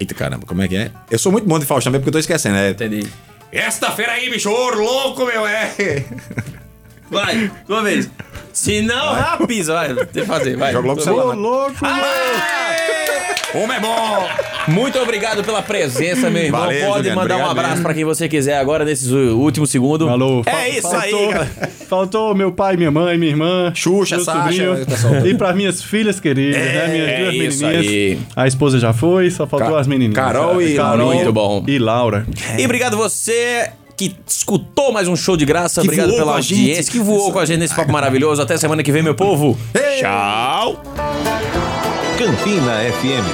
[SPEAKER 4] Eita, caramba, como é que é? Eu sou muito bom de Faustão também porque eu tô esquecendo, né?
[SPEAKER 3] Entendi.
[SPEAKER 4] Esta feira aí, bicho, ô, louco, meu, é.
[SPEAKER 3] Vai, uma vez. Se não, rapaz, vai. Tem que fazer, vai.
[SPEAKER 4] Joga logo o
[SPEAKER 8] Ô,
[SPEAKER 4] celular. né?
[SPEAKER 8] louco!
[SPEAKER 4] Homem é bom.
[SPEAKER 3] Muito obrigado pela presença, meu irmão.
[SPEAKER 4] Valeu,
[SPEAKER 3] Pode
[SPEAKER 4] Juliano,
[SPEAKER 3] mandar um
[SPEAKER 4] obrigado
[SPEAKER 3] abraço
[SPEAKER 4] mesmo.
[SPEAKER 3] pra quem você quiser agora, nesses último segundo.
[SPEAKER 8] Alô, fal-
[SPEAKER 3] É isso aí,
[SPEAKER 8] faltou,
[SPEAKER 3] cara.
[SPEAKER 8] Faltou meu pai, minha mãe, minha irmã.
[SPEAKER 4] Xuxa,
[SPEAKER 8] meu
[SPEAKER 4] Sasha, né,
[SPEAKER 8] sobrinho,
[SPEAKER 4] pessoal.
[SPEAKER 8] E pras minhas filhas queridas,
[SPEAKER 4] É,
[SPEAKER 8] né? Minhas
[SPEAKER 4] é
[SPEAKER 8] duas
[SPEAKER 4] isso
[SPEAKER 8] menininhas.
[SPEAKER 4] aí.
[SPEAKER 8] A esposa já foi, só faltou
[SPEAKER 4] Ca-
[SPEAKER 8] as menininhas.
[SPEAKER 4] Carol e
[SPEAKER 8] Carol
[SPEAKER 4] Laurinha.
[SPEAKER 3] Muito bom.
[SPEAKER 8] E Laura.
[SPEAKER 3] E obrigado você que escutou mais um show de graça. obrigado
[SPEAKER 4] voou
[SPEAKER 3] pela
[SPEAKER 4] com a gente.
[SPEAKER 3] audiência, que voou com a gente nesse papo maravilhoso. Até semana que vem, meu povo.
[SPEAKER 18] Campina FM.